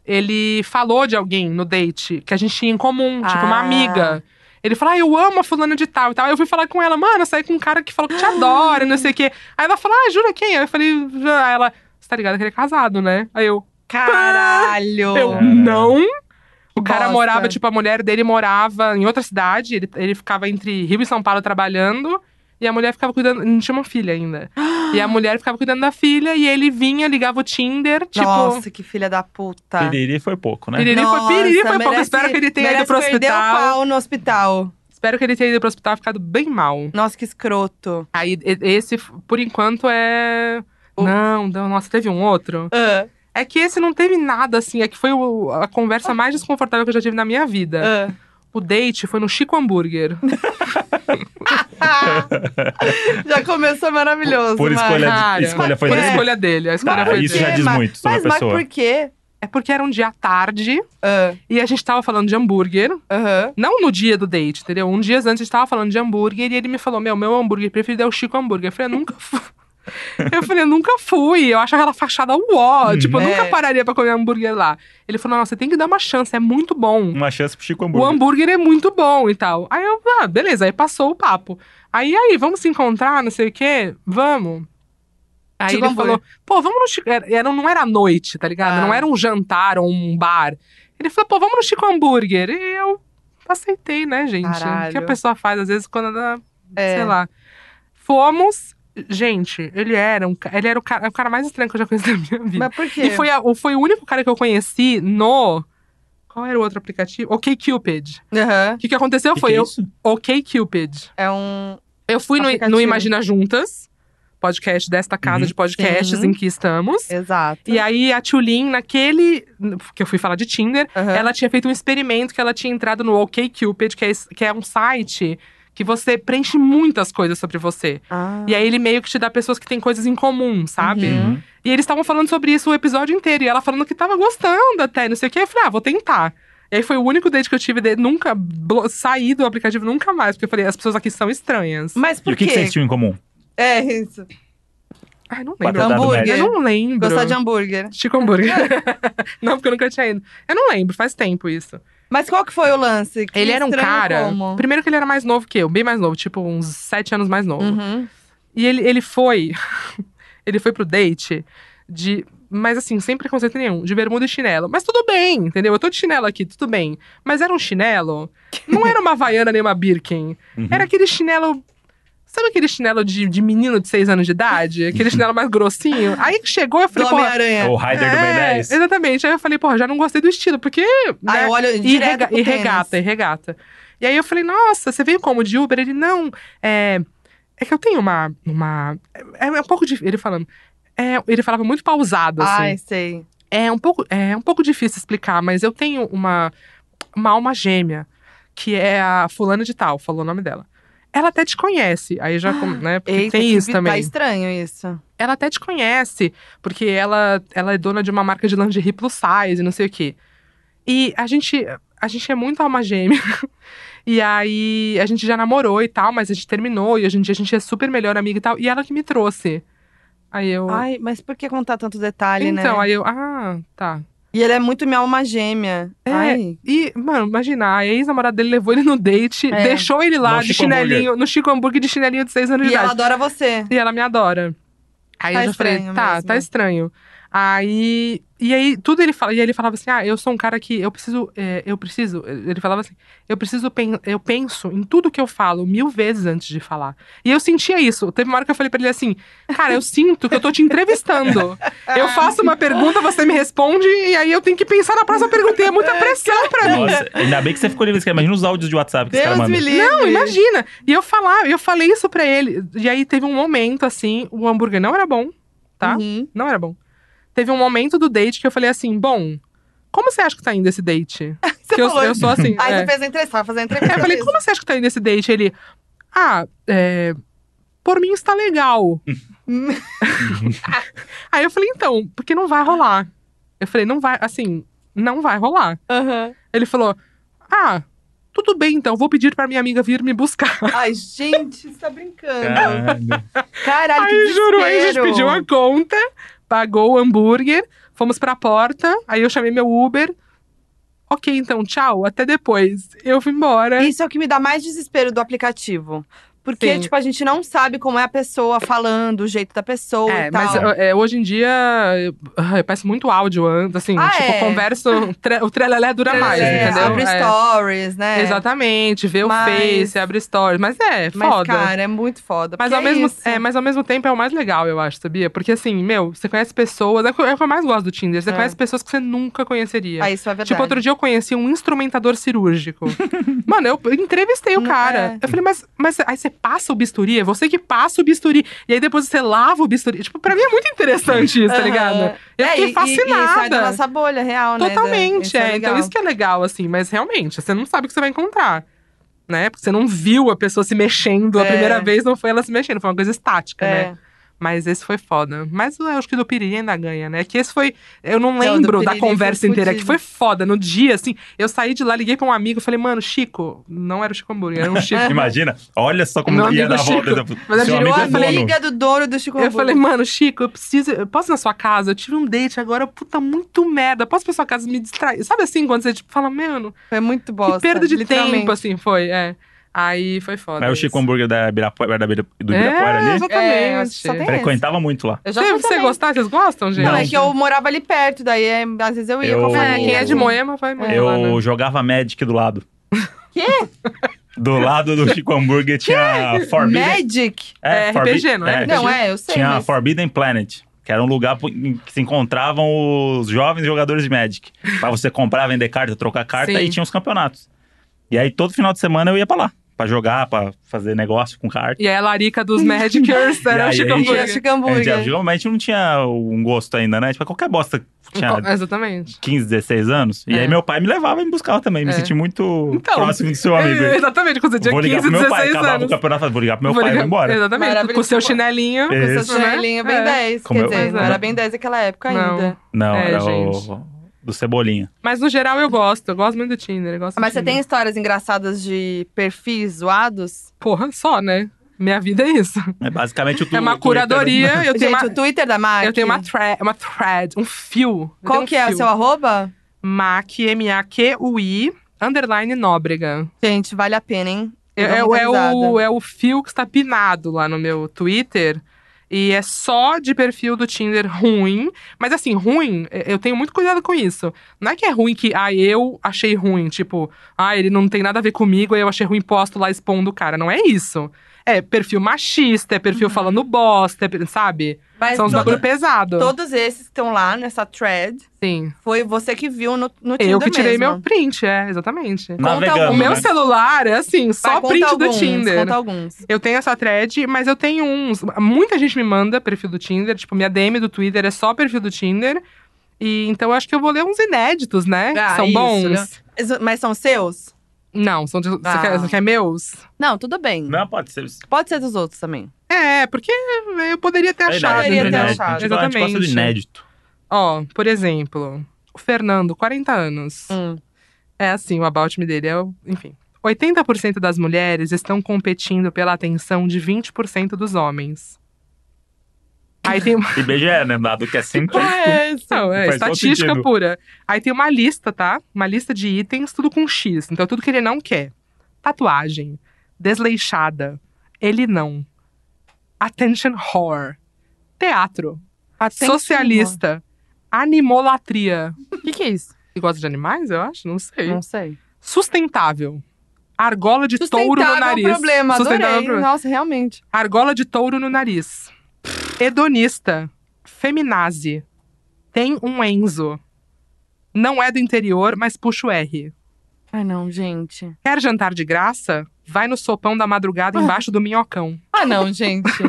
[SPEAKER 3] Ele falou de alguém no date que a gente tinha em comum, tipo, uma
[SPEAKER 2] Ah.
[SPEAKER 3] amiga. Ele falou, ah, eu amo a fulana de tal e tal. Aí Eu fui falar com ela, mano, eu saí com um cara que falou que te
[SPEAKER 2] Ah.
[SPEAKER 3] adora, não sei o quê. Aí ela falou, ah, jura quem? é?" Eu falei, "Jura." Aí ela, você tá ligado que ele é casado, né? Aí eu,
[SPEAKER 2] Caralho!
[SPEAKER 3] eu
[SPEAKER 1] Caralho.
[SPEAKER 3] não. O cara
[SPEAKER 2] bosta.
[SPEAKER 3] morava, tipo, a mulher dele morava em outra cidade. Ele, ele ficava entre Rio e São Paulo trabalhando. E a mulher ficava cuidando. Não tinha uma filha ainda. e a mulher ficava cuidando da filha. E ele vinha, ligava o Tinder. Tipo.
[SPEAKER 2] Nossa, que filha da puta.
[SPEAKER 1] Piriri foi pouco, né?
[SPEAKER 3] Piriri foi, piriri foi pouco.
[SPEAKER 2] merece-
[SPEAKER 3] Espero que ele tenha
[SPEAKER 2] merece
[SPEAKER 3] ido pro
[SPEAKER 2] perder o
[SPEAKER 3] hospital.
[SPEAKER 2] pau no hospital.
[SPEAKER 3] Espero que ele tenha ido pro hospital e ficado bem mal.
[SPEAKER 2] Nossa, que escroto.
[SPEAKER 3] Aí, e- esse, por enquanto, é.
[SPEAKER 2] O-
[SPEAKER 3] Não, não, nossa, teve um outro.
[SPEAKER 2] Ah,
[SPEAKER 3] É que esse não teve nada, assim. É que foi o- a conversa mais desconfortável que eu já tive na minha vida.
[SPEAKER 2] ah.
[SPEAKER 3] O date foi no Chico Hambúrguer.
[SPEAKER 2] Já começou maravilhoso.
[SPEAKER 1] Por
[SPEAKER 2] mas-
[SPEAKER 1] escolha,
[SPEAKER 3] Cara,
[SPEAKER 1] escolha foi
[SPEAKER 3] Foi
[SPEAKER 2] É.
[SPEAKER 3] a
[SPEAKER 1] dele.
[SPEAKER 3] escolha dele. A escolha
[SPEAKER 1] Tá,
[SPEAKER 3] foi
[SPEAKER 1] isso
[SPEAKER 3] dele.
[SPEAKER 1] já diz
[SPEAKER 2] mas-
[SPEAKER 1] muito sobre a
[SPEAKER 2] mas, mas
[SPEAKER 1] pessoa.
[SPEAKER 2] por quê?
[SPEAKER 3] É porque era um dia à tarde
[SPEAKER 2] Ah,
[SPEAKER 3] e a gente tava falando de hambúrguer.
[SPEAKER 2] Aham.
[SPEAKER 3] Não no dia do date, entendeu? Um dia antes a gente tava falando de hambúrguer e ele me falou: Meu, meu hambúrguer preferido é o Chico Hambúrguer. Eu falei: Eu nunca fui. Eu falei, eu nunca fui. Eu acho aquela fachada uó. Tipo, eu
[SPEAKER 2] É.
[SPEAKER 3] nunca pararia pra comer hambúrguer lá. Ele falou: Não, você tem que dar uma chance, é muito bom.
[SPEAKER 1] Uma chance pro Chico
[SPEAKER 3] O
[SPEAKER 1] Hambúrguer.
[SPEAKER 3] hambúrguer é muito bom e tal. Aí eu, ah, beleza, aí passou o papo. Aí, aí, vamos se encontrar, não sei o quê? Vamos. Aí
[SPEAKER 2] Chico
[SPEAKER 3] ele
[SPEAKER 2] hambúrguer.
[SPEAKER 3] falou, pô, vamos no Chico. era- era- não era à noite, tá ligado?
[SPEAKER 2] Ah.
[SPEAKER 3] Não era um jantar ou um bar. Ele falou, pô, vamos no Chico Hambúrguer. E eu aceitei, né, gente? O que a
[SPEAKER 2] Caralho.
[SPEAKER 3] pessoa faz, às vezes, quando ela.
[SPEAKER 2] É.
[SPEAKER 3] Sei lá. Fomos. Gente, ele era um, ca- ele era o cara, o cara mais estranho que eu já conheci na minha vida.
[SPEAKER 2] Mas por quê?
[SPEAKER 3] E foi, a- o- foi o único cara que eu conheci no. Qual era o outro aplicativo? OkCupid.
[SPEAKER 2] Aham.
[SPEAKER 3] O que, que aconteceu
[SPEAKER 1] Que
[SPEAKER 3] foi
[SPEAKER 1] que é
[SPEAKER 3] eu.
[SPEAKER 2] Uhum.
[SPEAKER 1] isso?
[SPEAKER 3] OkCupid.
[SPEAKER 2] É um.
[SPEAKER 3] Eu fui no,
[SPEAKER 2] Aplicativo.
[SPEAKER 3] no Imagina Juntas, podcast desta casa
[SPEAKER 1] Uhum.
[SPEAKER 3] de podcasts
[SPEAKER 2] Sim.
[SPEAKER 3] em que estamos.
[SPEAKER 2] Exato.
[SPEAKER 3] E aí a Tulin, naquele. que eu fui falar de Tinder,
[SPEAKER 2] Aham.
[SPEAKER 3] ela tinha feito um experimento que ela tinha entrado no OkCupid, que é, es- que é um site que você preenche muitas coisas sobre você.
[SPEAKER 2] Ah.
[SPEAKER 3] E aí ele meio que te dá pessoas que têm coisas em comum, sabe?
[SPEAKER 2] Uhum.
[SPEAKER 1] Uhum.
[SPEAKER 3] E eles estavam falando sobre isso o episódio inteiro. E ela falando que tava gostando até, não sei o quê. Eu falei, ah, vou tentar. E aí foi o único date que eu tive, de, nunca blo- saí do aplicativo, nunca mais. Porque eu falei, as pessoas aqui são estranhas.
[SPEAKER 2] Mas
[SPEAKER 1] E
[SPEAKER 2] por
[SPEAKER 1] o que, que
[SPEAKER 2] quê?
[SPEAKER 1] vocês tinham em comum?
[SPEAKER 2] é isso.
[SPEAKER 3] Ai, não
[SPEAKER 1] Bateu
[SPEAKER 3] lembro.
[SPEAKER 1] dado
[SPEAKER 2] Hambúrguer.
[SPEAKER 1] médio.
[SPEAKER 3] Eu não lembro.
[SPEAKER 2] Gostar de hambúrguer.
[SPEAKER 3] Chico hambúrguer. não, porque eu nunca tinha ido. Eu não lembro, faz tempo isso.
[SPEAKER 2] Mas qual que foi o lance? Que
[SPEAKER 3] ele era um
[SPEAKER 2] estranho
[SPEAKER 3] cara.
[SPEAKER 2] Como?
[SPEAKER 3] Primeiro que ele era mais novo que eu, bem mais novo, tipo uns sete anos mais novo.
[SPEAKER 2] Uhum.
[SPEAKER 3] E ele, ele foi. ele foi pro date de. Mas assim, sem preconceito nenhum, de bermuda e chinelo. Mas tudo bem, entendeu? Eu tô de chinelo aqui, tudo bem. Mas era um chinelo. Não era uma havaiana nem uma Birkin.
[SPEAKER 1] Uhum.
[SPEAKER 3] Era aquele chinelo. Sabe aquele chinelo de, de menino de 6 anos de idade? Aquele chinelo mais grossinho? Aí chegou, eu
[SPEAKER 2] Do
[SPEAKER 3] falei, porra.
[SPEAKER 2] Homem-Aranha.
[SPEAKER 4] É O Raider do Ben 10.
[SPEAKER 3] Exatamente. Aí É. eu falei, porra, já não gostei do estilo, porque.
[SPEAKER 2] Aí
[SPEAKER 3] né,
[SPEAKER 2] eu olho
[SPEAKER 3] e,
[SPEAKER 2] direto
[SPEAKER 3] rega-
[SPEAKER 2] pro
[SPEAKER 3] e
[SPEAKER 2] tênis.
[SPEAKER 3] regata, e regata. E aí eu falei, nossa, você veio como de Uber? Ele, não, é. É que eu tenho uma. uma é, é um pouco difícil. Ele falando. é, ele falava muito pausado, assim.
[SPEAKER 2] Ai, sei.
[SPEAKER 3] É um pouco, é um pouco difícil explicar, mas eu tenho uma, uma alma gêmea, que é a fulana de tal, falou o nome dela. Ela até te conhece, aí já, com- né, porque
[SPEAKER 2] Ah, Eita,
[SPEAKER 3] tem
[SPEAKER 2] que
[SPEAKER 3] isso
[SPEAKER 2] vi-
[SPEAKER 3] também.
[SPEAKER 2] Tá estranho isso.
[SPEAKER 3] Ela até te conhece, porque ela, ela é dona de uma marca de lingerie plus size, não sei o quê. E a gente, a gente é muito alma gêmea. E aí, a gente já namorou e tal, mas a gente terminou. E hoje em dia, a gente é super melhor amiga e tal. E ela que me trouxe. Aí eu...
[SPEAKER 2] Ai, mas por que contar tanto detalhe,
[SPEAKER 3] então,
[SPEAKER 2] né?
[SPEAKER 3] aí eu... Ah, tá.
[SPEAKER 2] E ele é muito minha alma gêmea.
[SPEAKER 3] É.
[SPEAKER 2] Ai,
[SPEAKER 3] E, mano, imagina, a ex-namorada dele levou ele no date,
[SPEAKER 2] É.
[SPEAKER 3] deixou ele lá
[SPEAKER 4] No
[SPEAKER 3] de
[SPEAKER 4] Chico
[SPEAKER 3] chinelinho, no Chico Hambúrguer de chinelinho de 6 anos de
[SPEAKER 2] e ela
[SPEAKER 3] idade.
[SPEAKER 2] adora você.
[SPEAKER 3] E ela me adora. Aí
[SPEAKER 2] Tá
[SPEAKER 3] eu já falei,
[SPEAKER 2] estranho
[SPEAKER 3] tá,
[SPEAKER 2] mesmo.
[SPEAKER 3] tá estranho. Aí, e aí tudo ele fala, e aí ele falava assim: "Ah, eu sou um cara que eu preciso, é, eu preciso". Ele falava assim: "Eu preciso pen- eu penso em tudo que eu falo mil vezes antes de falar". E eu sentia isso. Teve uma hora que eu falei pra ele assim: "Cara, eu sinto que eu tô te entrevistando. Eu faço uma pergunta, você me responde e aí eu tenho que pensar na próxima pergunta, e é muita pressão pra mim".
[SPEAKER 4] Nossa, ainda bem que você ficou livre, cara. Imagina os áudios de WhatsApp que esse
[SPEAKER 2] Deus
[SPEAKER 4] cara manda.
[SPEAKER 2] me livre. Uhum.
[SPEAKER 3] Não, é- imagina. E eu falava, eu falei isso pra ele. E aí teve um momento assim, o hambúrguer não era bom, tá?
[SPEAKER 2] Uhum.
[SPEAKER 3] Não era bom. Teve um momento do date que eu falei assim, bom, como você acha que tá indo esse date?
[SPEAKER 2] Você
[SPEAKER 3] Que eu,
[SPEAKER 2] falou
[SPEAKER 3] eu sou assim.
[SPEAKER 2] Aí
[SPEAKER 3] é.
[SPEAKER 2] você fez a entrevista, vai fazer a
[SPEAKER 3] Aí
[SPEAKER 2] entrevista.
[SPEAKER 3] eu falei,
[SPEAKER 2] isso.
[SPEAKER 3] como você acha que tá indo esse date? Ele, ah, é, por mim está legal. Aí eu falei, então, porque não vai rolar. Eu falei, não vai, assim, não vai rolar.
[SPEAKER 2] Aham.
[SPEAKER 3] Ele falou, ah, tudo bem então, vou pedir pra minha amiga vir me buscar.
[SPEAKER 2] Ai, gente, você tá brincando.
[SPEAKER 4] Caralho.
[SPEAKER 2] Caralho, que
[SPEAKER 3] Aí, juro, aí a gente
[SPEAKER 2] desespero.
[SPEAKER 3] pediu a conta, pagou o hambúrguer, fomos pra porta, aí eu chamei meu Uber. Ok, então, tchau, até depois. Eu fui embora.
[SPEAKER 2] Isso é o que me dá mais desespero do aplicativo. Porque,
[SPEAKER 3] Sim.
[SPEAKER 2] tipo, a gente não sabe como é a pessoa falando, o jeito da pessoa
[SPEAKER 3] É,
[SPEAKER 2] e tal.
[SPEAKER 3] mas é, hoje em dia eu, ah, eu peço muito áudio, an- assim,
[SPEAKER 2] Ah,
[SPEAKER 3] tipo,
[SPEAKER 2] é?
[SPEAKER 3] converso, o tre- o trelelé dura mais,
[SPEAKER 2] É,
[SPEAKER 3] entendeu?
[SPEAKER 2] abre
[SPEAKER 3] É,
[SPEAKER 2] stories, né?
[SPEAKER 3] Exatamente, vê
[SPEAKER 2] Mas-
[SPEAKER 3] o Face, abre stories, mas é,
[SPEAKER 2] Mas,
[SPEAKER 3] foda.
[SPEAKER 2] cara, é muito foda.
[SPEAKER 3] Mas
[SPEAKER 2] porque
[SPEAKER 3] ao, mesmo,
[SPEAKER 2] isso.
[SPEAKER 3] é, mas ao mesmo tempo é o mais legal, eu acho, sabia? Porque assim, meu, você conhece pessoas. É o que eu- é o que eu mais gosto do Tinder. Você
[SPEAKER 2] É.
[SPEAKER 3] conhece pessoas que você nunca conheceria.
[SPEAKER 2] Ah, isso é verdade.
[SPEAKER 3] Tipo, outro dia eu conheci um instrumentador cirúrgico. Mano, eu entrevistei o
[SPEAKER 2] Não
[SPEAKER 3] cara.
[SPEAKER 2] é.
[SPEAKER 3] Eu falei, mas, mas aí você passa o bisturi? É você que passa o bisturi. E aí depois você lava o bisturi. Tipo, pra mim é muito interessante isso, tá
[SPEAKER 2] Aham.
[SPEAKER 3] ligado? Eu
[SPEAKER 2] é, e-
[SPEAKER 3] fiquei
[SPEAKER 2] e-
[SPEAKER 3] fascinada.
[SPEAKER 2] E, sai da nossa bolha real, né?
[SPEAKER 3] Totalmente,
[SPEAKER 2] Isso
[SPEAKER 3] é.
[SPEAKER 2] legal.
[SPEAKER 3] Então isso que é legal, assim. Mas realmente, você não sabe o que você vai encontrar. Né? Porque você não viu a pessoa se mexendo. A
[SPEAKER 2] É.
[SPEAKER 3] primeira vez não foi ela se mexendo, foi uma coisa estática,
[SPEAKER 2] É.
[SPEAKER 3] né? Mas esse foi foda. Mas eu acho que o do Piriri ainda ganha, né? Que esse foi. Eu não
[SPEAKER 2] o do
[SPEAKER 3] lembro da
[SPEAKER 2] Piriri foi
[SPEAKER 3] conversa inteira, que
[SPEAKER 2] fudido.
[SPEAKER 3] foi foda. No dia, assim, eu saí de lá, liguei pra um amigo, falei, mano, Chico. Não era o Chico Hambúrguer, era um Chico.
[SPEAKER 2] É.
[SPEAKER 4] Imagina, olha só
[SPEAKER 3] Meu
[SPEAKER 4] como ia
[SPEAKER 3] amigo
[SPEAKER 4] dar a volta.
[SPEAKER 3] Chico.
[SPEAKER 4] Seu
[SPEAKER 3] Mas eu
[SPEAKER 4] amigo
[SPEAKER 2] Virou
[SPEAKER 3] amigo
[SPEAKER 2] a
[SPEAKER 4] é dono.
[SPEAKER 2] amiga do dono do Chico
[SPEAKER 3] Eu
[SPEAKER 2] Hamburgo.
[SPEAKER 3] falei, mano, Chico, eu preciso. Eu posso ir na sua casa? Eu tive um date agora, puta, muito merda. Posso ir pra sua casa e me distrair? Sabe assim, quando você tipo, fala, mano,
[SPEAKER 2] Foi É muito bosta.
[SPEAKER 3] que perda de
[SPEAKER 2] literalmente.
[SPEAKER 3] tempo, assim, foi. É. Aí foi foda.
[SPEAKER 4] Mas o Chico Hambúrguer da Ibirapuera, da Ibira- do Ibirapuera
[SPEAKER 3] é,
[SPEAKER 4] ali,
[SPEAKER 2] É, eu acho que
[SPEAKER 3] exatamente.
[SPEAKER 2] só tem
[SPEAKER 4] frequentava muito lá.
[SPEAKER 2] Eu já
[SPEAKER 3] Teve
[SPEAKER 2] fui
[SPEAKER 3] você
[SPEAKER 2] também.
[SPEAKER 3] gostar? Vocês gostam, gente?
[SPEAKER 2] Não, é
[SPEAKER 4] Não.
[SPEAKER 2] que eu morava ali perto, daí é, às vezes eu ia
[SPEAKER 4] Eu-
[SPEAKER 2] com a
[SPEAKER 3] É,
[SPEAKER 2] família.
[SPEAKER 3] quem é de Moema vai mesmo. lá, né?
[SPEAKER 4] Eu jogava Magic do lado.
[SPEAKER 2] Quê?
[SPEAKER 4] Do lado do Chico Hambúrguer tinha Forbidden...
[SPEAKER 2] Magic?
[SPEAKER 3] É RPG, não é?
[SPEAKER 2] Não, é, eu sei.
[SPEAKER 4] Tinha a
[SPEAKER 2] mas...
[SPEAKER 4] Forbidden Planet, que era um lugar po- em que se encontravam os jovens jogadores de Magic. Pra você comprar, vender carta, trocar carta
[SPEAKER 3] Sim.
[SPEAKER 4] e tinha os campeonatos. E aí todo final de semana eu ia pra lá, pra jogar, pra fazer negócio com carta.
[SPEAKER 3] E aí a larica dos Magicers
[SPEAKER 4] E
[SPEAKER 3] era o
[SPEAKER 4] aí,
[SPEAKER 3] Chico
[SPEAKER 4] a gente-
[SPEAKER 2] Tinha Chico
[SPEAKER 3] Hambúrguer.
[SPEAKER 4] A gente,
[SPEAKER 2] Hambúrguer.
[SPEAKER 4] geralmente não tinha um gosto ainda, né? Tipo, qualquer bosta tinha
[SPEAKER 3] Exatamente.
[SPEAKER 4] 15, 16 anos. E
[SPEAKER 3] É.
[SPEAKER 4] aí meu pai me levava e me buscava também. Me
[SPEAKER 3] É.
[SPEAKER 4] senti muito
[SPEAKER 3] Então,
[SPEAKER 4] próximo do seu amigo.
[SPEAKER 3] É, Exatamente, quando você tinha
[SPEAKER 4] vou ligar
[SPEAKER 3] 15,
[SPEAKER 4] pro meu pai,
[SPEAKER 3] 16
[SPEAKER 4] acabava o
[SPEAKER 3] anos.
[SPEAKER 4] campeonato, falava, vou ligar pro meu
[SPEAKER 3] Vou
[SPEAKER 4] pai e
[SPEAKER 3] ligar-
[SPEAKER 4] vou embora.
[SPEAKER 3] Exatamente, com o
[SPEAKER 2] Maravilhoso.
[SPEAKER 3] seu chinelinho.
[SPEAKER 4] É.
[SPEAKER 2] Com
[SPEAKER 4] Isso,
[SPEAKER 2] seu chinelinho bem
[SPEAKER 3] É.
[SPEAKER 2] 10.
[SPEAKER 4] Como
[SPEAKER 2] Quer
[SPEAKER 4] eu-
[SPEAKER 2] dizer, não
[SPEAKER 3] Pois é.
[SPEAKER 2] era bem 10 naquela época
[SPEAKER 3] Não.
[SPEAKER 2] ainda.
[SPEAKER 4] Não,
[SPEAKER 3] É,
[SPEAKER 4] era
[SPEAKER 3] gente.
[SPEAKER 4] o do Cebolinha.
[SPEAKER 3] Mas no geral eu gosto, eu gosto muito do Tinder. eu gosto do
[SPEAKER 2] Mas você
[SPEAKER 3] Tinder.
[SPEAKER 2] tem histórias engraçadas de perfis zoados?
[SPEAKER 3] Porra, só, né? Minha vida é isso.
[SPEAKER 4] É basicamente o tu,
[SPEAKER 3] é uma
[SPEAKER 4] o Twitter-
[SPEAKER 3] curadoria, eu tenho
[SPEAKER 2] Gente,
[SPEAKER 3] uma,
[SPEAKER 2] o Twitter da Mac.
[SPEAKER 3] eu tenho uma, thread, uma thread, um fio. Eu tenho
[SPEAKER 2] Qual
[SPEAKER 3] um
[SPEAKER 2] que é o
[SPEAKER 3] fio.
[SPEAKER 2] seu arroba?
[SPEAKER 3] Mac, M-A-Q-U-I, underline Nóbrega.
[SPEAKER 2] Gente, vale a pena, hein? Eu dou
[SPEAKER 3] É, é o-
[SPEAKER 2] muita
[SPEAKER 3] é o,
[SPEAKER 2] risada.
[SPEAKER 3] é o fio que está pinado lá no meu Twitter. E é só de perfil do Tinder ruim. Mas assim, ruim, é, eu tenho muito cuidado com isso. Não é que é ruim que, ah, eu achei ruim. Tipo, ah, ele não tem nada a ver comigo, aí eu achei ruim posto lá expondo o cara. Não é isso. é perfil machista, é perfil falando bosta, é per- sabe?
[SPEAKER 2] Uhum. Mas
[SPEAKER 3] São uns
[SPEAKER 2] todo-
[SPEAKER 3] bagulho pesado.
[SPEAKER 2] todos esses que estão lá nessa thread,
[SPEAKER 3] Sim.
[SPEAKER 2] foi você que viu no, no Tinder
[SPEAKER 3] Eu que tirei
[SPEAKER 2] mesmo.
[SPEAKER 3] meu print, é, exatamente.
[SPEAKER 4] Navegando,
[SPEAKER 3] O
[SPEAKER 2] algum-
[SPEAKER 3] meu
[SPEAKER 4] né?
[SPEAKER 3] celular é assim,
[SPEAKER 2] Vai,
[SPEAKER 3] só
[SPEAKER 2] conta
[SPEAKER 3] print
[SPEAKER 2] alguns,
[SPEAKER 3] do Tinder.
[SPEAKER 2] Conta alguns.
[SPEAKER 3] Eu tenho essa thread, mas eu tenho uns. Muita gente me manda perfil do Tinder, tipo, minha DM do Twitter é só perfil do Tinder. E então eu acho que eu vou ler uns inéditos, né?
[SPEAKER 2] Ah,
[SPEAKER 3] que são
[SPEAKER 2] isso,
[SPEAKER 3] bons.
[SPEAKER 2] né? Mas- Mas são seus?
[SPEAKER 3] Não, são de, você,
[SPEAKER 2] Ah.
[SPEAKER 3] quer, você quer meus?
[SPEAKER 2] Não, tudo bem.
[SPEAKER 4] Não, pode ser.
[SPEAKER 2] Pode ser dos outros também.
[SPEAKER 3] É, porque eu poderia ter
[SPEAKER 4] É inédito,
[SPEAKER 3] achado,
[SPEAKER 2] Poderia ter
[SPEAKER 3] entendeu?
[SPEAKER 4] inédito.
[SPEAKER 2] achado.
[SPEAKER 4] A gente gosta- a gente gosta do
[SPEAKER 3] Exatamente.
[SPEAKER 4] inédito.
[SPEAKER 3] Ó, por exemplo, o Fernando, 40 anos.
[SPEAKER 2] Hum.
[SPEAKER 3] É assim, o about me dele é, o- enfim. 80% das mulheres estão competindo pela atenção de 20% dos homens. Aí tem uma.
[SPEAKER 4] IBGE, né? Dado que é sempre.
[SPEAKER 2] É isso.
[SPEAKER 3] Não, é
[SPEAKER 4] Faz todo
[SPEAKER 3] estatística
[SPEAKER 4] sentido.
[SPEAKER 3] pura. Aí tem uma lista, tá? Uma lista de itens, tudo com X. Então, tudo que ele não quer: tatuagem, desleixada, ele não, attention whore, teatro, Socialista. Animolatria. O que, que é isso? Ele gosta de animais, eu acho? Não sei.
[SPEAKER 2] Não sei. é
[SPEAKER 3] Sustentável. Argola de touro no nariz.
[SPEAKER 2] um problema,
[SPEAKER 3] Sustentável é um
[SPEAKER 2] adorei.
[SPEAKER 3] problema.
[SPEAKER 2] Nossa, realmente.
[SPEAKER 3] Argola de touro no nariz. Hedonista. Feminazi. Tem um Enzo. Não é do interior, mas puxa o R.
[SPEAKER 2] Ai, Ah, não, gente.
[SPEAKER 3] Quer jantar de graça? Vai no sopão da madrugada embaixo do minhocão.
[SPEAKER 2] Ah, não, gente.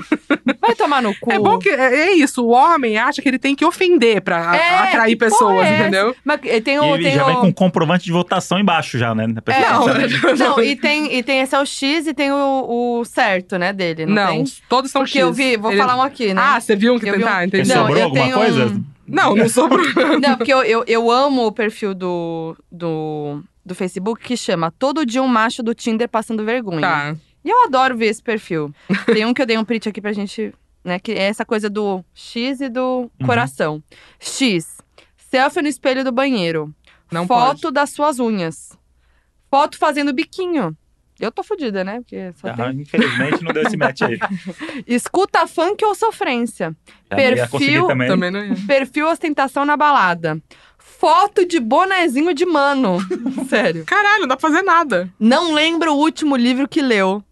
[SPEAKER 2] Vai tomar no cu.
[SPEAKER 3] É bom que é é isso. O homem acha que ele tem que ofender pra a-
[SPEAKER 2] É, que
[SPEAKER 3] atrair
[SPEAKER 2] porra
[SPEAKER 3] pessoas,
[SPEAKER 2] é essa?
[SPEAKER 3] entendeu?
[SPEAKER 2] Mas eh, tem o.
[SPEAKER 4] E
[SPEAKER 2] tem
[SPEAKER 4] já
[SPEAKER 2] o...
[SPEAKER 4] vem com comprovante de votação embaixo, já, né? A pessoa
[SPEAKER 2] É,
[SPEAKER 4] já
[SPEAKER 2] não,
[SPEAKER 4] sabe.
[SPEAKER 2] Não, e tem, e tem esse é o X e tem o, o certo, né, dele. Não, tem?
[SPEAKER 3] Não, todos são
[SPEAKER 2] Porque
[SPEAKER 3] X.
[SPEAKER 2] eu vi, vou
[SPEAKER 3] Ele-
[SPEAKER 2] falar um aqui, né?
[SPEAKER 3] Ah, você viu um que
[SPEAKER 2] Eu vi
[SPEAKER 3] tentar?
[SPEAKER 2] um-
[SPEAKER 3] Entendi.
[SPEAKER 2] Não,
[SPEAKER 4] Sobrou
[SPEAKER 2] eu
[SPEAKER 4] alguma
[SPEAKER 2] tenho
[SPEAKER 4] coisa?
[SPEAKER 2] um-
[SPEAKER 3] Não, não sou
[SPEAKER 2] Não, porque eu, eu, eu amo o perfil do, do, do Facebook que chama Todo Dia um Macho do Tinder Passando Vergonha.
[SPEAKER 3] Tá.
[SPEAKER 2] E eu adoro ver esse perfil. Tem um que eu dei um print aqui pra gente, né? Que é essa coisa do X e do
[SPEAKER 4] Uhum.
[SPEAKER 2] coração. X. Selfie no espelho do banheiro.
[SPEAKER 3] Não
[SPEAKER 2] Foto das suas unhas. Foto fazendo biquinho. Eu tô fodida, né? Porque só
[SPEAKER 4] Ah,
[SPEAKER 2] tem...
[SPEAKER 4] infelizmente não deu esse match aí.
[SPEAKER 2] Escuta funk ou sofrência.
[SPEAKER 4] Já não ia
[SPEAKER 2] Perfil-
[SPEAKER 4] conseguir também.
[SPEAKER 3] Também não ia.
[SPEAKER 2] Perfil ostentação na balada. Foto de bonezinho de mano. Sério.
[SPEAKER 3] Caralho, não dá pra fazer nada.
[SPEAKER 2] Não lembra o último livro que leu.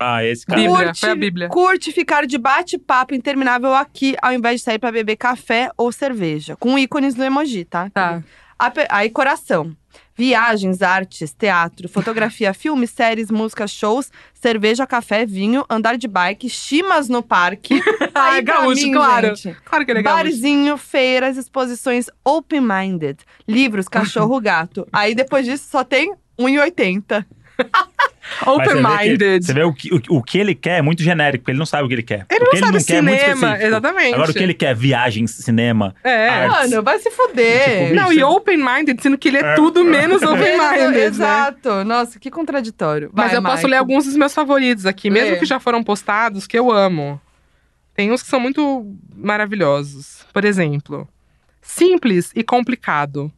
[SPEAKER 4] Ah, esse cara.
[SPEAKER 3] Bíblia,
[SPEAKER 2] curte,
[SPEAKER 3] foi a Bíblia.
[SPEAKER 2] curte ficar de bate-papo interminável aqui, ao invés de sair pra beber café ou cerveja. Com ícones do emoji, tá?
[SPEAKER 3] Tá.
[SPEAKER 2] Ape- Aí, coração. Viagens, artes, teatro, fotografia, filmes, séries, músicas, shows, cerveja, café, vinho, andar de bike, chimas no parque.
[SPEAKER 3] Ah,
[SPEAKER 2] Aí, pra
[SPEAKER 3] gaúcho,
[SPEAKER 2] mim,
[SPEAKER 3] claro.
[SPEAKER 2] gente,
[SPEAKER 3] Claro que é legal.
[SPEAKER 2] Barzinho, feiras, exposições open-minded, livros, cachorro, gato. Aí depois disso só tem 1,80.
[SPEAKER 4] Mas você vê que-
[SPEAKER 3] Open-minded.
[SPEAKER 4] Você vê o que, o, o que ele quer é muito genérico, porque ele não sabe o que ele quer.
[SPEAKER 3] Ele
[SPEAKER 4] o
[SPEAKER 3] não
[SPEAKER 4] que ele
[SPEAKER 3] sabe
[SPEAKER 4] não quer é muito
[SPEAKER 3] cinema,
[SPEAKER 4] específico.
[SPEAKER 3] exatamente.
[SPEAKER 4] Agora, o que ele quer? Viagens, cinema.
[SPEAKER 3] É.
[SPEAKER 4] Ah,
[SPEAKER 2] Mano, vai se fuder.
[SPEAKER 4] Tipo,
[SPEAKER 3] Não, e open-minded, sendo que ele é tudo menos open-minded. né?
[SPEAKER 2] Exato. Nossa, que contraditório.
[SPEAKER 3] Mas
[SPEAKER 2] Vai,
[SPEAKER 3] eu posso
[SPEAKER 2] Maico.
[SPEAKER 3] ler alguns dos meus favoritos aqui, mesmo
[SPEAKER 2] Lê.
[SPEAKER 3] que já foram postados, que eu amo. Tem uns que são muito maravilhosos. Por exemplo, simples e complicado.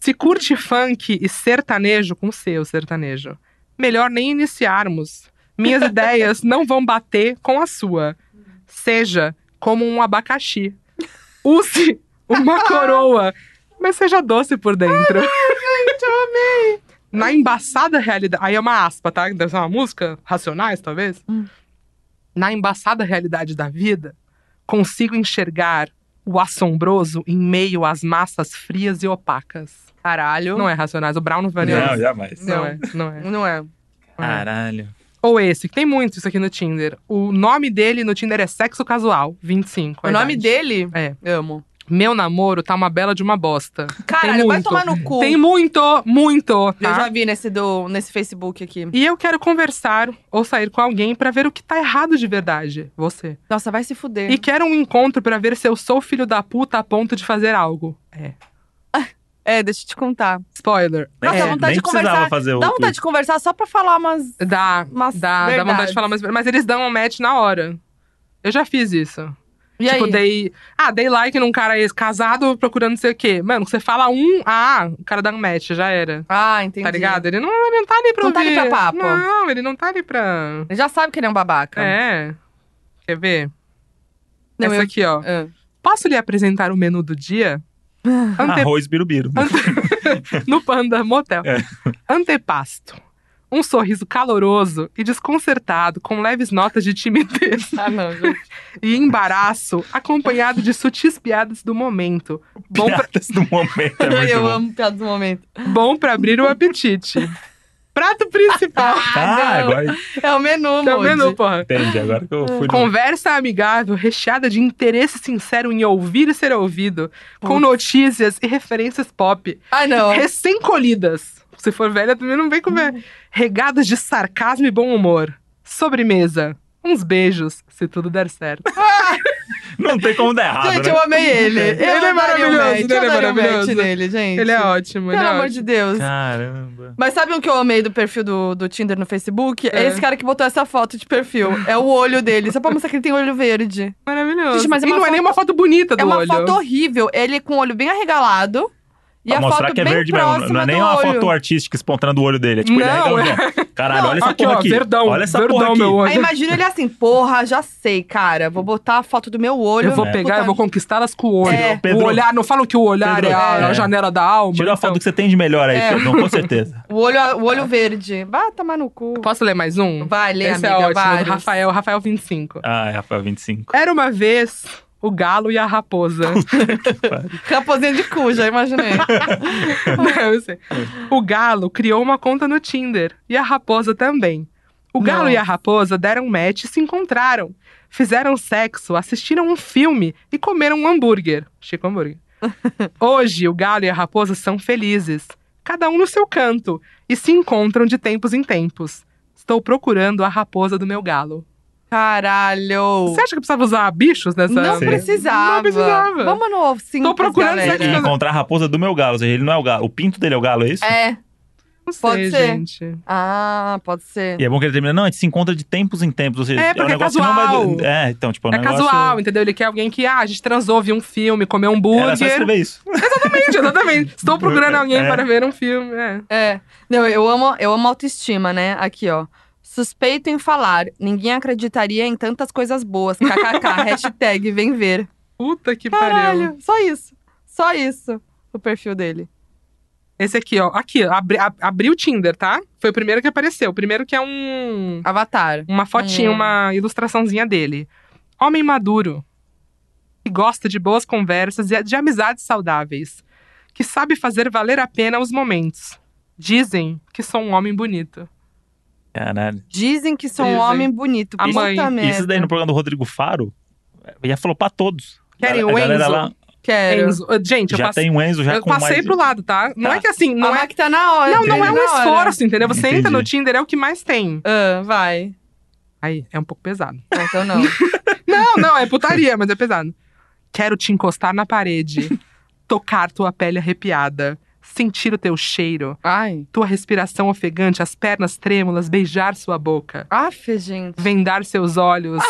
[SPEAKER 3] Se curte funk e sertanejo, com seu sertanejo. Melhor nem iniciarmos. Minhas ideias não vão bater com a sua. Seja como um abacaxi. Use uma coroa, mas seja doce por dentro. Na embaçada realidade. Aí é uma aspa, tá? Deve ser uma música, Racionais, talvez.
[SPEAKER 2] Hum.
[SPEAKER 3] Na embaçada realidade da vida, consigo enxergar o assombroso em meio às massas frias e opacas.
[SPEAKER 2] Caralho.
[SPEAKER 3] Não é Racionais, o Brown não vai
[SPEAKER 4] Não,
[SPEAKER 3] não.
[SPEAKER 4] jamais.
[SPEAKER 3] Não é, não é.
[SPEAKER 2] Não é.
[SPEAKER 3] não é.
[SPEAKER 4] Caralho.
[SPEAKER 3] Ou esse, que tem muito isso aqui no Tinder. O nome dele no Tinder é Sexo Casual, 25. a
[SPEAKER 2] o nome
[SPEAKER 3] idade.
[SPEAKER 2] dele?
[SPEAKER 3] É.
[SPEAKER 2] Amo.
[SPEAKER 3] Meu namoro tá uma bela de uma bosta.
[SPEAKER 2] Caralho, vai
[SPEAKER 3] muito.
[SPEAKER 2] tomar no cu.
[SPEAKER 3] Tem muito, muito.
[SPEAKER 2] Eu
[SPEAKER 3] tá?
[SPEAKER 2] já vi nesse, do, nesse Facebook aqui.
[SPEAKER 3] E eu quero conversar ou sair com alguém pra ver o que tá errado de verdade, você.
[SPEAKER 2] Nossa, vai se fuder.
[SPEAKER 3] E quero um encontro pra ver se eu sou filho da puta a ponto de fazer algo. É.
[SPEAKER 2] É, deixa eu te contar.
[SPEAKER 3] Spoiler.
[SPEAKER 4] Nem,
[SPEAKER 2] Nossa, dá vontade
[SPEAKER 4] nem
[SPEAKER 2] de
[SPEAKER 4] precisava
[SPEAKER 2] conversar.
[SPEAKER 4] fazer o.
[SPEAKER 2] Dá vontade de conversar só pra falar umas.
[SPEAKER 3] Dá,
[SPEAKER 2] Mas
[SPEAKER 3] dá, dá vontade
[SPEAKER 2] verdade.
[SPEAKER 3] de falar, mas, mas eles dão um match na hora. Eu já fiz isso.
[SPEAKER 2] E
[SPEAKER 3] tipo,
[SPEAKER 2] aí?
[SPEAKER 3] dei. Ah, dei like num cara ex casado procurando não sei o quê. Mano, você fala um, ah, o cara dá um match, já era.
[SPEAKER 2] Ah, entendi.
[SPEAKER 3] Tá ligado? Ele não, ele não tá ali pra
[SPEAKER 2] Não tá ali
[SPEAKER 3] ouvir.
[SPEAKER 2] pra papo.
[SPEAKER 3] Não, ele não tá ali pra.
[SPEAKER 2] Ele já sabe que ele é um babaca.
[SPEAKER 3] É. Quer ver?
[SPEAKER 2] Não,
[SPEAKER 3] Essa
[SPEAKER 2] eu-
[SPEAKER 3] aqui, ó.
[SPEAKER 2] Ah.
[SPEAKER 3] Posso lhe apresentar o menu do dia? Ante-
[SPEAKER 1] Ah.
[SPEAKER 4] Arroz birubiru.
[SPEAKER 3] No Panda Motel.
[SPEAKER 4] É.
[SPEAKER 3] Antepasto. Um sorriso caloroso e desconcertado, com leves notas de timidez
[SPEAKER 2] Ah, não, gente.
[SPEAKER 3] e embaraço, acompanhado de sutis piadas do momento. Bom pra,
[SPEAKER 4] Piadas do momento. É muito
[SPEAKER 2] eu
[SPEAKER 4] bom.
[SPEAKER 2] amo piada do momento.
[SPEAKER 3] bom pra abrir o apetite. Prato principal.
[SPEAKER 4] Tá,
[SPEAKER 2] Ah, não.
[SPEAKER 4] agora
[SPEAKER 2] É o menu,
[SPEAKER 3] Tá vendo,
[SPEAKER 2] menu.
[SPEAKER 3] porra?
[SPEAKER 4] entendi. Agora que eu fui. no-
[SPEAKER 3] Conversa amigável, recheada de interesse sincero em ouvir e ser ouvido, com
[SPEAKER 2] Putz.
[SPEAKER 3] notícias e referências pop,
[SPEAKER 2] Ah, não.
[SPEAKER 3] recém-colhidas. Se for velha, também não vem comer. Regadas de sarcasmo e bom humor. Sobremesa. Uns beijos, se tudo der certo.
[SPEAKER 4] Não tem como dar errado,
[SPEAKER 2] Gente,
[SPEAKER 4] né?
[SPEAKER 2] eu amei ele.
[SPEAKER 3] Ele
[SPEAKER 2] Eu
[SPEAKER 3] é
[SPEAKER 2] daria um
[SPEAKER 3] maravilhoso,
[SPEAKER 2] match,
[SPEAKER 3] ele é
[SPEAKER 2] eu daria um match
[SPEAKER 3] maravilhoso.
[SPEAKER 2] nele, gente.
[SPEAKER 3] Ele é ótimo, ele
[SPEAKER 2] Pelo
[SPEAKER 3] é
[SPEAKER 2] amor
[SPEAKER 3] ótimo.
[SPEAKER 2] de Deus.
[SPEAKER 4] Caramba.
[SPEAKER 2] Mas sabe o que eu amei do perfil do, do Tinder no Facebook? É.
[SPEAKER 3] É.
[SPEAKER 2] esse cara que botou essa foto de perfil. É o olho dele. Só pra mostrar que ele tem olho verde.
[SPEAKER 3] Maravilhoso.
[SPEAKER 2] Gente, mas é
[SPEAKER 3] e
[SPEAKER 2] uma
[SPEAKER 3] não é
[SPEAKER 2] foto-
[SPEAKER 3] nem uma foto bonita do
[SPEAKER 2] é uma
[SPEAKER 3] olho.
[SPEAKER 2] foto horrível. Ele com o olho bem arregalado. E
[SPEAKER 4] pra
[SPEAKER 2] a
[SPEAKER 4] mostrar
[SPEAKER 2] foto
[SPEAKER 4] que é
[SPEAKER 2] bem
[SPEAKER 4] verde
[SPEAKER 2] próxima
[SPEAKER 4] mesmo. Não é nem
[SPEAKER 2] do
[SPEAKER 4] uma
[SPEAKER 2] olho.
[SPEAKER 4] foto artística espontando o olho dele. É tipo, ele
[SPEAKER 3] Não,
[SPEAKER 4] arregala o
[SPEAKER 3] é.
[SPEAKER 4] olho. Caralho,
[SPEAKER 2] Não,
[SPEAKER 4] olha essa
[SPEAKER 3] aqui,
[SPEAKER 4] porra
[SPEAKER 3] ó,
[SPEAKER 4] aqui.
[SPEAKER 3] verdão,
[SPEAKER 4] olha essa
[SPEAKER 3] verdão,
[SPEAKER 4] porra aqui.
[SPEAKER 3] meu olho.
[SPEAKER 2] Aí imagina ele assim, porra, já sei, cara. Vou botar a foto do meu olho.
[SPEAKER 3] Eu vou
[SPEAKER 2] É.
[SPEAKER 3] pegar, eu vou conquistá-las com o olho.
[SPEAKER 2] É.
[SPEAKER 4] Pedro-
[SPEAKER 3] o olhar, não falam que o olhar
[SPEAKER 4] Pedro,
[SPEAKER 3] é, a,
[SPEAKER 4] é.
[SPEAKER 3] a janela da alma.
[SPEAKER 4] Tira a
[SPEAKER 3] então.
[SPEAKER 4] foto que você tem de melhor aí,
[SPEAKER 2] É.
[SPEAKER 4] Pedrão, com certeza.
[SPEAKER 2] O olho, o olho verde. Vai tomar no cu.
[SPEAKER 3] Posso ler mais um?
[SPEAKER 2] Vai, lê,
[SPEAKER 3] Esse
[SPEAKER 2] amiga,
[SPEAKER 3] é ótimo,
[SPEAKER 2] vários.
[SPEAKER 3] do Rafael, Rafael 25.
[SPEAKER 4] Ah, é Rafael 25.
[SPEAKER 3] Era uma vez o galo e a raposa.
[SPEAKER 2] Raposinha de cu, já imaginei.
[SPEAKER 3] Não, eu sei. O galo criou uma conta no Tinder e a raposa também. O galo
[SPEAKER 2] Nossa.
[SPEAKER 3] e a raposa deram match e se encontraram. Fizeram sexo, assistiram um filme e comeram um hambúrguer. Chico hambúrguer. Hoje, o galo e a raposa são felizes, cada um no seu canto, e se encontram de tempos em tempos. Estou procurando a raposa do meu galo.
[SPEAKER 2] Caralho.
[SPEAKER 3] Você acha que precisava usar bichos nessa?
[SPEAKER 2] Oh. Não
[SPEAKER 4] Sim.
[SPEAKER 2] precisava.
[SPEAKER 3] Não precisava.
[SPEAKER 2] Vamos no simples,
[SPEAKER 3] Tô procurando
[SPEAKER 2] galera.
[SPEAKER 3] isso
[SPEAKER 4] E
[SPEAKER 3] aqui.
[SPEAKER 4] encontrar a raposa do meu galo. Ou seja, ele não é o galo. O pinto dele é o galo, é isso?
[SPEAKER 2] É.
[SPEAKER 3] Não sei,
[SPEAKER 2] Pode ser.
[SPEAKER 3] gente.
[SPEAKER 2] Ah, pode ser.
[SPEAKER 4] E é bom que ele termina. Não, a gente se encontra de tempos em tempos. Ou seja,
[SPEAKER 3] É,
[SPEAKER 4] é, um
[SPEAKER 3] porque é
[SPEAKER 4] negócio que não
[SPEAKER 3] casual.
[SPEAKER 4] vai. É, então, tipo, é um
[SPEAKER 3] É
[SPEAKER 4] negócio.
[SPEAKER 3] casual, entendeu? Ele quer alguém que, ah, a gente transou, viu um filme, comeu um
[SPEAKER 4] Era só
[SPEAKER 3] hambúrguer.
[SPEAKER 4] escrever isso.
[SPEAKER 3] Exatamente, exatamente. Estou procurando alguém
[SPEAKER 4] É.
[SPEAKER 3] para ver um filme. É.
[SPEAKER 2] É. Não, eu amo, eu amo autoestima, né? Aqui, ó. Suspeito em falar. Ninguém acreditaria em tantas coisas boas. KKK. hashtag vem ver.
[SPEAKER 3] Puta que pariu.
[SPEAKER 2] Caralho. Só isso. Só isso. O perfil dele.
[SPEAKER 3] Esse aqui, ó. Aqui, abri, ab- abri o Tinder, tá? Foi o primeiro que apareceu. O primeiro que é um.
[SPEAKER 2] Avatar.
[SPEAKER 3] Uma fotinha,
[SPEAKER 2] Hum.
[SPEAKER 3] uma ilustraçãozinha dele. Homem maduro. Que gosta de boas conversas e de amizades saudáveis. Que sabe fazer valer a pena os momentos. Dizem que sou um homem bonito.
[SPEAKER 4] Caralho.
[SPEAKER 2] Dizem que sou um
[SPEAKER 3] Dizem.
[SPEAKER 2] homem bonito.
[SPEAKER 3] A
[SPEAKER 2] Puta
[SPEAKER 3] mãe.
[SPEAKER 2] merda.
[SPEAKER 4] E isso daí no programa do Rodrigo Faro ia flopar todos.
[SPEAKER 3] Querem
[SPEAKER 4] A
[SPEAKER 3] o
[SPEAKER 4] galera
[SPEAKER 3] Enzo?
[SPEAKER 4] lá
[SPEAKER 2] Quero.
[SPEAKER 3] Enzo. uh, Gente, eu
[SPEAKER 4] Já
[SPEAKER 3] passei,
[SPEAKER 4] tem o Enzo já
[SPEAKER 3] eu
[SPEAKER 4] com
[SPEAKER 3] passei
[SPEAKER 4] mais.
[SPEAKER 3] pro lado, tá? Não
[SPEAKER 4] Tá.
[SPEAKER 3] é que assim, não
[SPEAKER 2] a
[SPEAKER 3] é
[SPEAKER 2] marca tá na hora.
[SPEAKER 3] Não, não é um
[SPEAKER 2] na hora.
[SPEAKER 3] esforço, entendeu? Você entra no
[SPEAKER 4] Entendi.
[SPEAKER 3] Tinder, é o que mais tem.
[SPEAKER 2] Ah, vai.
[SPEAKER 3] Aí, é um pouco pesado.
[SPEAKER 2] Não, Então não.
[SPEAKER 3] Não, não, é putaria, mas é pesado. Quero te encostar na parede, tocar tua pele arrepiada, sentir o teu cheiro,
[SPEAKER 2] Ai.
[SPEAKER 3] tua respiração ofegante, as pernas trêmulas, beijar sua boca,
[SPEAKER 2] Aff, gente.
[SPEAKER 3] vendar seus olhos,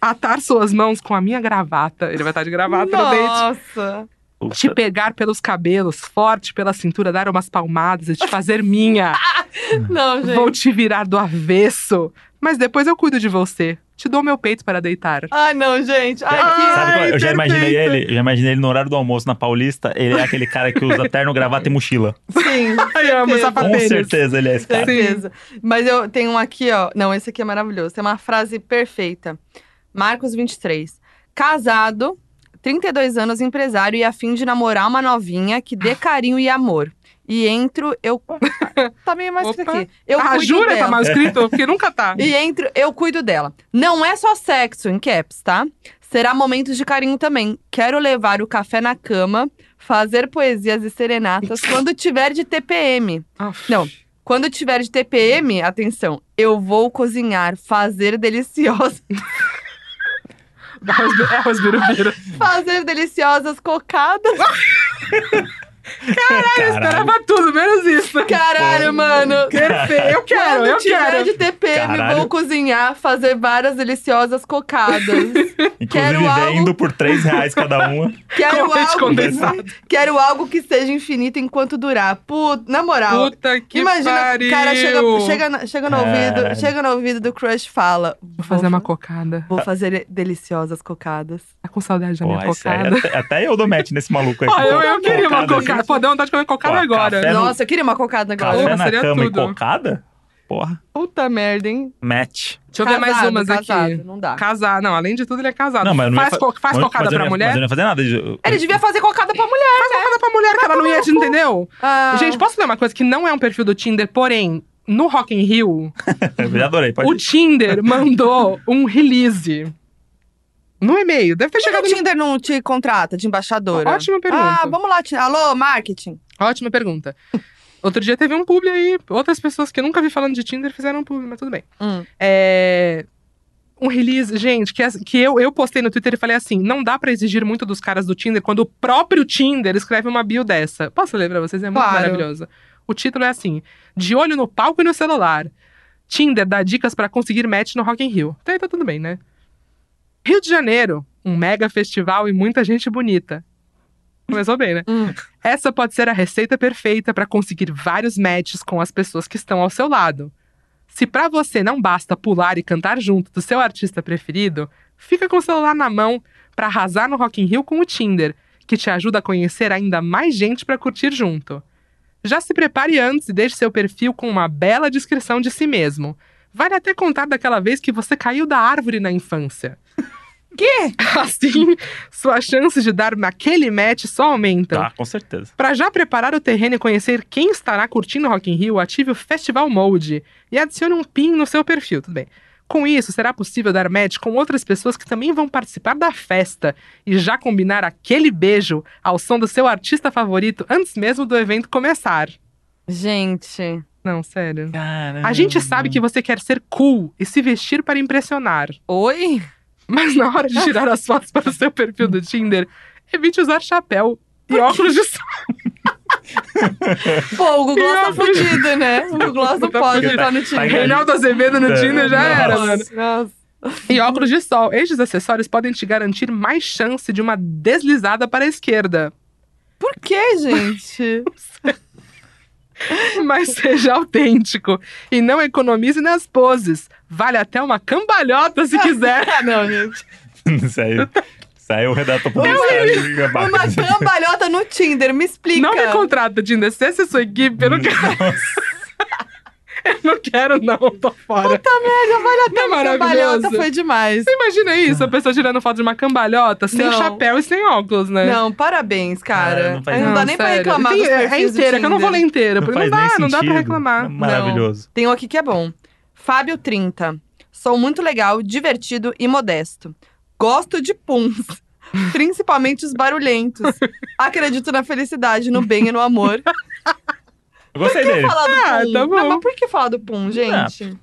[SPEAKER 3] atar suas mãos com a minha gravata. Ele vai estar de gravata no dente.
[SPEAKER 2] Nossa.
[SPEAKER 4] Puta,
[SPEAKER 3] Te pegar pelos cabelos, forte pela cintura, dar umas palmadas e te fazer minha.
[SPEAKER 2] Não, gente.
[SPEAKER 3] Vou te virar do avesso, mas depois eu cuido de você. Te dou meu peito para deitar.
[SPEAKER 2] Ai, Ah, não, gente. Ai,
[SPEAKER 4] Sabe
[SPEAKER 2] que...
[SPEAKER 4] qual- é?
[SPEAKER 3] Ai,
[SPEAKER 4] eu já imaginei
[SPEAKER 3] perfeito.
[SPEAKER 4] ele, eu já imaginei ele no horário do almoço na Paulista. Ele é aquele cara que usa terno, gravata e mochila.
[SPEAKER 2] Sim,
[SPEAKER 3] Ai, amo
[SPEAKER 2] certeza.
[SPEAKER 4] Com
[SPEAKER 3] sapatênis.
[SPEAKER 4] certeza ele é esse cara.
[SPEAKER 2] certeza. Mas eu tenho um aqui, ó. Não, esse aqui é maravilhoso. Tem uma frase perfeita. Marcos 23. Casado, 32 anos, empresário e a fim de namorar uma novinha que
[SPEAKER 3] Ah.
[SPEAKER 2] dê carinho e amor. E entro, eu. Tá meio mais que isso
[SPEAKER 3] Opa.
[SPEAKER 2] aqui. Eu
[SPEAKER 3] ah,
[SPEAKER 2] cuido
[SPEAKER 3] jura?
[SPEAKER 2] dela.
[SPEAKER 3] Tá mal escrito? Porque nunca tá.
[SPEAKER 2] E entre eu cuido dela. Não é só sexo em caps, tá? Será momentos de carinho também. Quero levar o café na cama, fazer poesias e serenatas quando tiver de TPM.
[SPEAKER 3] Ah.
[SPEAKER 2] Não. Quando tiver de TPM, atenção, eu vou cozinhar, fazer deliciosos,
[SPEAKER 3] Arroz bi- É arroz birubiru.
[SPEAKER 2] fazer deliciosas cocadas.
[SPEAKER 3] Eu esperava tudo, menos isso.
[SPEAKER 2] Caralho, mano.
[SPEAKER 3] Perfeito. Eu quero,
[SPEAKER 2] Quando
[SPEAKER 3] eu
[SPEAKER 2] tiver
[SPEAKER 3] quero.
[SPEAKER 2] de TPM,
[SPEAKER 4] Caralho.
[SPEAKER 2] vou cozinhar, fazer várias deliciosas cocadas.
[SPEAKER 4] Inclusive
[SPEAKER 2] Quero algo-
[SPEAKER 4] vendo por 3 reais cada um. uma.
[SPEAKER 2] Quero
[SPEAKER 3] Com leite
[SPEAKER 2] algo,
[SPEAKER 3] condensado.
[SPEAKER 2] quero algo que seja infinito enquanto durar. Puta, na moral.
[SPEAKER 3] Puta que
[SPEAKER 2] Imagina,
[SPEAKER 3] pariu.
[SPEAKER 2] o cara chega, chega, na- chega no
[SPEAKER 4] Caralho.
[SPEAKER 2] ouvido, chega no ouvido do crush e fala: Vou
[SPEAKER 3] Fazer uma cocada.
[SPEAKER 2] Vou fazer deliciosas cocadas.
[SPEAKER 3] Tá com saudade da minha
[SPEAKER 4] Porra, isso aí,
[SPEAKER 3] cocada.
[SPEAKER 4] até, até eu dou match nesse maluco aí.
[SPEAKER 3] Ó, eu,
[SPEAKER 4] Pô,
[SPEAKER 3] eu queria uma
[SPEAKER 4] cocada, assim,
[SPEAKER 3] cocada. Pô, deu vontade de comer cocada
[SPEAKER 4] Pô,
[SPEAKER 3] agora.
[SPEAKER 4] café É, não-
[SPEAKER 2] Nossa, eu queria uma cocada
[SPEAKER 4] Café
[SPEAKER 2] agora.
[SPEAKER 3] Porra,
[SPEAKER 4] na
[SPEAKER 3] seria
[SPEAKER 4] cama e
[SPEAKER 3] tudo.
[SPEAKER 4] cocada? Porra.
[SPEAKER 2] Puta merda, hein?
[SPEAKER 4] Match.
[SPEAKER 3] Deixa eu ver mais
[SPEAKER 2] Casado,
[SPEAKER 3] umas
[SPEAKER 2] casado,
[SPEAKER 3] aqui.
[SPEAKER 2] Não dá.
[SPEAKER 3] Casar. Não, além de tudo, ele é casado.
[SPEAKER 4] Não, mas eu não ia
[SPEAKER 3] faz
[SPEAKER 4] fa-
[SPEAKER 3] co- faz
[SPEAKER 4] Mas-
[SPEAKER 3] cocada
[SPEAKER 4] mas eu não
[SPEAKER 3] pra
[SPEAKER 4] ia-
[SPEAKER 3] mulher?
[SPEAKER 4] Mas eu não ia fazer nada. Eu-
[SPEAKER 2] Ele devia fazer cocada pra mulher.
[SPEAKER 3] Faz cocada pra mulher que ela não ia, entendeu?
[SPEAKER 2] Ah,
[SPEAKER 3] Gente, posso ler uma coisa que não é um perfil do Tinder, porém, no Rock in Rio,
[SPEAKER 4] Eu já adorei. Pode
[SPEAKER 3] o Tinder mandou um release. No e-mail. Deve ter
[SPEAKER 2] por que
[SPEAKER 3] chegado
[SPEAKER 2] o Tinder não te contrata de embaixadora?
[SPEAKER 3] Ótima pergunta.
[SPEAKER 2] Ah, vamos lá. Ti- Alô, marketing.
[SPEAKER 3] Ótima pergunta. Outro dia teve um publi aí, outras pessoas que eu nunca vi falando de Tinder fizeram um publi, mas tudo bem.
[SPEAKER 2] Hum.
[SPEAKER 3] É, Um release, gente, que, as- que eu, eu postei no Twitter e falei assim: não dá pra exigir muito dos caras do Tinder quando o próprio Tinder escreve uma bio dessa. Posso ler pra vocês? É muito
[SPEAKER 2] Claro.
[SPEAKER 3] maravilhosa. O título é assim: De olho no palco e no celular. Tinder dá dicas pra conseguir match no Rock in Rio. Até aí tá tudo bem, né? Rio de Janeiro, um mega festival e muita gente bonita. Começou bem, né?
[SPEAKER 2] Hum.
[SPEAKER 3] Essa pode ser a receita perfeita para conseguir vários matches com as pessoas que estão ao seu lado. Se para você não basta pular e cantar junto do seu artista preferido, fica com o celular na mão para arrasar no Rock in Rio com o Tinder, que te ajuda a conhecer ainda mais gente para curtir junto. Já se prepare antes e deixe seu perfil com uma bela descrição de si mesmo. Vale até contar daquela vez que você caiu da árvore na infância.
[SPEAKER 2] Quê?
[SPEAKER 3] Assim, suas chances de dar naquele match só aumentam.
[SPEAKER 4] Tá, com certeza.
[SPEAKER 3] Para já preparar o terreno e conhecer quem estará curtindo o Rock in Rio, ative o Festival Mode e adicione um pin no seu perfil, tudo bem. Com isso, será possível dar match com outras pessoas que também vão participar da festa e já combinar aquele beijo ao som do seu artista favorito antes mesmo do evento começar.
[SPEAKER 2] Gente.
[SPEAKER 3] Não, sério.
[SPEAKER 4] Caramba.
[SPEAKER 3] A gente sabe que você quer ser cool e se vestir para impressionar.
[SPEAKER 2] Oi?
[SPEAKER 3] Mas na hora de tirar as fotos para o seu perfil do Tinder, evite usar chapéu e óculos de sol.
[SPEAKER 2] Pô, o Google tá
[SPEAKER 3] Pior, foi-
[SPEAKER 2] fudido, né? O Google não
[SPEAKER 3] Tá
[SPEAKER 2] pode
[SPEAKER 4] fudido.
[SPEAKER 2] entrar no
[SPEAKER 4] Tá
[SPEAKER 2] Tinder.
[SPEAKER 3] Reinaldo Azevedo no
[SPEAKER 4] Nossa.
[SPEAKER 3] Tinder já era,
[SPEAKER 4] Nossa.
[SPEAKER 3] mano.
[SPEAKER 2] Nossa.
[SPEAKER 3] E óculos de sol. Estes acessórios podem te garantir mais chance de uma deslizada para a esquerda.
[SPEAKER 2] Por que, gente?
[SPEAKER 3] Mas seja autêntico e não economize nas poses. Vale até uma cambalhota se quiser.
[SPEAKER 2] ah, não, gente.
[SPEAKER 4] Saiu. Saiu o redator
[SPEAKER 2] Uma
[SPEAKER 4] publicitário.
[SPEAKER 2] cambalhota no Tinder, me explica.
[SPEAKER 3] Não me contrata, Tinder. Se essa é sua equipe,
[SPEAKER 4] Hum.
[SPEAKER 3] eu não quero, eu não, quero, não. Tô fora. Puta merda, vale até
[SPEAKER 2] Uma cambalhota foi demais.
[SPEAKER 3] Você imagina isso? A pessoa tirando foto de uma cambalhota, sem
[SPEAKER 2] Não.
[SPEAKER 3] chapéu e sem óculos, né?
[SPEAKER 2] Não, parabéns, cara.
[SPEAKER 4] Cara, não faz
[SPEAKER 2] Aí não
[SPEAKER 4] nada.
[SPEAKER 2] dá nem pra
[SPEAKER 3] sério.
[SPEAKER 2] reclamar
[SPEAKER 3] Tem-
[SPEAKER 2] dos
[SPEAKER 3] é- É
[SPEAKER 2] perfis do
[SPEAKER 3] inteira, que eu não vou ler
[SPEAKER 2] Tinder.
[SPEAKER 3] inteira. Porque não
[SPEAKER 4] faz nem
[SPEAKER 3] dá, não dá pra
[SPEAKER 4] sentido.
[SPEAKER 3] reclamar.
[SPEAKER 4] Maravilhoso.
[SPEAKER 2] Tem um aqui que é bom. Fábio 30. Sou muito legal, divertido e modesto. Gosto de puns. Principalmente os barulhentos. Acredito na felicidade, no bem e no amor.
[SPEAKER 4] Eu gostei
[SPEAKER 2] Por que
[SPEAKER 4] dele.
[SPEAKER 2] falar do
[SPEAKER 3] Ah,
[SPEAKER 2] pum?
[SPEAKER 3] tá bom.
[SPEAKER 2] Não, mas por que falar do
[SPEAKER 4] Ah,
[SPEAKER 2] pum, gente?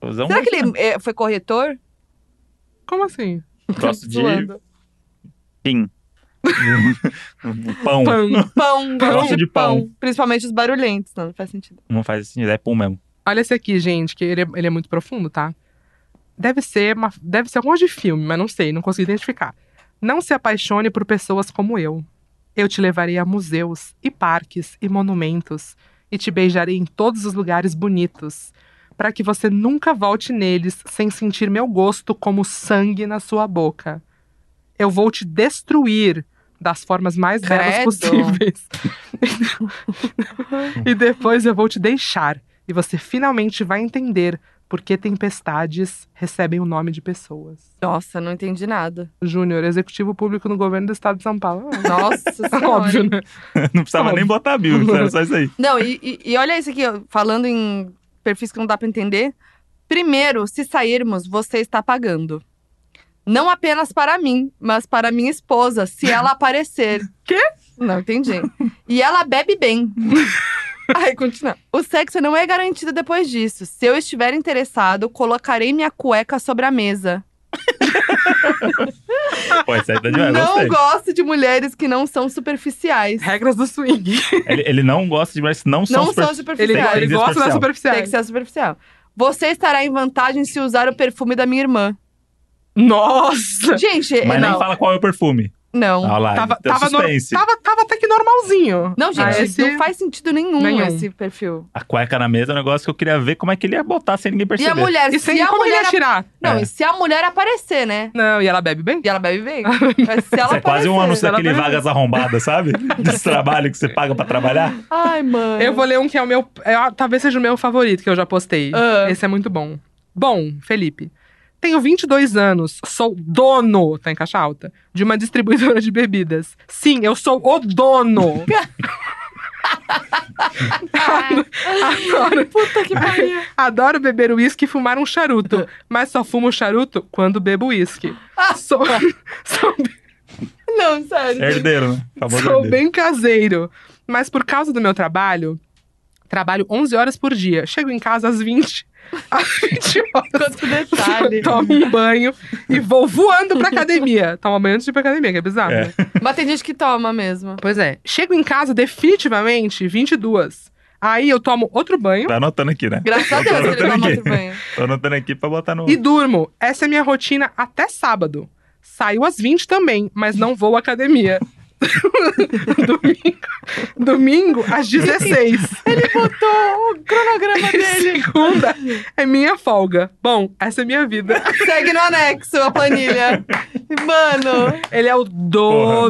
[SPEAKER 4] Usar um
[SPEAKER 2] Será que ele é, foi corretor?
[SPEAKER 3] Como assim?
[SPEAKER 4] Gosto de
[SPEAKER 2] Zoando.
[SPEAKER 4] pin. um, pão.
[SPEAKER 3] Pão.
[SPEAKER 2] Pão, gosto
[SPEAKER 4] Gosto
[SPEAKER 2] de
[SPEAKER 4] de
[SPEAKER 2] pão. Principalmente os barulhentos. Não, não faz sentido.
[SPEAKER 4] Não faz sentido, é pão mesmo.
[SPEAKER 3] Olha esse aqui, gente, que ele é, ele é muito profundo, tá? Deve ser, uma, deve ser alguma de filme, mas não sei, não consegui identificar. Não se apaixone por pessoas como eu. Eu te levarei a museus e parques e monumentos e te beijarei em todos os lugares bonitos, para que você nunca volte neles sem sentir meu gosto como sangue na sua boca. Eu vou te destruir das formas mais belas
[SPEAKER 2] Credo.
[SPEAKER 3] possíveis. e depois eu vou te deixar e você finalmente vai entender por que tempestades recebem o nome de pessoas.
[SPEAKER 2] Nossa, não entendi nada.
[SPEAKER 3] Júnior, executivo público no governo do estado de São Paulo. Ah,
[SPEAKER 2] Nossa senhora.
[SPEAKER 3] Óbvio, né?
[SPEAKER 4] Não precisava
[SPEAKER 3] Óbvio.
[SPEAKER 4] nem botar a bio, era só isso aí.
[SPEAKER 2] Não, e, e- e olha isso aqui, ó, falando em perfis que não dá pra entender. Primeiro, se sairmos, você está pagando. Não apenas para mim, mas para minha esposa, se ela aparecer.
[SPEAKER 3] Quê?
[SPEAKER 2] Não entendi. E ela bebe bem. Aí continua. O sexo não é garantido depois disso. Se eu estiver interessado, colocarei minha cueca sobre a mesa.
[SPEAKER 4] Pô, isso aí tá demais,
[SPEAKER 2] não
[SPEAKER 4] gostei.
[SPEAKER 2] gosto de mulheres que não são superficiais.
[SPEAKER 3] Regras do swing.
[SPEAKER 4] Ele, ele não gosta de mulheres que não são
[SPEAKER 2] não
[SPEAKER 4] super...
[SPEAKER 2] são
[SPEAKER 3] Ele,
[SPEAKER 2] superficiais.
[SPEAKER 4] Tem-
[SPEAKER 3] ele
[SPEAKER 4] tem
[SPEAKER 3] gosta da
[SPEAKER 4] superficial.
[SPEAKER 3] superficial.
[SPEAKER 2] Tem que ser superficial. Você estará em vantagem se usar o perfume da minha irmã.
[SPEAKER 3] Nossa!
[SPEAKER 2] Gente,
[SPEAKER 4] Mas
[SPEAKER 2] não.
[SPEAKER 4] nem fala qual é o perfume.
[SPEAKER 2] Não.
[SPEAKER 4] Olha lá,
[SPEAKER 3] Tava,
[SPEAKER 4] tem
[SPEAKER 1] Ah.
[SPEAKER 3] tava, no-
[SPEAKER 2] então
[SPEAKER 4] suspense.
[SPEAKER 3] tava, tava até que normalzinho.
[SPEAKER 2] Não, gente,
[SPEAKER 3] Ah, esse-
[SPEAKER 2] não faz sentido nenhum,
[SPEAKER 3] Nenhum.
[SPEAKER 2] esse perfil.
[SPEAKER 1] A cueca na mesa é um negócio que eu queria ver como é que ele ia botar sem ninguém
[SPEAKER 2] E a
[SPEAKER 1] perceber.
[SPEAKER 2] mulher,
[SPEAKER 3] E
[SPEAKER 2] se
[SPEAKER 3] sem
[SPEAKER 2] a
[SPEAKER 3] como ele
[SPEAKER 2] mulher.
[SPEAKER 3] ia tirar.
[SPEAKER 2] Não,
[SPEAKER 1] É.
[SPEAKER 2] e se a mulher aparecer, né?
[SPEAKER 3] Não, e ela bebe bem?
[SPEAKER 2] E ela bebe bem. Mas se ela
[SPEAKER 1] Isso é quase um
[SPEAKER 2] aparecer-
[SPEAKER 1] anúncio
[SPEAKER 3] ela
[SPEAKER 1] daquele
[SPEAKER 3] aparece.
[SPEAKER 1] vagas arrombadas, sabe? Desse trabalho que você paga pra trabalhar.
[SPEAKER 2] Ai, mano.
[SPEAKER 3] Eu vou ler um que é o meu. é, ah, talvez seja o meu favorito que eu já postei.
[SPEAKER 2] Ah.
[SPEAKER 3] Esse é muito bom. Bom, Felipe. Tenho 22 anos, sou dono, tá em caixa alta, de uma distribuidora de bebidas. Sim, eu sou o dono. Adoro,
[SPEAKER 2] Puta que pariu.
[SPEAKER 3] adoro beber uísque e fumar um charuto, mas só fumo charuto quando bebo uísque. Sou, sou
[SPEAKER 2] Não,
[SPEAKER 4] É
[SPEAKER 2] sério.
[SPEAKER 1] Herdeiro, né? Famoso
[SPEAKER 3] Sou
[SPEAKER 1] herdeiro.
[SPEAKER 3] bem caseiro. Mas por causa do meu trabalho, trabalho 11 horas por dia. Chego em casa às 20. Às 20 horas.
[SPEAKER 2] Quanto detalhe.
[SPEAKER 3] Tomo um banho e vou voando pra academia. Toma banho antes de ir pra academia, que é bizarro.
[SPEAKER 1] É.
[SPEAKER 3] né?
[SPEAKER 2] Mas tem gente que toma mesmo.
[SPEAKER 3] Pois é. Chego em casa definitivamente 22. Aí eu tomo outro banho
[SPEAKER 1] Tá anotando aqui, né?
[SPEAKER 2] Graças a
[SPEAKER 1] Eu tô
[SPEAKER 2] Deus que ele
[SPEAKER 1] anotando
[SPEAKER 2] toma
[SPEAKER 1] aqui.
[SPEAKER 2] outro banho.
[SPEAKER 1] Tô anotando aqui pra botar no.
[SPEAKER 3] e durmo. Essa é minha rotina até sábado. Saio às 20 também, mas não vou à academia. domingo, domingo às 16.
[SPEAKER 2] É Botou o cronograma dele.
[SPEAKER 3] Segunda é minha folga. Bom, essa é minha vida.
[SPEAKER 2] Segue no anexo a planilha. Mano,
[SPEAKER 3] Ele é o dono.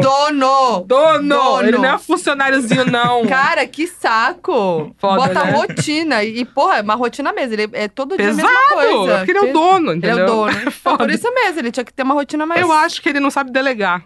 [SPEAKER 2] dono.
[SPEAKER 3] Dono.
[SPEAKER 2] Dono.
[SPEAKER 3] Ele não é funcionáriozinho, não.
[SPEAKER 2] Cara, que saco.
[SPEAKER 3] Foda,
[SPEAKER 2] Bota
[SPEAKER 3] né?
[SPEAKER 2] rotina. E, porra, é uma rotina mesmo. Ele é todo dia a mesma
[SPEAKER 3] Pesado.
[SPEAKER 2] coisa.
[SPEAKER 3] Porque ele é o dono,
[SPEAKER 2] Ele é
[SPEAKER 3] entendeu?
[SPEAKER 2] o dono. Então, por isso mesmo, ele tinha que ter uma rotina mais.
[SPEAKER 3] Eu acho que ele não sabe delegar.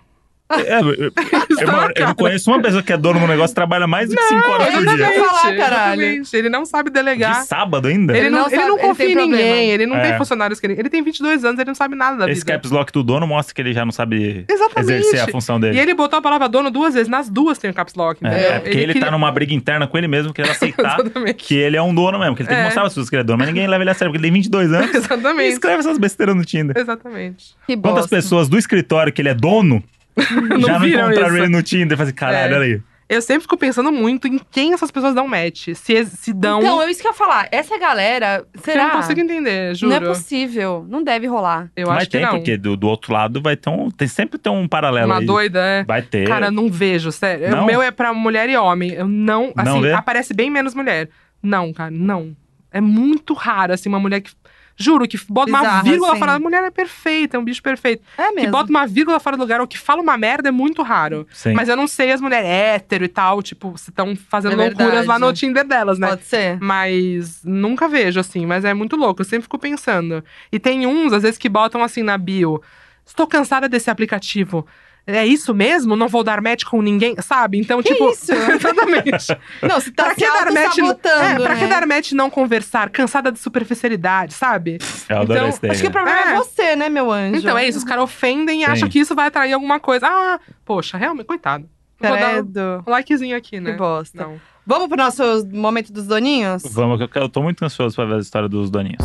[SPEAKER 1] É, eu, eu-
[SPEAKER 3] Isso
[SPEAKER 1] eu-
[SPEAKER 3] tá na
[SPEAKER 1] eu não
[SPEAKER 3] cara.
[SPEAKER 1] conheço uma pessoa que é dona de um negócio e trabalha mais do que 5 horas por
[SPEAKER 2] exatamente.
[SPEAKER 1] dia.
[SPEAKER 2] ia falar,
[SPEAKER 3] Exatamente,
[SPEAKER 2] caralho.
[SPEAKER 3] exatamente. Ele não sabe delegar.
[SPEAKER 1] De sábado ainda?
[SPEAKER 3] Ele, não,
[SPEAKER 2] não
[SPEAKER 3] ele não
[SPEAKER 2] sabe- ele
[SPEAKER 3] confia
[SPEAKER 2] tem
[SPEAKER 3] em ninguém,
[SPEAKER 2] problema.
[SPEAKER 3] ele não tem
[SPEAKER 1] É.
[SPEAKER 3] funcionários que ele. Ele tem 22 anos, ele não sabe nada da
[SPEAKER 1] Esse
[SPEAKER 3] vida.
[SPEAKER 1] caps lock do dono mostra que ele já não sabe
[SPEAKER 3] Exatamente.
[SPEAKER 1] exercer a função dele.
[SPEAKER 3] E ele botou a palavra dono duas vezes, nas duas tem o caps lock.
[SPEAKER 1] É,
[SPEAKER 3] entendeu?
[SPEAKER 1] é porque ele, tá
[SPEAKER 3] queria-
[SPEAKER 1] numa briga interna com ele mesmo, querendo aceitar
[SPEAKER 3] Exatamente.
[SPEAKER 1] que ele é um dono mesmo, que ele tem
[SPEAKER 3] É.
[SPEAKER 1] que mostrar as pessoas que ele é dono, mas ninguém leva ele a sério, porque ele tem 22 anos e
[SPEAKER 3] Exatamente.
[SPEAKER 1] escreve essas besteiras no Tinder.
[SPEAKER 3] Exatamente.
[SPEAKER 2] Que
[SPEAKER 1] Quantas
[SPEAKER 2] bosta.
[SPEAKER 1] pessoas do escritório que ele é dono já não
[SPEAKER 3] viram
[SPEAKER 1] encontraram
[SPEAKER 3] isso.
[SPEAKER 1] ele no Tinder e falam assim, caralho,
[SPEAKER 3] É.
[SPEAKER 1] olha aí.
[SPEAKER 3] Eu sempre fico pensando muito em quem essas pessoas dão match. Se, ex- se dão.
[SPEAKER 2] Então, é isso que eu ia falar. Essa galera,
[SPEAKER 3] eu
[SPEAKER 2] será?
[SPEAKER 3] não consigo entender, juro.
[SPEAKER 2] Não é possível. Não deve rolar.
[SPEAKER 3] Eu
[SPEAKER 1] mas
[SPEAKER 3] acho que
[SPEAKER 1] tem,
[SPEAKER 3] não.
[SPEAKER 1] porque do, do outro lado vai ter um. Tem, sempre tem um paralelo
[SPEAKER 3] Uma
[SPEAKER 1] aí.
[SPEAKER 3] doida, é.
[SPEAKER 1] Vai ter.
[SPEAKER 3] Cara, não vejo, sério.
[SPEAKER 1] Não?
[SPEAKER 3] O meu é pra mulher e homem. Eu não. Assim,
[SPEAKER 1] Não vê?
[SPEAKER 3] aparece bem menos mulher. Não, cara, não. É muito raro, assim, uma mulher que. Juro, que bota uma
[SPEAKER 2] Bizarro,
[SPEAKER 3] vírgula
[SPEAKER 2] assim.
[SPEAKER 3] fora. A mulher é perfeita, é um bicho perfeito.
[SPEAKER 2] É
[SPEAKER 3] Que
[SPEAKER 2] mesmo.
[SPEAKER 3] bota uma vírgula fora do lugar ou que fala uma merda é muito raro.
[SPEAKER 1] Sim.
[SPEAKER 3] Mas eu não sei as mulheres é hétero e tal, tipo, se estão fazendo
[SPEAKER 2] É
[SPEAKER 3] loucuras lá
[SPEAKER 2] verdade.
[SPEAKER 3] no Tinder delas, né?
[SPEAKER 2] Pode ser.
[SPEAKER 3] Mas nunca vejo, assim. Mas é muito louco, eu sempre fico pensando. E tem uns, às vezes, que botam assim na bio: Estou cansada desse aplicativo. É isso mesmo? Não vou dar match com ninguém, sabe? Então,
[SPEAKER 2] Que
[SPEAKER 3] tipo.
[SPEAKER 2] isso?
[SPEAKER 3] Exatamente.
[SPEAKER 2] Não, se tá
[SPEAKER 3] pra
[SPEAKER 2] se
[SPEAKER 3] que dar match? É,
[SPEAKER 2] auto-sabotando,
[SPEAKER 3] pra que
[SPEAKER 2] né?
[SPEAKER 3] dar match e não conversar? Cansada de superficialidade, sabe?
[SPEAKER 1] eu adoro
[SPEAKER 3] então,
[SPEAKER 1] esse daí.
[SPEAKER 2] Acho que o problema é.
[SPEAKER 3] É.
[SPEAKER 2] você, né, meu anjo?
[SPEAKER 3] Então é isso, os caras ofendem e
[SPEAKER 1] Sim.
[SPEAKER 3] acham que isso vai atrair alguma coisa. Ah, poxa, realmente, coitado. Vou dar um
[SPEAKER 2] Credo.
[SPEAKER 3] likezinho aqui, né?
[SPEAKER 2] Que bosta.
[SPEAKER 3] Não.
[SPEAKER 2] Vamos pro nosso momento dos doninhos?
[SPEAKER 1] Vamos, que eu, quero- eu tô muito ansioso pra ver a história dos doninhos.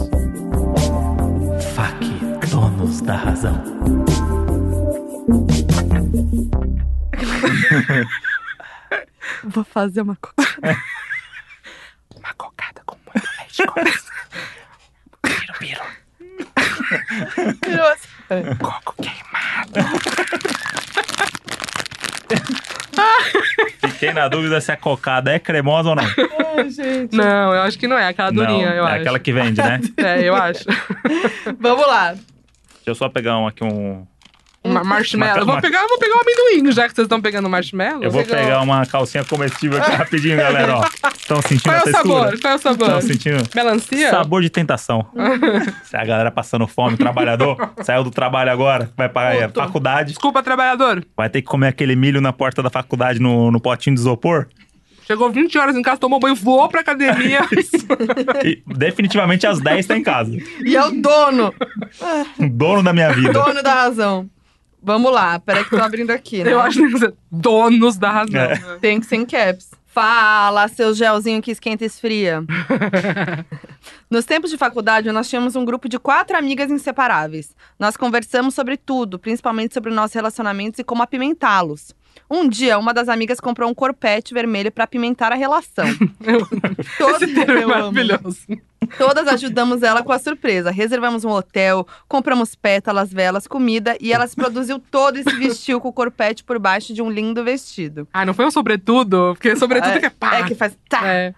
[SPEAKER 5] FAC, donos da razão.
[SPEAKER 2] Vou fazer uma coisa.
[SPEAKER 3] Uma cocada com muito leite. com- Coco queimado.
[SPEAKER 1] Fiquei na dúvida se a cocada é cremosa ou não.
[SPEAKER 2] Ai, gente.
[SPEAKER 3] Não, eu acho que não é aquela durinha,
[SPEAKER 1] não,
[SPEAKER 3] eu
[SPEAKER 1] é
[SPEAKER 3] acho.
[SPEAKER 1] aquela que vende, né?
[SPEAKER 3] É, eu acho.
[SPEAKER 2] Vamos lá.
[SPEAKER 1] Deixa eu só pegar um aqui um.
[SPEAKER 3] Uma
[SPEAKER 2] Hum.
[SPEAKER 3] marshmallow.
[SPEAKER 1] Uma-
[SPEAKER 3] Eu vou
[SPEAKER 1] uma-
[SPEAKER 3] pegar, eu vou pegar um amendoim, já que vocês estão pegando marshmallow.
[SPEAKER 1] Eu vou
[SPEAKER 2] Legal.
[SPEAKER 3] um.
[SPEAKER 1] pegar um uma calcinha comestível aqui rapidinho, galera. Ó. Estão sentindo
[SPEAKER 3] Qual é
[SPEAKER 1] a
[SPEAKER 3] o sabor?
[SPEAKER 1] textura?
[SPEAKER 3] Qual é o sabor?
[SPEAKER 1] Estão sentindo?
[SPEAKER 3] Melancia?
[SPEAKER 1] Sabor de tentação. Se a galera passando fome, o trabalhador saiu do trabalho agora, vai pra a
[SPEAKER 2] Puto.
[SPEAKER 1] faculdade,
[SPEAKER 3] Desculpa, trabalhador.
[SPEAKER 1] vai ter que comer aquele milho na porta da faculdade no, no potinho de isopor.
[SPEAKER 3] Chegou 20 horas em casa, tomou banho, voou pra academia.
[SPEAKER 1] E definitivamente às 10 tá em casa. Um
[SPEAKER 2] E é o dono,
[SPEAKER 1] Dono da minha vida.
[SPEAKER 2] dono da razão. Vamos lá, peraí que tô abrindo aqui, né?
[SPEAKER 3] eu acho que são donos da razão.
[SPEAKER 1] É.
[SPEAKER 3] né?
[SPEAKER 2] Tem que ser em caps. Fala, seu gelzinho que esquenta e esfria. Nos tempos de faculdade, nós tínhamos um grupo de quatro amigas inseparáveis. Nós conversamos sobre tudo, principalmente sobre nossos relacionamentos e como apimentá-los. Um dia, uma das amigas comprou um corpete vermelho pra apimentar a relação.
[SPEAKER 3] Eu amo.
[SPEAKER 2] Todos-
[SPEAKER 3] Esse termo é
[SPEAKER 2] Eu amo.
[SPEAKER 3] maravilhoso.
[SPEAKER 2] Todas ajudamos ela com a surpresa. Reservamos um hotel, compramos pétalas, velas, comida e ela se produziu todo e se vestiu com o corpete por baixo de um lindo vestido.
[SPEAKER 3] Ah, não foi um sobretudo? Porque sobretudo que é pá.
[SPEAKER 2] É que faz tá.
[SPEAKER 3] É.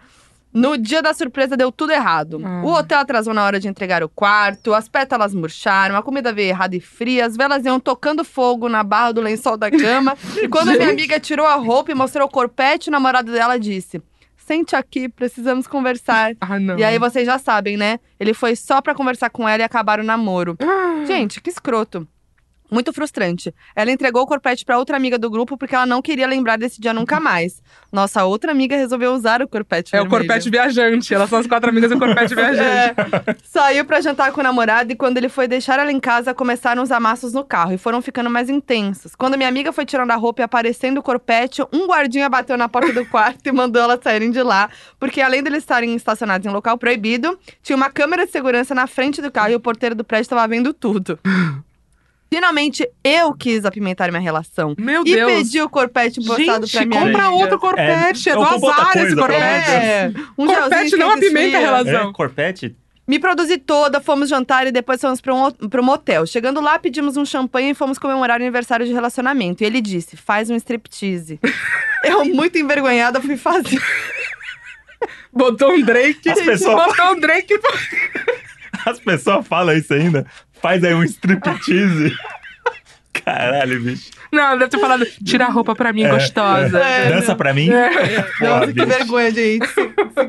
[SPEAKER 2] No dia da surpresa deu tudo errado.
[SPEAKER 3] Ah.
[SPEAKER 2] O hotel atrasou na hora de entregar o quarto, as pétalas murcharam, a comida veio errada e fria, as velas iam tocando fogo na barra do lençol da cama. e quando a minha amiga tirou a roupa e mostrou o corpete, o namorado dela disse: Sente aqui, precisamos conversar.
[SPEAKER 3] Ah, não.
[SPEAKER 2] E aí vocês já sabem, né? Ele foi só pra conversar com ela e acabar o namoro. Gente, que escroto. Muito frustrante. Ela entregou o corpete pra outra amiga do grupo porque ela não queria lembrar desse dia nunca mais. Nossa, a outra amiga resolveu usar o corpete
[SPEAKER 3] É o
[SPEAKER 2] vermelho.
[SPEAKER 3] corpete viajante. Elas são as quatro amigas do corpete viajante.
[SPEAKER 2] É. Saiu pra jantar com o namorado e quando ele foi deixar ela em casa, começaram os amassos no carro e foram ficando mais intensos. Quando minha amiga foi tirando a roupa e aparecendo o corpete, um guardinha bateu na porta do quarto e mandou elas saírem de lá, porque além deles estarem estacionados em um local proibido, tinha uma câmera de segurança na frente do carro e o porteiro do prédio estava vendo tudo. Finalmente, eu quis apimentar minha relação.
[SPEAKER 3] Meu
[SPEAKER 2] e
[SPEAKER 3] Deus.
[SPEAKER 2] pedi o corpete emprestado
[SPEAKER 3] Gente,
[SPEAKER 2] pra minha
[SPEAKER 3] compra
[SPEAKER 2] amiga.
[SPEAKER 3] outro corpete. É,
[SPEAKER 1] É,
[SPEAKER 3] do
[SPEAKER 1] eu compro outra
[SPEAKER 3] azar esse
[SPEAKER 1] coisa, pelo amor de
[SPEAKER 3] corpete.
[SPEAKER 1] Deus.
[SPEAKER 2] É, um
[SPEAKER 3] Corpete
[SPEAKER 2] gelzinho que
[SPEAKER 3] não apimenta a
[SPEAKER 2] esfria.
[SPEAKER 3] relação.
[SPEAKER 1] É, corpete?
[SPEAKER 2] Me produzi toda, fomos jantar e depois fomos para um, pra um motel. Chegando lá, pedimos um champanhe e fomos comemorar o aniversário de relacionamento. E ele disse: faz um striptease. Eu, muito envergonhada, fui fazer.
[SPEAKER 3] Botou um Drake.
[SPEAKER 1] As pessoas-
[SPEAKER 3] Botou um Drake.
[SPEAKER 1] As pessoas falam isso ainda. Faz aí um striptease. Caralho, bicho.
[SPEAKER 3] Não, deve ter falado, tira a roupa pra mim, gostosa.
[SPEAKER 2] É,
[SPEAKER 1] Dança
[SPEAKER 2] não.
[SPEAKER 1] pra mim? Porra,
[SPEAKER 2] Nossa, que
[SPEAKER 1] bicho.
[SPEAKER 2] vergonha, gente. Isso-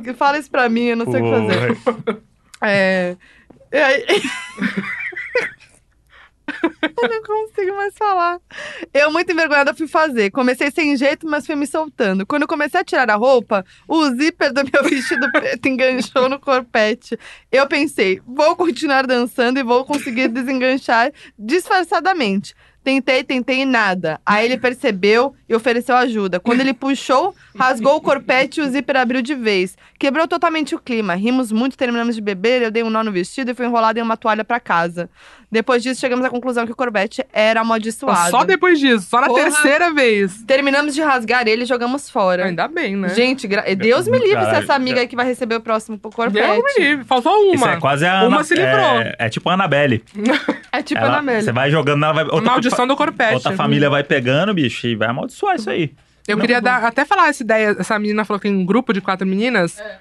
[SPEAKER 2] isso- Fala isso pra mim, eu não sei o que fazer.
[SPEAKER 1] Porra.
[SPEAKER 2] É. é aí- eu não consigo mais falar. Eu, muito envergonhada, fui fazer. Comecei sem jeito, mas fui me soltando. Quando eu comecei a tirar a roupa, o zíper do meu vestido preto enganchou no corpete. Eu pensei, vou continuar dançando e vou conseguir desenganchar disfarçadamente. Tentei, tentei e nada. Aí ele percebeu e ofereceu ajuda. Quando ele puxou, rasgou o corpete e o zíper abriu de vez. Quebrou totalmente o clima. Rimos muito, terminamos de beber, eu dei um nó no vestido e fui enrolada em uma toalha pra casa. Depois disso, chegamos à conclusão que o corpete era amaldiçoado.
[SPEAKER 3] Tá Só depois disso, só na
[SPEAKER 2] Porra.
[SPEAKER 3] terceira vez.
[SPEAKER 2] Terminamos de rasgar ele e jogamos fora.
[SPEAKER 3] Ainda bem, né?
[SPEAKER 2] Gente, gra- Deus me livre se
[SPEAKER 1] Caralho.
[SPEAKER 2] essa amiga aí que vai receber o próximo é corpete.
[SPEAKER 3] Deus me livre, Faltou
[SPEAKER 1] Isso
[SPEAKER 3] uma.
[SPEAKER 1] é quase a
[SPEAKER 3] Uma
[SPEAKER 1] Ana-
[SPEAKER 3] se livrou.
[SPEAKER 1] É, é tipo a Annabelle.
[SPEAKER 2] É tipo
[SPEAKER 1] Ela-
[SPEAKER 2] a Anabelle.
[SPEAKER 1] Você vai jogando, ela vai. Outra,
[SPEAKER 3] Maldição do né? corpete.
[SPEAKER 1] outra família vai pegando, bicho, e vai amaldiçoar isso aí.
[SPEAKER 3] Eu queria dar, até falar essa ideia. Essa menina falou que tem um grupo de quatro meninas.
[SPEAKER 2] É.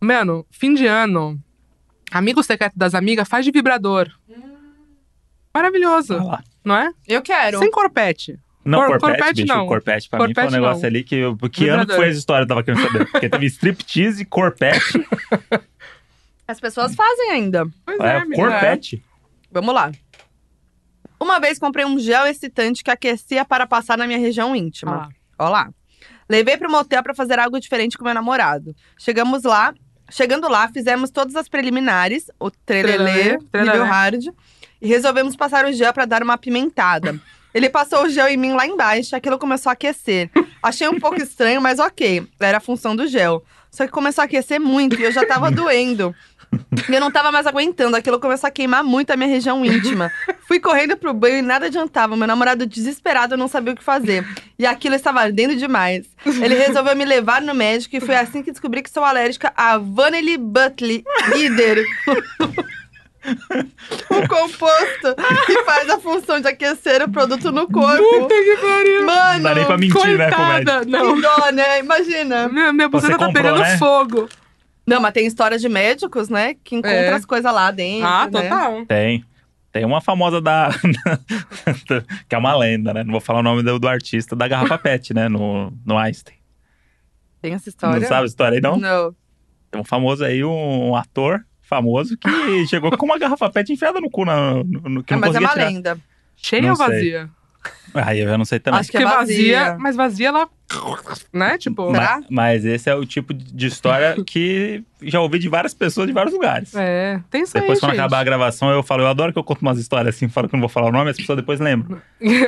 [SPEAKER 3] Mano, fim de ano, amigo secreto das amigas faz de vibrador.
[SPEAKER 2] Hum.
[SPEAKER 3] Maravilhoso,
[SPEAKER 1] Olha lá.
[SPEAKER 3] não é?
[SPEAKER 2] Eu quero.
[SPEAKER 3] Sem corpete.
[SPEAKER 1] Não,
[SPEAKER 3] Cor-
[SPEAKER 1] corpete,
[SPEAKER 3] corpete
[SPEAKER 1] bicho.
[SPEAKER 3] não.
[SPEAKER 1] Corpete pra
[SPEAKER 3] Corpete
[SPEAKER 1] mim foi um negócio
[SPEAKER 3] não.
[SPEAKER 1] ali que. eu- Que ano que
[SPEAKER 3] Vibrador.
[SPEAKER 1] foi essa história? Eu tava querendo saber. Porque teve striptease, corpete.
[SPEAKER 2] As pessoas fazem ainda.
[SPEAKER 3] Pois é,
[SPEAKER 1] é,
[SPEAKER 3] menina.
[SPEAKER 1] corpete.
[SPEAKER 2] Vamos lá. Uma vez comprei um gel excitante que aquecia para passar na minha região
[SPEAKER 3] Olha
[SPEAKER 2] íntima.
[SPEAKER 3] lá.
[SPEAKER 2] Ó lá. Levei para o motel para fazer algo diferente com meu namorado. Chegamos lá, chegando lá, fizemos todas as preliminares, o trelelê,
[SPEAKER 3] Trelelê, trelelê.
[SPEAKER 2] nível hard, e resolvemos passar o gel para dar uma apimentada. Ele passou o gel em mim lá embaixo, aquilo começou a aquecer. Achei um pouco estranho, mas ok, era a função do gel. Só que começou a aquecer muito e eu já tava doendo. E eu não tava mais aguentando, aquilo começou a queimar muito a minha região íntima. Fui correndo pro banho e nada adiantava. Meu namorado desesperado não sabia o que fazer. E aquilo estava ardendo demais. Ele resolveu me levar no médico e foi assim que descobri que sou alérgica a Vanelli Butley Líder. o composto que faz a função de aquecer o produto no corpo.
[SPEAKER 3] Puta que pariu.
[SPEAKER 1] Não dá nem
[SPEAKER 2] Mano,
[SPEAKER 1] pra mentir, né, comédia?
[SPEAKER 3] Coitada. Não.
[SPEAKER 2] que dó, né? Imagina.
[SPEAKER 3] Minha, minha
[SPEAKER 1] Você
[SPEAKER 3] buzina tá
[SPEAKER 1] comprou,
[SPEAKER 3] pegando
[SPEAKER 1] né?
[SPEAKER 3] fogo.
[SPEAKER 2] Não, mas tem história de médicos, né? Que encontram
[SPEAKER 3] É.
[SPEAKER 2] as coisas lá dentro.
[SPEAKER 3] Ah,
[SPEAKER 2] né?
[SPEAKER 3] total.
[SPEAKER 1] Tem. Tem uma famosa da. que é uma lenda, né? Não vou falar o nome do, do artista da garrafa PET, né? No, no Einstein.
[SPEAKER 2] Tem essa história.
[SPEAKER 1] Não sabe a história aí, não?
[SPEAKER 2] Não.
[SPEAKER 1] Tem um famoso aí, um, ator famoso, que chegou com uma garrafa PET enfiada no cu, na, no, no- que
[SPEAKER 2] Ah,
[SPEAKER 1] não
[SPEAKER 2] mas
[SPEAKER 1] conseguia
[SPEAKER 2] é uma
[SPEAKER 1] tirar.
[SPEAKER 2] lenda.
[SPEAKER 3] Cheia
[SPEAKER 1] Não
[SPEAKER 3] ou
[SPEAKER 1] sei.
[SPEAKER 3] vazia?
[SPEAKER 1] Aí eu não sei também.
[SPEAKER 2] Acho que é vazia.
[SPEAKER 3] Mas vazia, ela... Né, tipo...
[SPEAKER 1] Mas, mas esse é o tipo de de história que já ouvi de várias pessoas de vários lugares.
[SPEAKER 3] É, tem isso
[SPEAKER 1] Depois,
[SPEAKER 3] aí,
[SPEAKER 1] quando
[SPEAKER 3] gente.
[SPEAKER 1] acabar a gravação, eu falo, eu adoro que eu conto umas histórias assim, falo que não vou falar o nome, as pessoas depois lembram.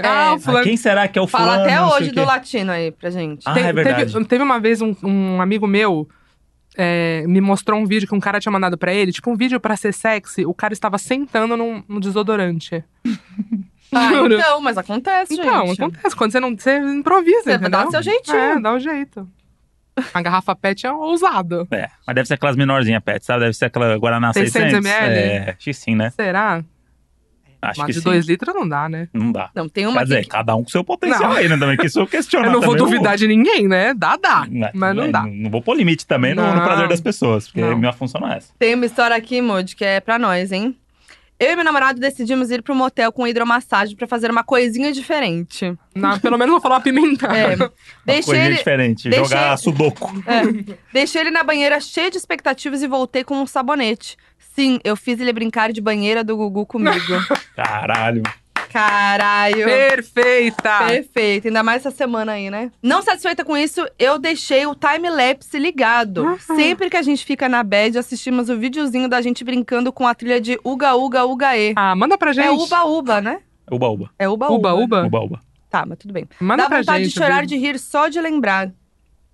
[SPEAKER 3] ah, o
[SPEAKER 1] Ah,
[SPEAKER 3] fulano...
[SPEAKER 1] quem será que é o fulano?
[SPEAKER 2] Fala até
[SPEAKER 1] não sei
[SPEAKER 2] hoje
[SPEAKER 1] o
[SPEAKER 2] do
[SPEAKER 1] quê.
[SPEAKER 2] latino aí pra gente.
[SPEAKER 1] Ah,
[SPEAKER 3] Te-
[SPEAKER 1] é verdade.
[SPEAKER 3] Teve, teve uma vez um, um amigo meu é, me mostrou um vídeo que um cara tinha mandado pra ele, tipo um vídeo pra ser sexy, o cara estava sentando num, num desodorante.
[SPEAKER 2] Ah,
[SPEAKER 3] Juro.
[SPEAKER 2] então, mas acontece,
[SPEAKER 3] Então,
[SPEAKER 2] gente.
[SPEAKER 3] acontece. Quando você não. Você improvisa,
[SPEAKER 2] Você
[SPEAKER 3] entendeu?
[SPEAKER 2] dá o seu jeitinho.
[SPEAKER 3] É, dá o jeito. A garrafa pet é ousado.
[SPEAKER 1] É, mas deve ser aquelas menorzinhas, Pet, sabe? Deve ser aquela Guaraná 600.
[SPEAKER 3] 600 ml?
[SPEAKER 1] É, acho que sim, né?
[SPEAKER 3] Será?
[SPEAKER 1] Acho
[SPEAKER 3] Uma
[SPEAKER 1] que
[SPEAKER 3] de
[SPEAKER 1] sim.
[SPEAKER 3] 2 litros não dá, né?
[SPEAKER 1] Não dá.
[SPEAKER 2] Não, tem uma
[SPEAKER 1] Quer dizer,
[SPEAKER 2] que-
[SPEAKER 1] cada um com seu potencial
[SPEAKER 3] Não.
[SPEAKER 1] aí, né? Também que isso eu questiono.
[SPEAKER 3] eu não vou
[SPEAKER 1] também,
[SPEAKER 3] duvidar de ninguém, né? Dá, dá.
[SPEAKER 1] Né,
[SPEAKER 3] mas não
[SPEAKER 1] né,
[SPEAKER 3] dá.
[SPEAKER 1] Não vou pôr limite também no, no
[SPEAKER 3] Não.
[SPEAKER 1] prazer das pessoas, porque
[SPEAKER 3] Não.
[SPEAKER 1] minha função não é essa.
[SPEAKER 2] tem uma história aqui, Moody, que é pra nós, hein? Eu e meu namorado decidimos ir pro motel com hidromassagem pra fazer uma coisinha diferente.
[SPEAKER 3] Na- pelo menos vou falar apimentar.
[SPEAKER 2] É,
[SPEAKER 1] Uma
[SPEAKER 2] deixei,
[SPEAKER 1] coisinha
[SPEAKER 2] ele,
[SPEAKER 1] diferente,
[SPEAKER 2] deixei-
[SPEAKER 1] jogar sudoku.
[SPEAKER 2] deixei ele na banheira cheio de expectativas e voltei com um sabonete. Sim, eu fiz ele brincar de banheira do Gugu comigo.
[SPEAKER 1] Caralho.
[SPEAKER 2] Caralho.
[SPEAKER 3] Perfeita!
[SPEAKER 2] Perfeito, ainda mais essa semana aí, né? Não satisfeita com isso, eu deixei o time-lapse ligado.
[SPEAKER 3] Uhum.
[SPEAKER 2] Sempre que a gente fica na bad, assistimos o videozinho da gente brincando com a trilha de Uga Uga Uga E.
[SPEAKER 3] Ah, manda pra gente.
[SPEAKER 2] É Uba Uba, né?
[SPEAKER 1] Uba, uba.
[SPEAKER 2] É Uba Uba.
[SPEAKER 3] Uba, uba.
[SPEAKER 1] Uba, uba.
[SPEAKER 2] Tá, mas tudo bem.
[SPEAKER 3] Manda
[SPEAKER 2] Dá
[SPEAKER 3] pra
[SPEAKER 2] vontade
[SPEAKER 3] gente.
[SPEAKER 2] de chorar,
[SPEAKER 3] o
[SPEAKER 2] de rir, só de lembrar.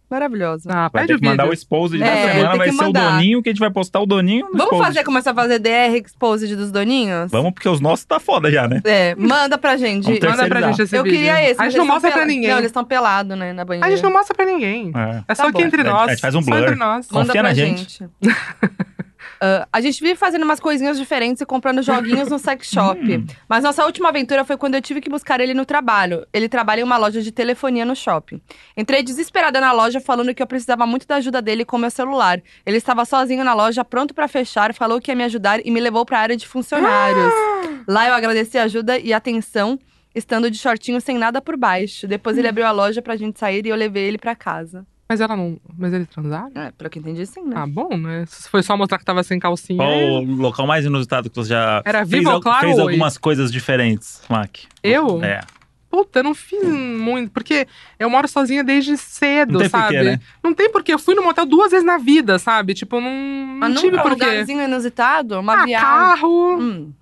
[SPEAKER 2] Maravilhosa.
[SPEAKER 3] vídeo. Ah,
[SPEAKER 1] Vai
[SPEAKER 3] pede
[SPEAKER 1] ter
[SPEAKER 3] o
[SPEAKER 1] que mandar
[SPEAKER 3] vídeo.
[SPEAKER 1] o exposed
[SPEAKER 2] É,
[SPEAKER 1] da
[SPEAKER 2] tem
[SPEAKER 1] semana,
[SPEAKER 2] que
[SPEAKER 1] vai ser o
[SPEAKER 2] mandar.
[SPEAKER 1] Doninho, que a gente vai postar o Doninho no
[SPEAKER 2] Vamos
[SPEAKER 1] exposed.
[SPEAKER 2] fazer, começar a fazer DR Exposed dos doninhos?
[SPEAKER 1] Vamos, porque os nossos tá foda já, né?
[SPEAKER 2] É, manda pra gente.
[SPEAKER 1] Vamos ter-
[SPEAKER 3] Manda pra
[SPEAKER 1] terceirizar.
[SPEAKER 3] gente esse
[SPEAKER 2] Eu
[SPEAKER 3] vídeo.
[SPEAKER 2] queria esse.
[SPEAKER 3] A
[SPEAKER 2] mas
[SPEAKER 3] gente não
[SPEAKER 2] eles tão
[SPEAKER 3] mostra pra
[SPEAKER 2] pela-
[SPEAKER 3] ninguém.
[SPEAKER 2] Não, eles estão pelados, né, na banheira.
[SPEAKER 3] A gente não mostra pra ninguém.
[SPEAKER 1] É.
[SPEAKER 3] É só
[SPEAKER 2] Tá
[SPEAKER 3] aqui
[SPEAKER 2] bom.
[SPEAKER 3] entre
[SPEAKER 1] A gente-
[SPEAKER 3] nós.
[SPEAKER 1] a gente faz um
[SPEAKER 3] Só
[SPEAKER 1] blur.
[SPEAKER 3] entre nós.
[SPEAKER 1] Confia na gente.
[SPEAKER 2] Ah, a gente vive fazendo umas coisinhas diferentes e comprando joguinhos no sex shop.
[SPEAKER 1] Hum.
[SPEAKER 2] Mas nossa última aventura foi quando eu tive que buscar ele no trabalho. Ele trabalha em uma loja de telefonia no shopping. Entrei desesperada na loja falando que eu precisava muito da ajuda dele com meu celular. Ele estava sozinho na loja, pronto pra fechar, falou que ia me ajudar e me levou pra área de funcionários.
[SPEAKER 1] Ah!
[SPEAKER 2] Lá eu agradeci a ajuda e atenção, estando de shortinho sem nada por baixo. Depois
[SPEAKER 1] Hum.
[SPEAKER 2] ele abriu a loja pra gente sair e eu levei ele pra casa.
[SPEAKER 3] Mas ela não. Mas eles transaram?
[SPEAKER 2] É, pelo que eu entendi, sim, né?
[SPEAKER 3] Ah, bom, né? Se Foi só mostrar que tava sem calcinha.
[SPEAKER 2] é
[SPEAKER 3] é.
[SPEAKER 1] Qual o local mais inusitado que você já
[SPEAKER 3] Era
[SPEAKER 1] fez,
[SPEAKER 3] Viva
[SPEAKER 1] al-
[SPEAKER 3] ou Claro
[SPEAKER 1] fez
[SPEAKER 3] ou
[SPEAKER 1] algumas coisas diferentes, Mac?
[SPEAKER 3] Eu?
[SPEAKER 1] É.
[SPEAKER 3] Puta, eu não fiz muito, porque eu moro sozinha desde cedo,
[SPEAKER 1] Não tem
[SPEAKER 3] sabe?
[SPEAKER 1] porquê, né?
[SPEAKER 3] Não tem porquê. Eu fui no motel duas vezes na vida, sabe? Tipo, não, não
[SPEAKER 2] Mas nunca
[SPEAKER 3] tive
[SPEAKER 2] um
[SPEAKER 3] porquê.
[SPEAKER 2] lugarzinho inusitado? Uma
[SPEAKER 3] Ah,
[SPEAKER 2] viagem.
[SPEAKER 3] carro.
[SPEAKER 2] Hum,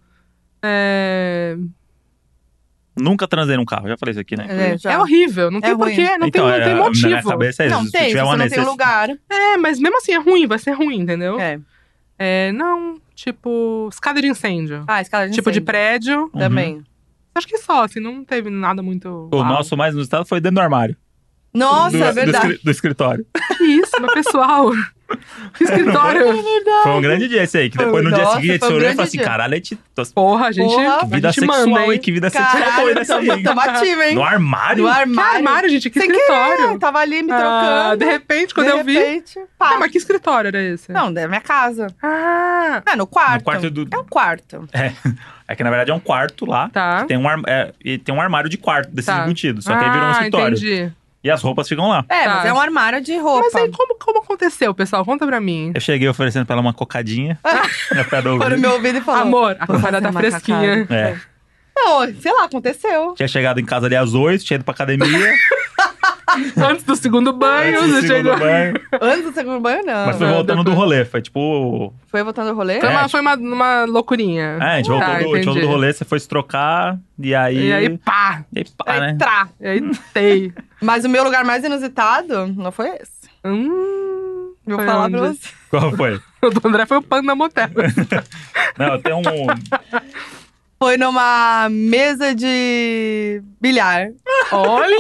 [SPEAKER 3] É...
[SPEAKER 1] Nunca transei num carro, já falei isso aqui, né?
[SPEAKER 2] é, já.
[SPEAKER 3] é horrível. Não
[SPEAKER 2] É
[SPEAKER 3] tem
[SPEAKER 2] ruim.
[SPEAKER 3] porquê, não, tem, não
[SPEAKER 1] é,
[SPEAKER 3] tem
[SPEAKER 1] Na minha
[SPEAKER 3] motivo.
[SPEAKER 1] cabeça é isso.
[SPEAKER 2] Não
[SPEAKER 1] se
[SPEAKER 2] tem, se
[SPEAKER 1] tiver
[SPEAKER 2] você
[SPEAKER 1] uma
[SPEAKER 2] não tem um
[SPEAKER 1] necessidade.
[SPEAKER 2] lugar.
[SPEAKER 3] É, mas mesmo assim é ruim, vai ser ruim, entendeu?
[SPEAKER 2] É.
[SPEAKER 3] É, não, tipo, escada de incêndio.
[SPEAKER 2] Ah, escada de
[SPEAKER 3] tipo de Uhum.
[SPEAKER 2] incêndio.
[SPEAKER 3] prédio.
[SPEAKER 2] Também.
[SPEAKER 3] Acho que só, assim, não teve nada muito.
[SPEAKER 1] O
[SPEAKER 3] uau.
[SPEAKER 1] nosso mais inusitado foi dentro do armário.
[SPEAKER 2] Nossa,
[SPEAKER 1] do,
[SPEAKER 2] é
[SPEAKER 1] do
[SPEAKER 2] verdade.
[SPEAKER 1] escri- do escritório.
[SPEAKER 3] Que É isso, mas pessoal. Que escritório.
[SPEAKER 1] Foi um grande dia esse aí. Que depois no dia
[SPEAKER 2] Nossa,
[SPEAKER 1] seguinte a gente
[SPEAKER 2] foi um
[SPEAKER 1] se olhou e
[SPEAKER 2] grande
[SPEAKER 1] falou assim:
[SPEAKER 2] dia.
[SPEAKER 1] caralho, a gente. tô- Que
[SPEAKER 3] Porra, a gente,
[SPEAKER 2] Porra.
[SPEAKER 3] a
[SPEAKER 1] vida
[SPEAKER 3] gente
[SPEAKER 1] sexual,
[SPEAKER 3] manda, hein?
[SPEAKER 1] hein? Que vida sexual
[SPEAKER 2] Caralho,
[SPEAKER 1] doida essa aí.
[SPEAKER 2] tamo,
[SPEAKER 1] hein?
[SPEAKER 2] tamo ativa, hein?
[SPEAKER 1] No armário?
[SPEAKER 2] No
[SPEAKER 3] Que
[SPEAKER 2] armário.
[SPEAKER 3] armário, gente, que
[SPEAKER 2] Você
[SPEAKER 3] escritório.
[SPEAKER 2] Eu tava ali me
[SPEAKER 3] Ah,
[SPEAKER 2] trocando.
[SPEAKER 3] de repente, quando
[SPEAKER 2] de
[SPEAKER 3] eu vi.
[SPEAKER 2] repente, pá.
[SPEAKER 3] Ah, mas que escritório era esse?
[SPEAKER 2] Não, da minha casa.
[SPEAKER 3] Ah,
[SPEAKER 2] É, no
[SPEAKER 1] No
[SPEAKER 2] quarto.
[SPEAKER 1] quarto do-
[SPEAKER 2] É o quarto.
[SPEAKER 1] É que na verdade é um quarto lá.
[SPEAKER 3] tá.
[SPEAKER 1] que Tem um, ar- é, e tem um armário de quarto desse
[SPEAKER 3] Tá.
[SPEAKER 1] embutido. Só que aí virou um
[SPEAKER 3] Ah,
[SPEAKER 1] escritório.
[SPEAKER 3] entendi.
[SPEAKER 1] E as roupas ficam lá.
[SPEAKER 2] É,
[SPEAKER 3] Tá.
[SPEAKER 2] mas é um armário de roupa.
[SPEAKER 3] Mas é aí, como, como aconteceu, pessoal? Conta pra mim.
[SPEAKER 1] Eu cheguei oferecendo pra ela uma cocadinha.
[SPEAKER 3] Ah,
[SPEAKER 1] na pé do
[SPEAKER 2] Foram
[SPEAKER 1] ouvido.
[SPEAKER 2] no meu ouvido e falou.
[SPEAKER 3] Amor, a cocada
[SPEAKER 2] fazer
[SPEAKER 3] tá
[SPEAKER 2] uma
[SPEAKER 3] fresquinha.
[SPEAKER 1] É.
[SPEAKER 2] Não, sei lá, aconteceu.
[SPEAKER 1] Tinha chegado em casa ali às oito, tinha ido pra academia.
[SPEAKER 3] Antes do segundo banho,
[SPEAKER 1] antes do
[SPEAKER 3] você
[SPEAKER 1] segundo
[SPEAKER 3] chegou.
[SPEAKER 1] banho.
[SPEAKER 2] Antes do segundo banho, não.
[SPEAKER 1] Mas foi
[SPEAKER 3] Ah,
[SPEAKER 1] voltando do
[SPEAKER 3] depois.
[SPEAKER 1] rolê. Foi tipo.
[SPEAKER 2] Foi voltando ao rolê?
[SPEAKER 3] Foi, uma,
[SPEAKER 1] É,
[SPEAKER 3] foi uma, uma loucurinha.
[SPEAKER 1] É, a gente
[SPEAKER 3] Tá,
[SPEAKER 1] voltou, do, a gente
[SPEAKER 3] entendi.
[SPEAKER 1] voltou do rolê, você foi se trocar, e aí.
[SPEAKER 3] E aí, pá!
[SPEAKER 1] e aí pá, né?
[SPEAKER 2] Entra.
[SPEAKER 3] E aí, tei.
[SPEAKER 2] Mas o meu lugar mais inusitado não foi esse.
[SPEAKER 3] Hum,
[SPEAKER 2] Vou
[SPEAKER 3] foi
[SPEAKER 2] falar
[SPEAKER 3] onde?
[SPEAKER 2] pra você.
[SPEAKER 1] Qual foi?
[SPEAKER 3] O do André foi o pano da motel.
[SPEAKER 1] Não, tem um.
[SPEAKER 2] Foi numa mesa de bilhar.
[SPEAKER 3] Olha!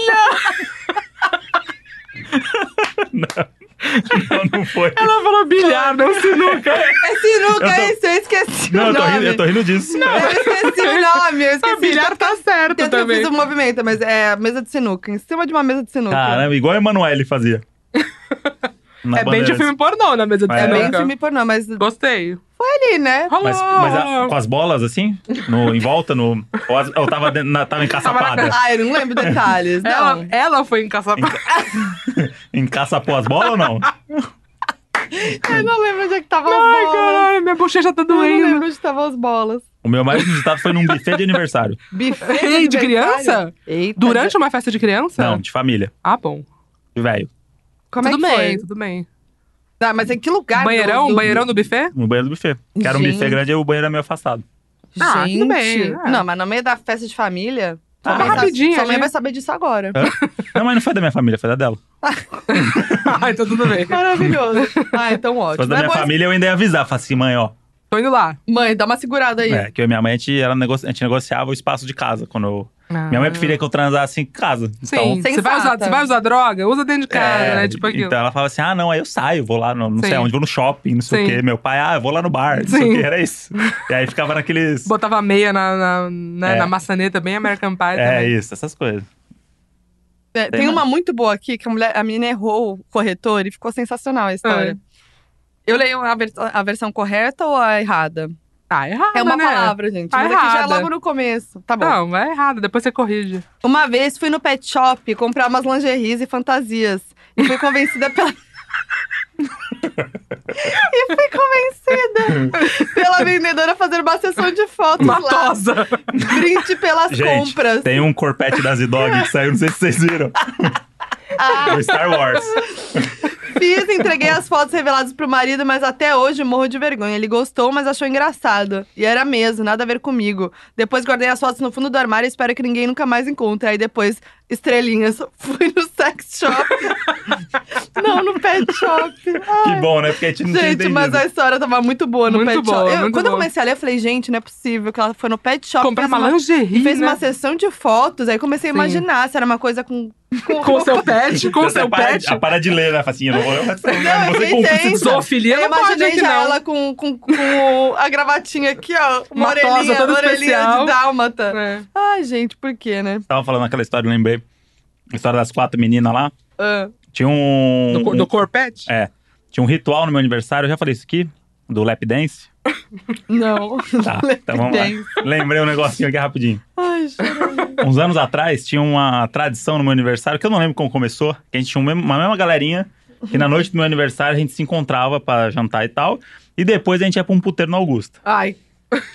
[SPEAKER 1] Não, não foi.
[SPEAKER 3] Ela falou bilhar, não sinuca.
[SPEAKER 2] É sinuca,
[SPEAKER 1] Eu tô-
[SPEAKER 2] é isso, eu esqueci
[SPEAKER 1] Não,
[SPEAKER 2] o
[SPEAKER 1] eu tô,
[SPEAKER 2] nome.
[SPEAKER 1] rindo, eu tô rindo disso.
[SPEAKER 2] Eu esqueci o nome, eu
[SPEAKER 3] Ah,
[SPEAKER 2] esqueci.
[SPEAKER 3] bilhar tá certo
[SPEAKER 2] Eu também.
[SPEAKER 3] também.
[SPEAKER 2] fiz um movimento, mas é a mesa de sinuca, em cima de uma mesa de sinuca.
[SPEAKER 1] Caramba, igual a Emanuele fazia. Na
[SPEAKER 3] É bem de
[SPEAKER 1] Bandeirantes.
[SPEAKER 3] filme pornô na mesa de
[SPEAKER 1] É
[SPEAKER 2] É
[SPEAKER 3] sinuca.
[SPEAKER 2] bem filme pornô, mas
[SPEAKER 3] Gostei.
[SPEAKER 2] ali, né?
[SPEAKER 3] Rolou!
[SPEAKER 1] Mas, mas a- com as bolas assim? No, em volta, no. Ou as- eu tava, dentro, na, tava em caçapada.
[SPEAKER 2] Ai, não lembro detalhes,
[SPEAKER 3] Ela,
[SPEAKER 2] não.
[SPEAKER 3] ela foi encaçada.
[SPEAKER 1] Em caçapou as bolas ou não?
[SPEAKER 2] Eu não lembro onde é que tava
[SPEAKER 3] Ai,
[SPEAKER 2] as bolas.
[SPEAKER 3] caralho, minha bochecha tá
[SPEAKER 2] Eu não
[SPEAKER 3] doendo.
[SPEAKER 2] lembro onde estavam as bolas.
[SPEAKER 1] O meu mais inusitado foi num buffet de aniversário.
[SPEAKER 2] Buffet de,
[SPEAKER 3] Ei, de
[SPEAKER 2] aniversário?
[SPEAKER 3] criança?
[SPEAKER 2] Eita,
[SPEAKER 3] Durante uma festa de criança?
[SPEAKER 1] Não, de família.
[SPEAKER 3] Ah, bom.
[SPEAKER 1] De velho.
[SPEAKER 2] Como
[SPEAKER 3] tudo
[SPEAKER 2] é que
[SPEAKER 3] bem,
[SPEAKER 2] foi?
[SPEAKER 3] tudo bem.
[SPEAKER 2] Tá, mas em que lugar? do-
[SPEAKER 3] banheirão?
[SPEAKER 2] do-
[SPEAKER 3] Banheirão do buffet?
[SPEAKER 1] No banheiro do buffet. Que era um
[SPEAKER 2] Gente.
[SPEAKER 1] buffet grande e o banheiro era meio afastado.
[SPEAKER 3] Ah,
[SPEAKER 2] Gente.
[SPEAKER 3] tudo bem, é. Tá
[SPEAKER 2] Não, mas no meio da festa de família.
[SPEAKER 1] Ah,
[SPEAKER 2] sua mãe sabe-
[SPEAKER 3] rapidinho
[SPEAKER 2] Sua mãe
[SPEAKER 3] ali.
[SPEAKER 2] vai saber disso agora.
[SPEAKER 1] Não, mas não foi da minha família, foi da dela.
[SPEAKER 3] ah, então tudo bem.
[SPEAKER 2] Maravilhoso. Ah, então
[SPEAKER 1] Se fosse
[SPEAKER 2] ótimo.
[SPEAKER 1] da
[SPEAKER 2] É
[SPEAKER 1] minha
[SPEAKER 2] bom
[SPEAKER 1] família, eu ainda ia avisar. Falei assim, mãe, ó,
[SPEAKER 3] Tô indo lá.
[SPEAKER 2] Mãe, dá uma segurada aí.
[SPEAKER 1] É, que eu e minha mãe, a gente, ela nego- a gente negociava o espaço de casa. Quando eu- Minha mãe preferia que eu transasse em casa.
[SPEAKER 3] Ah. Sim,
[SPEAKER 1] Então,
[SPEAKER 3] você vai,
[SPEAKER 2] Ah.
[SPEAKER 3] usar,
[SPEAKER 2] Sensata.
[SPEAKER 3] você vai usar droga? Usa dentro de casa,
[SPEAKER 1] é,
[SPEAKER 3] né? Tipo aquilo.
[SPEAKER 1] então ela falava assim: ah, não, aí eu saio, vou lá, no, não sei
[SPEAKER 3] Sim.
[SPEAKER 1] onde, vou no shopping, não sei o
[SPEAKER 3] Sim.
[SPEAKER 1] quê. Meu pai, ah, eu vou lá no bar, não sei o
[SPEAKER 3] Sim.
[SPEAKER 1] quê, era isso. E aí ficava naqueles.
[SPEAKER 3] Botava meia na, na, né,
[SPEAKER 1] É.
[SPEAKER 3] na maçaneta, bem American Pie
[SPEAKER 1] É
[SPEAKER 3] também.
[SPEAKER 1] isso, essas coisas.
[SPEAKER 2] É, tem
[SPEAKER 1] Tem
[SPEAKER 2] uma muito boa aqui, que a mulher, a menina errou o corretor e ficou sensacional a história.
[SPEAKER 3] É.
[SPEAKER 2] Eu leio a, vers- a versão correta ou a errada?
[SPEAKER 3] Tá errado,
[SPEAKER 2] É uma
[SPEAKER 3] né?
[SPEAKER 2] palavra, gente.
[SPEAKER 3] Tá
[SPEAKER 2] Mas aqui já é
[SPEAKER 3] errada.
[SPEAKER 2] logo no começo. Tá bom.
[SPEAKER 3] Não, é errado, depois você corrige.
[SPEAKER 2] Uma vez fui no pet shop comprar umas lingeries e fantasias. E fui convencida pela. e fui convencida pela vendedora a fazer uma sessão de fotos lá.
[SPEAKER 3] Matosa!
[SPEAKER 2] Brinde pelas
[SPEAKER 1] Gente,
[SPEAKER 2] compras.
[SPEAKER 1] Tem um corpete da Z-Dog que saiu, não sei se vocês viram.
[SPEAKER 2] Ah.
[SPEAKER 1] do Star Wars.
[SPEAKER 2] Fiz, entreguei as fotos reveladas pro marido, mas até hoje morro de vergonha. Ele gostou, mas achou engraçado. E era mesmo, nada a ver comigo. Depois guardei as fotos no fundo do armário e espero que ninguém nunca mais encontre. Aí depois, estrelinhas, fui no sex shop. não, no pet shop.
[SPEAKER 1] Que bom, né? Porque a gente não tinha
[SPEAKER 2] Gente,
[SPEAKER 1] entendido.
[SPEAKER 2] mas a história tava muito boa no
[SPEAKER 3] Muito
[SPEAKER 2] pet
[SPEAKER 3] boa,
[SPEAKER 2] shop. Eu-
[SPEAKER 3] muito
[SPEAKER 2] quando eu
[SPEAKER 3] boa.
[SPEAKER 2] comecei a ler, eu falei, gente, não é possível que ela foi no pet shop.
[SPEAKER 3] Comprar
[SPEAKER 2] fez
[SPEAKER 3] uma lingerie,
[SPEAKER 2] E fez
[SPEAKER 3] né?
[SPEAKER 2] uma sessão de fotos. Aí comecei a
[SPEAKER 3] Sim.
[SPEAKER 2] imaginar se era uma coisa com. Com,
[SPEAKER 3] Com o seu pet, com o
[SPEAKER 1] Então,
[SPEAKER 3] seu
[SPEAKER 1] a para-
[SPEAKER 3] pet.
[SPEAKER 1] A para de ler, né? Fala assim, eu não vou eu não
[SPEAKER 2] Não,
[SPEAKER 1] vou ser
[SPEAKER 2] gente,
[SPEAKER 1] cúmplice
[SPEAKER 2] é
[SPEAKER 1] disso.
[SPEAKER 3] Zoofilia
[SPEAKER 2] Eu
[SPEAKER 3] não pode
[SPEAKER 2] imaginei
[SPEAKER 3] aqui,
[SPEAKER 2] já
[SPEAKER 3] não.
[SPEAKER 2] ela com, com, com a gravatinha aqui, ó. Uma
[SPEAKER 3] Matosa,
[SPEAKER 2] orelhinha,
[SPEAKER 3] toda
[SPEAKER 2] orelhinha
[SPEAKER 3] especial.
[SPEAKER 2] de dálmata.
[SPEAKER 3] É.
[SPEAKER 2] Ai, gente, por quê, né?
[SPEAKER 1] Tava falando aquela história, eu lembrei. A história das quatro meninas lá.
[SPEAKER 2] Ah,
[SPEAKER 1] Tinha um.
[SPEAKER 3] Do, cor-
[SPEAKER 1] um-
[SPEAKER 3] do corpete?
[SPEAKER 1] É. Tinha um ritual no meu aniversário, eu já falei isso aqui, do lap dance.
[SPEAKER 2] não.
[SPEAKER 1] Tá, então vamos lá.
[SPEAKER 2] Dance.
[SPEAKER 1] Lembrei um negocinho aqui rapidinho.
[SPEAKER 2] Ai, gente.
[SPEAKER 1] Uns anos atrás, tinha uma tradição no meu aniversário, que eu não lembro como começou, que a gente tinha um mesmo- uma mesma galerinha, que na noite do meu aniversário a gente se encontrava pra jantar e tal, e depois a gente ia pra um puteiro no Augusta.
[SPEAKER 2] Ai.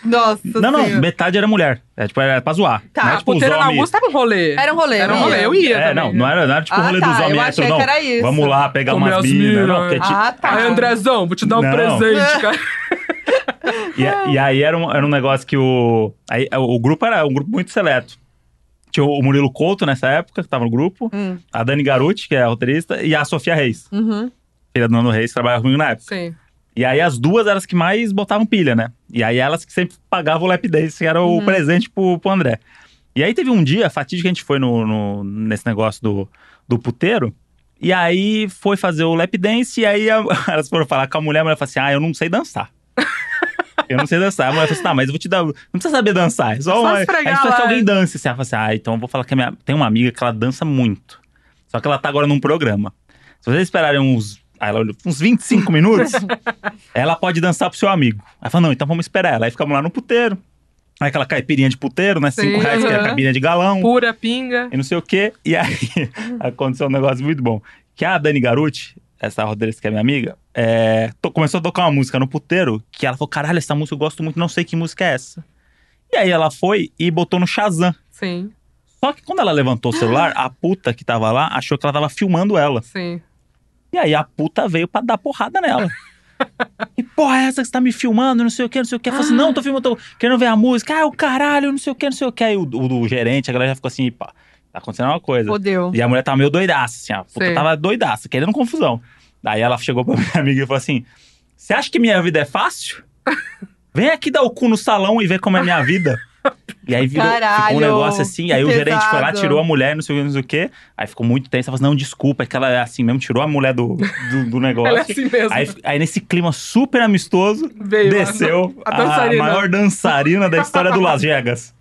[SPEAKER 2] Nossa
[SPEAKER 1] Não, não,
[SPEAKER 2] Senhora.
[SPEAKER 1] metade era mulher. É, tipo, era pra zoar.
[SPEAKER 2] Tá,
[SPEAKER 1] não
[SPEAKER 3] A
[SPEAKER 1] era, tipo, os
[SPEAKER 3] puteira na
[SPEAKER 1] homens-
[SPEAKER 3] Augusta era um rolê.
[SPEAKER 2] Era um rolê,
[SPEAKER 3] Era
[SPEAKER 2] não
[SPEAKER 3] um
[SPEAKER 2] ia?
[SPEAKER 3] rolê, eu ia.
[SPEAKER 1] É,
[SPEAKER 3] também,
[SPEAKER 1] não,
[SPEAKER 3] né?
[SPEAKER 1] não era, não era tipo o
[SPEAKER 2] Ah,
[SPEAKER 1] rolê
[SPEAKER 2] tá,
[SPEAKER 1] dos
[SPEAKER 2] eu
[SPEAKER 1] homens
[SPEAKER 2] achei
[SPEAKER 1] héteros, não.
[SPEAKER 2] que era isso.
[SPEAKER 1] Vamos lá pegar
[SPEAKER 3] Comer
[SPEAKER 1] umas
[SPEAKER 3] as
[SPEAKER 1] minas.
[SPEAKER 3] minas,
[SPEAKER 1] Não, porque
[SPEAKER 3] é.
[SPEAKER 1] ti-
[SPEAKER 2] Ah, tá.
[SPEAKER 3] Aí, Andrezão, vou te dar um
[SPEAKER 1] Não.
[SPEAKER 3] presente, cara.
[SPEAKER 1] E, e aí era um, era um negócio que o. Aí, o grupo era um grupo muito seleto. Tinha o Murilo Couto nessa época, que tava no grupo,
[SPEAKER 2] Hum,
[SPEAKER 1] a Dani Garuti, que é a roteirista, e a Sofia Reis,
[SPEAKER 2] uhum.
[SPEAKER 1] filha do Nando Reis, que trabalhava comigo na época.
[SPEAKER 3] Sim.
[SPEAKER 1] E aí as duas eram as que mais botavam pilha, né? E aí elas que sempre pagavam o lap dance, que era o presente pro, pro André. E aí teve um dia, fatídico, que a gente foi no, no- nesse negócio do, do puteiro. E aí foi fazer o lap dance, e aí a- elas foram falar com a mulher, a mulher falou assim, ah, eu não sei dançar. Eu não sei dançar. A mulher falou assim, tá, mas eu vou te dar... Não precisa saber dançar, é só,
[SPEAKER 3] Só
[SPEAKER 1] uma-
[SPEAKER 3] esfregar
[SPEAKER 1] A gente precisa que
[SPEAKER 3] lá,
[SPEAKER 1] alguém
[SPEAKER 3] é.
[SPEAKER 1] dance. Assim, ela falou assim, ah, então eu vou falar que a minha... Tem uma amiga que ela dança muito. Só que ela tá agora num programa. Se vocês esperarem uns... Aí ela olhou, uns 25 minutos, ela pode dançar pro seu amigo. Aí fala, não, então vamos esperar ela. Aí ficamos lá no puteiro. Aí aquela caipirinha de puteiro, né? Cinco
[SPEAKER 3] Sim,
[SPEAKER 1] reais, que é a
[SPEAKER 3] aham.
[SPEAKER 1] caipirinha de galão.
[SPEAKER 3] Pura pinga.
[SPEAKER 1] E não sei o quê. E aí aconteceu um negócio muito bom. Que a Dani Garuti, essa rodeirista que é minha amiga, é, to- começou a tocar uma música no puteiro. Que ela falou, caralho, essa música eu gosto muito, não sei que música é essa. E aí ela foi e botou no Shazam.
[SPEAKER 3] Sim,
[SPEAKER 1] Só que quando ela levantou o celular, a puta que tava lá achou que ela tava filmando ela.
[SPEAKER 3] sim.
[SPEAKER 1] E aí a puta veio pra dar porrada nela. E porra, é essa que você tá me filmando, não sei o que, não sei o que. Falou assim, não, tô filmando, tô querendo ver a música. Ah, o caralho, não sei o que, não sei o que. Aí o, o- o gerente, a galera já ficou assim, pá, tá acontecendo uma coisa.
[SPEAKER 2] Fodeu.
[SPEAKER 1] E a mulher tava meio doidaça, assim, a puta
[SPEAKER 3] Sim.
[SPEAKER 1] tava doidaça, querendo confusão. Daí ela chegou pra minha amiga e falou assim, você acha que minha vida é fácil? Vem aqui dar o cu no salão e ver como é minha vida. E aí virou ficou
[SPEAKER 2] Caralho,
[SPEAKER 1] um negócio assim,
[SPEAKER 2] que
[SPEAKER 1] aí o gerente foi lá,
[SPEAKER 2] pesado.
[SPEAKER 1] tirou a mulher, não sei o que, não sei o que. Aí ficou muito tenso, ela falou assim, não, desculpa, é que ela assim mesmo, tirou a mulher do, do, do negócio.
[SPEAKER 3] Ela é assim mesmo.
[SPEAKER 1] Aí, aí nesse clima super amistoso,
[SPEAKER 3] Veio a-
[SPEAKER 1] desceu
[SPEAKER 3] a
[SPEAKER 1] a,
[SPEAKER 3] dançarina.
[SPEAKER 1] maior dançarina da história do Las Vegas.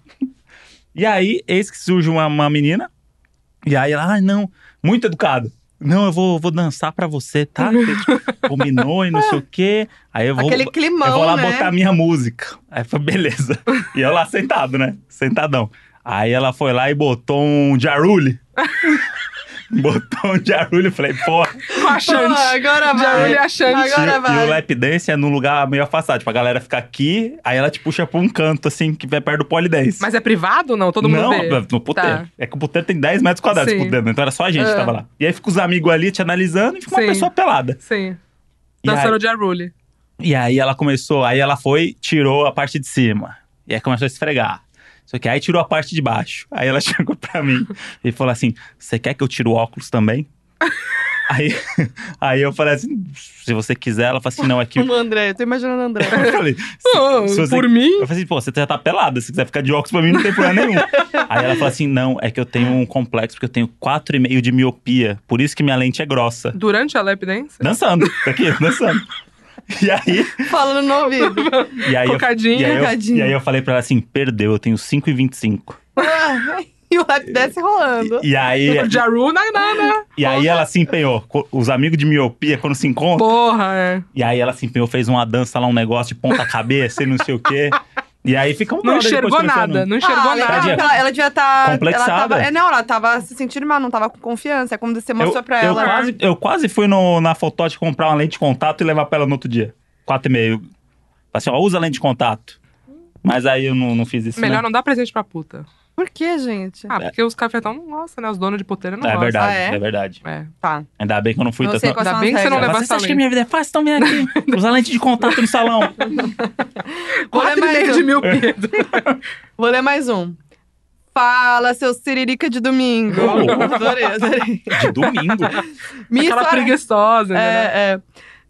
[SPEAKER 1] E aí, eis que surge uma, uma menina, e aí ela, ah, não, muito educado. Não, eu vou, vou dançar pra você, tá? Tipo, Combinou e não sei o quê. Aí eu vou,
[SPEAKER 2] Aquele climão,
[SPEAKER 1] eu vou lá
[SPEAKER 2] né?
[SPEAKER 1] botar a minha música. Aí foi beleza. E eu lá sentado, né? Sentadão. Aí ela foi lá e botou um Jarulli. botou um Jarulli. Falei, pô.
[SPEAKER 3] Com a
[SPEAKER 2] Pô,
[SPEAKER 3] Xande.
[SPEAKER 2] agora vai.
[SPEAKER 1] É.
[SPEAKER 3] Jarulli e a Xande.
[SPEAKER 1] E,
[SPEAKER 2] Agora
[SPEAKER 1] e
[SPEAKER 2] vai.
[SPEAKER 1] o lap dance é num lugar meio afastado. Tipo, a galera fica aqui, aí ela te puxa pra um canto, assim, que vai perto do polidense.
[SPEAKER 3] Mas é privado ou não? Todo mundo
[SPEAKER 1] não,
[SPEAKER 3] vê?
[SPEAKER 1] no puteiro.
[SPEAKER 3] Tá.
[SPEAKER 1] É que o puteiro tem 10 metros quadrados
[SPEAKER 3] Sim.
[SPEAKER 1] por dentro, então era só a gente que
[SPEAKER 3] Ah.
[SPEAKER 1] tava lá. E aí fica os amigos ali te analisando e fica uma
[SPEAKER 3] Sim.
[SPEAKER 1] pessoa pelada.
[SPEAKER 3] Sim.
[SPEAKER 1] E aí-
[SPEAKER 3] Dançando de Arule.
[SPEAKER 1] e aí ela começou, aí ela foi, tirou a parte de cima. E aí começou a esfregar. Só que aí tirou a parte de baixo. Aí ela chegou pra mim e falou assim: Você quer que eu tire o óculos também? Aí, aí eu falei assim: se você quiser, ela fala assim: não, é que.
[SPEAKER 2] O André, eu tô imaginando o André.
[SPEAKER 1] Eu falei,
[SPEAKER 3] Ah,
[SPEAKER 1] se você-
[SPEAKER 3] Por mim,
[SPEAKER 1] Eu falei assim, pô, você já tá pelada, se quiser ficar de óculos pra mim, não tem problema nenhum. Aí ela falou assim, não, é que eu tenho um complexo, porque eu tenho 4,5 de miopia, por isso que minha lente é grossa.
[SPEAKER 3] durante a lap dance,
[SPEAKER 1] Dançando, tá aqui, dançando. E aí,
[SPEAKER 2] Falando no ouvido.
[SPEAKER 1] e aí, eu, e,
[SPEAKER 3] cocadinha. Tipo,
[SPEAKER 1] aí eu,
[SPEAKER 2] Tadinha.
[SPEAKER 1] e aí eu falei pra ela assim, perdeu, eu tenho 5,25.
[SPEAKER 2] Ah, e o lap dance rolando.
[SPEAKER 1] E aí,
[SPEAKER 3] Jaru na nana.
[SPEAKER 1] e aí ela se empenhou. Co- Os amigos de miopia, quando se encontram,
[SPEAKER 3] Porra, é.
[SPEAKER 1] e aí ela se empenhou, fez uma dança lá, um negócio de ponta cabeça e não sei o quê. E aí fica um
[SPEAKER 3] Não
[SPEAKER 1] brother depois
[SPEAKER 3] enxergou
[SPEAKER 1] conversando.
[SPEAKER 3] nada, não enxergou
[SPEAKER 2] Ah, legal,
[SPEAKER 3] nada.
[SPEAKER 1] Tadinha.
[SPEAKER 2] porque Ela, ela devia estar.
[SPEAKER 1] Complexada.
[SPEAKER 2] Ela tava, é, não, ela tava se sentindo mal, não tava com confiança. É como você mostrou pra ela.
[SPEAKER 1] quase, eu quase fui no, na Fotote comprar uma lente de contato e levar pra ela no outro dia. Quatro e meio. Falei assim, ó, usa lente de contato. Mas aí eu não, não fiz isso.
[SPEAKER 3] Melhor
[SPEAKER 1] né?
[SPEAKER 3] não dar presente pra puta.
[SPEAKER 2] Por que, gente?
[SPEAKER 3] Ah, porque os cafetão não gostam, né? Os donos de puteira não
[SPEAKER 1] É
[SPEAKER 3] gostam.
[SPEAKER 1] verdade,
[SPEAKER 2] Ah, é?
[SPEAKER 1] é? verdade.
[SPEAKER 3] É.
[SPEAKER 2] Tá.
[SPEAKER 1] Ainda bem que eu não fui.
[SPEAKER 2] Não
[SPEAKER 1] tá-
[SPEAKER 2] sei quais
[SPEAKER 3] Ainda
[SPEAKER 2] são
[SPEAKER 3] bem
[SPEAKER 2] as
[SPEAKER 3] que você não
[SPEAKER 2] regras.
[SPEAKER 3] leva
[SPEAKER 1] Ela,
[SPEAKER 3] essa
[SPEAKER 1] Você acha que
[SPEAKER 3] lente.
[SPEAKER 1] a minha vida é fácil? Então vem aqui. Usa lente de contato no salão.
[SPEAKER 2] Vou ler
[SPEAKER 3] Quatro
[SPEAKER 1] é
[SPEAKER 3] e
[SPEAKER 2] mais um.
[SPEAKER 3] meio de mil Pedro.
[SPEAKER 2] Vou ler mais um. Fala, seu Siririca de domingo.
[SPEAKER 1] Oh.
[SPEAKER 2] adorei, adorei.
[SPEAKER 1] De domingo.
[SPEAKER 2] Minha
[SPEAKER 3] Aquela
[SPEAKER 2] história,
[SPEAKER 3] preguiçosa, né?
[SPEAKER 2] é, é.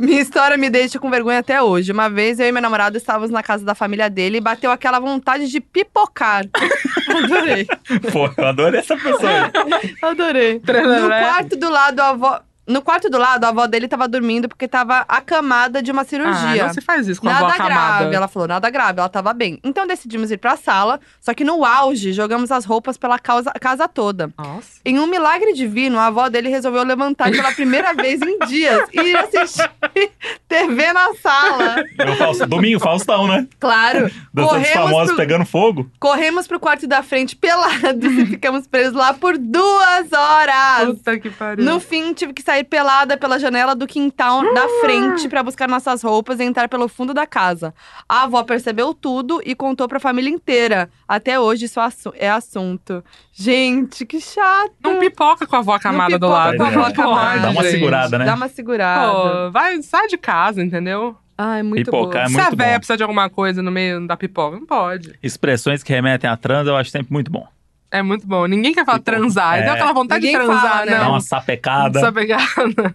[SPEAKER 2] Minha história me deixa com vergonha até hoje. Uma vez eu e meu namorado estávamos na casa da família dele e bateu aquela vontade de pipocar. adorei,
[SPEAKER 1] Pô, eu adorei essa pessoa. aí.
[SPEAKER 2] adorei. No
[SPEAKER 3] Trelelé.
[SPEAKER 2] quarto do lado, a avó. No quarto do lado, a avó dele tava dormindo porque tava acamada de uma
[SPEAKER 3] Ah,
[SPEAKER 2] cirurgia.
[SPEAKER 3] não se faz isso com a
[SPEAKER 2] Nada
[SPEAKER 3] avó acamada.
[SPEAKER 2] grave, ela falou, nada grave, ela tava bem. Então decidimos ir pra sala, só que no auge jogamos as roupas pela causa- casa toda.
[SPEAKER 3] Nossa.
[SPEAKER 2] Em um milagre divino, a avó dele resolveu levantar pela primeira vez em dias e ir assistir TV na sala.
[SPEAKER 1] Meu Fausto- domingo, Faustão, né?
[SPEAKER 2] Claro.
[SPEAKER 1] Dançando os
[SPEAKER 2] Corremos
[SPEAKER 1] famosos
[SPEAKER 2] pro-
[SPEAKER 1] pegando fogo.
[SPEAKER 2] Corremos pro quarto da frente pelados e ficamos presos lá por duas horas.
[SPEAKER 3] Puta que
[SPEAKER 1] Hum.
[SPEAKER 3] pariu.
[SPEAKER 2] No fim, tive que sair pelada pela janela do quintal
[SPEAKER 1] Ah!
[SPEAKER 2] da frente pra buscar nossas roupas e entrar pelo fundo da casa. A avó percebeu tudo e contou pra família inteira. Até hoje isso assu- é assunto. Gente, que chato.
[SPEAKER 3] Não pipoca com a avó acamada do
[SPEAKER 2] pipoca
[SPEAKER 3] lado. né?
[SPEAKER 1] com a avó
[SPEAKER 3] Não
[SPEAKER 2] acamada,
[SPEAKER 3] pode,
[SPEAKER 1] Dá uma
[SPEAKER 3] gente.
[SPEAKER 1] segurada, né?
[SPEAKER 2] Dá uma segurada.
[SPEAKER 3] Pô, vai, sai de casa, entendeu?
[SPEAKER 2] Ai, muito
[SPEAKER 1] Pipocar
[SPEAKER 2] bom.
[SPEAKER 1] É
[SPEAKER 3] Se a
[SPEAKER 1] muito
[SPEAKER 3] véia
[SPEAKER 1] bom.
[SPEAKER 3] precisa de alguma coisa no meio da pipoca, não pode.
[SPEAKER 1] Expressões que remetem a trans, eu acho sempre muito bom.
[SPEAKER 3] É muito bom. Ninguém quer falar
[SPEAKER 1] Pipoca.
[SPEAKER 3] transar.
[SPEAKER 1] É.
[SPEAKER 3] Deu aquela vontade de
[SPEAKER 2] Ninguém
[SPEAKER 3] transar,
[SPEAKER 2] fala, né?
[SPEAKER 1] Dá
[SPEAKER 3] não.
[SPEAKER 1] uma sapecada.
[SPEAKER 3] Só pegada.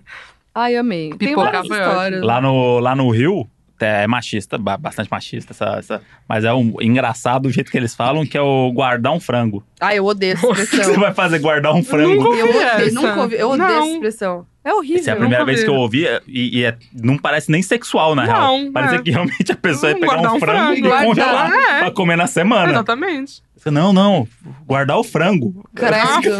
[SPEAKER 2] Ai, amei. Tem
[SPEAKER 3] Pipocar
[SPEAKER 2] várias
[SPEAKER 3] foi
[SPEAKER 2] histórias.
[SPEAKER 1] Lá no, lá no Rio, é machista, ba- bastante machista, essa, essa- mas é um engraçado o jeito que eles falam, que é o guardar um frango.
[SPEAKER 2] Ai, eu odeio essa
[SPEAKER 1] O que, que você
[SPEAKER 2] expressão.
[SPEAKER 1] vai fazer, guardar um frango?
[SPEAKER 2] Eu odeio,
[SPEAKER 3] Essa.
[SPEAKER 2] nunca ouvi, eu odeio
[SPEAKER 3] Não.
[SPEAKER 2] essa expressão. É horrível.
[SPEAKER 1] Essa é a
[SPEAKER 3] nunca
[SPEAKER 1] primeira vez
[SPEAKER 3] vi.
[SPEAKER 1] que eu ouvi, e, e é- não parece nem sexual, na
[SPEAKER 3] Não,
[SPEAKER 1] real. Parece
[SPEAKER 3] é.
[SPEAKER 1] que realmente a pessoa ia
[SPEAKER 3] Hum,
[SPEAKER 1] pegar
[SPEAKER 3] guardar
[SPEAKER 1] um
[SPEAKER 3] um
[SPEAKER 1] frango e
[SPEAKER 2] frango.
[SPEAKER 1] congelar
[SPEAKER 3] Guardar, é.
[SPEAKER 1] pra comer na semana.
[SPEAKER 3] Exatamente.
[SPEAKER 1] Não, não, guardar o frango.
[SPEAKER 2] Credo.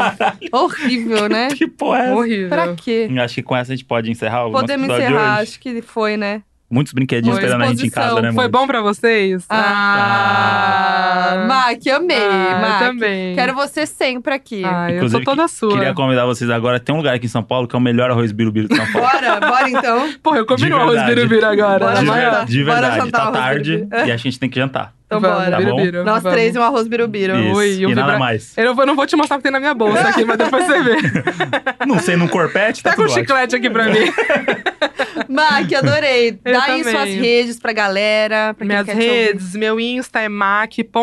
[SPEAKER 2] horrível, né?
[SPEAKER 1] Que porra é essa?
[SPEAKER 3] Horrível.
[SPEAKER 2] Pra quê?
[SPEAKER 1] Acho que com essa a gente pode encerrar o nosso
[SPEAKER 2] Podemos
[SPEAKER 1] episódio de
[SPEAKER 2] encerrar,
[SPEAKER 1] hoje.
[SPEAKER 2] acho que foi, né?
[SPEAKER 1] Muitos brinquedinhos
[SPEAKER 2] Boa
[SPEAKER 1] esperando a gente em
[SPEAKER 2] exposição.
[SPEAKER 1] casa, né,
[SPEAKER 3] Foi
[SPEAKER 1] amor?
[SPEAKER 3] bom pra vocês?
[SPEAKER 2] Ah,
[SPEAKER 3] Ah.
[SPEAKER 2] Mac, amei,
[SPEAKER 3] Ah, eu
[SPEAKER 2] Mac.
[SPEAKER 3] também.
[SPEAKER 2] Quero você sempre aqui.
[SPEAKER 3] Ah, eu
[SPEAKER 1] Inclusive,
[SPEAKER 3] sou toda sua.
[SPEAKER 1] Queria convidar vocês agora. Tem um lugar aqui em São Paulo que é o melhor arroz birubiru de São Paulo.
[SPEAKER 2] Bora, bora então.
[SPEAKER 3] Porra, eu comi
[SPEAKER 1] De
[SPEAKER 3] no arroz
[SPEAKER 1] verdade.
[SPEAKER 3] birubiru agora.
[SPEAKER 2] Bora
[SPEAKER 1] de,
[SPEAKER 2] jantar.
[SPEAKER 1] ver- de
[SPEAKER 2] Bora
[SPEAKER 1] verdade,
[SPEAKER 2] jantar
[SPEAKER 1] tá
[SPEAKER 2] arroz
[SPEAKER 1] tarde
[SPEAKER 2] birubiru.
[SPEAKER 1] e a gente tem que jantar.
[SPEAKER 2] Então
[SPEAKER 3] Vamos,
[SPEAKER 2] bora.
[SPEAKER 1] Tá bom?
[SPEAKER 3] birubiru,
[SPEAKER 2] Nós
[SPEAKER 3] vamos.
[SPEAKER 2] três e um arroz birubiru.
[SPEAKER 1] Isso.
[SPEAKER 3] Ui,
[SPEAKER 1] e
[SPEAKER 3] eu vi
[SPEAKER 1] nada
[SPEAKER 3] pra-
[SPEAKER 1] mais.
[SPEAKER 3] Eu não, vou, não vou te mostrar o que tem na minha bolsa aqui, mas depois você vê.
[SPEAKER 1] Não sei, num corpete, tá
[SPEAKER 3] Tá com
[SPEAKER 1] tudo
[SPEAKER 3] um
[SPEAKER 1] ótimo.
[SPEAKER 3] chiclete aqui pra mim.
[SPEAKER 2] Mac, adorei. Dá aí
[SPEAKER 3] também.
[SPEAKER 2] suas redes pra galera. Pra quem
[SPEAKER 3] Minhas
[SPEAKER 2] quer te ouvir.
[SPEAKER 3] redes, meu Insta é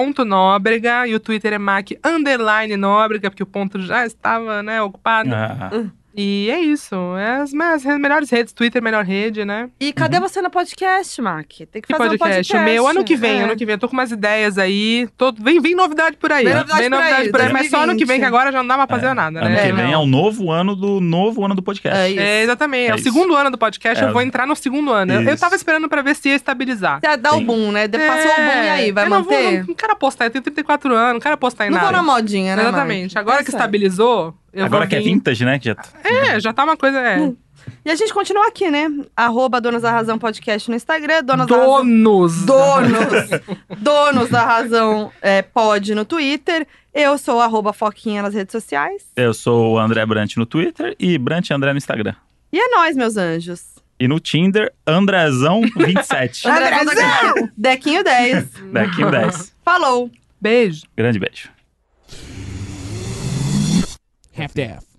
[SPEAKER 3] mac.nóbrega e o Twitter é mac underline nóbrega, porque o ponto já estava, né, ocupado.
[SPEAKER 1] Ah,
[SPEAKER 3] E é isso. É as minhas re- melhores redes, Twitter, melhor rede, né?
[SPEAKER 2] E cadê você no podcast, Mac? Tem que
[SPEAKER 3] Que
[SPEAKER 2] fazer
[SPEAKER 3] podcast?
[SPEAKER 2] um podcast.
[SPEAKER 3] O meu, ano que vem,
[SPEAKER 2] É.
[SPEAKER 3] ano que vem. Eu tô com umas ideias aí. Tô, vem, vem novidade por aí.
[SPEAKER 2] Vem novidade por aí,
[SPEAKER 3] mas só ano que
[SPEAKER 2] 2020.
[SPEAKER 3] vem, que agora já não dá mais fazer nada,
[SPEAKER 1] ano
[SPEAKER 3] né?
[SPEAKER 1] que
[SPEAKER 2] É,
[SPEAKER 1] vem
[SPEAKER 2] não.
[SPEAKER 1] é o novo ano do novo ano do podcast.
[SPEAKER 2] É isso.
[SPEAKER 3] É, exatamente. É,
[SPEAKER 1] É
[SPEAKER 3] o
[SPEAKER 1] isso.
[SPEAKER 3] segundo ano do podcast,
[SPEAKER 1] É.
[SPEAKER 3] eu vou entrar no segundo ano. Eu- Eu
[SPEAKER 1] Isso.
[SPEAKER 3] tava esperando pra ver se ia estabilizar.
[SPEAKER 2] Você dá o
[SPEAKER 1] Sim.
[SPEAKER 2] boom, né? De- Passou o boom e aí, vai
[SPEAKER 3] É, eu não
[SPEAKER 2] manter?
[SPEAKER 3] Vou, não, não quero apostar, eu tenho 34 anos, não quero apostar em
[SPEAKER 2] Não vou
[SPEAKER 3] nada.
[SPEAKER 2] na modinha, né?
[SPEAKER 3] Exatamente.
[SPEAKER 2] Mike?
[SPEAKER 3] Agora
[SPEAKER 2] É
[SPEAKER 3] que
[SPEAKER 2] isso aí.
[SPEAKER 3] estabilizou, eu
[SPEAKER 1] Agora
[SPEAKER 3] vou
[SPEAKER 1] que é
[SPEAKER 3] vir-
[SPEAKER 1] vintage, né? Que já... tá-
[SPEAKER 3] É, já tá uma coisa. É.
[SPEAKER 2] E a gente continua aqui, né? Arroba Donos da Razão Podcast no Instagram, Donos da Razão
[SPEAKER 3] Donos. né?
[SPEAKER 2] Donos, donos da razão é, pod no Twitter. Eu sou arroba Foquinha nas redes sociais.
[SPEAKER 1] Eu sou o André Brant no Twitter e Brant André no Instagram.
[SPEAKER 2] E é nós, meus anjos.
[SPEAKER 1] E no Tinder, Andrezão27.
[SPEAKER 2] Andrezão! Dequinho 10.
[SPEAKER 1] Daqui um em 10.
[SPEAKER 2] Falou!
[SPEAKER 3] Beijo.
[SPEAKER 1] Grande beijo.
[SPEAKER 6] half-daff.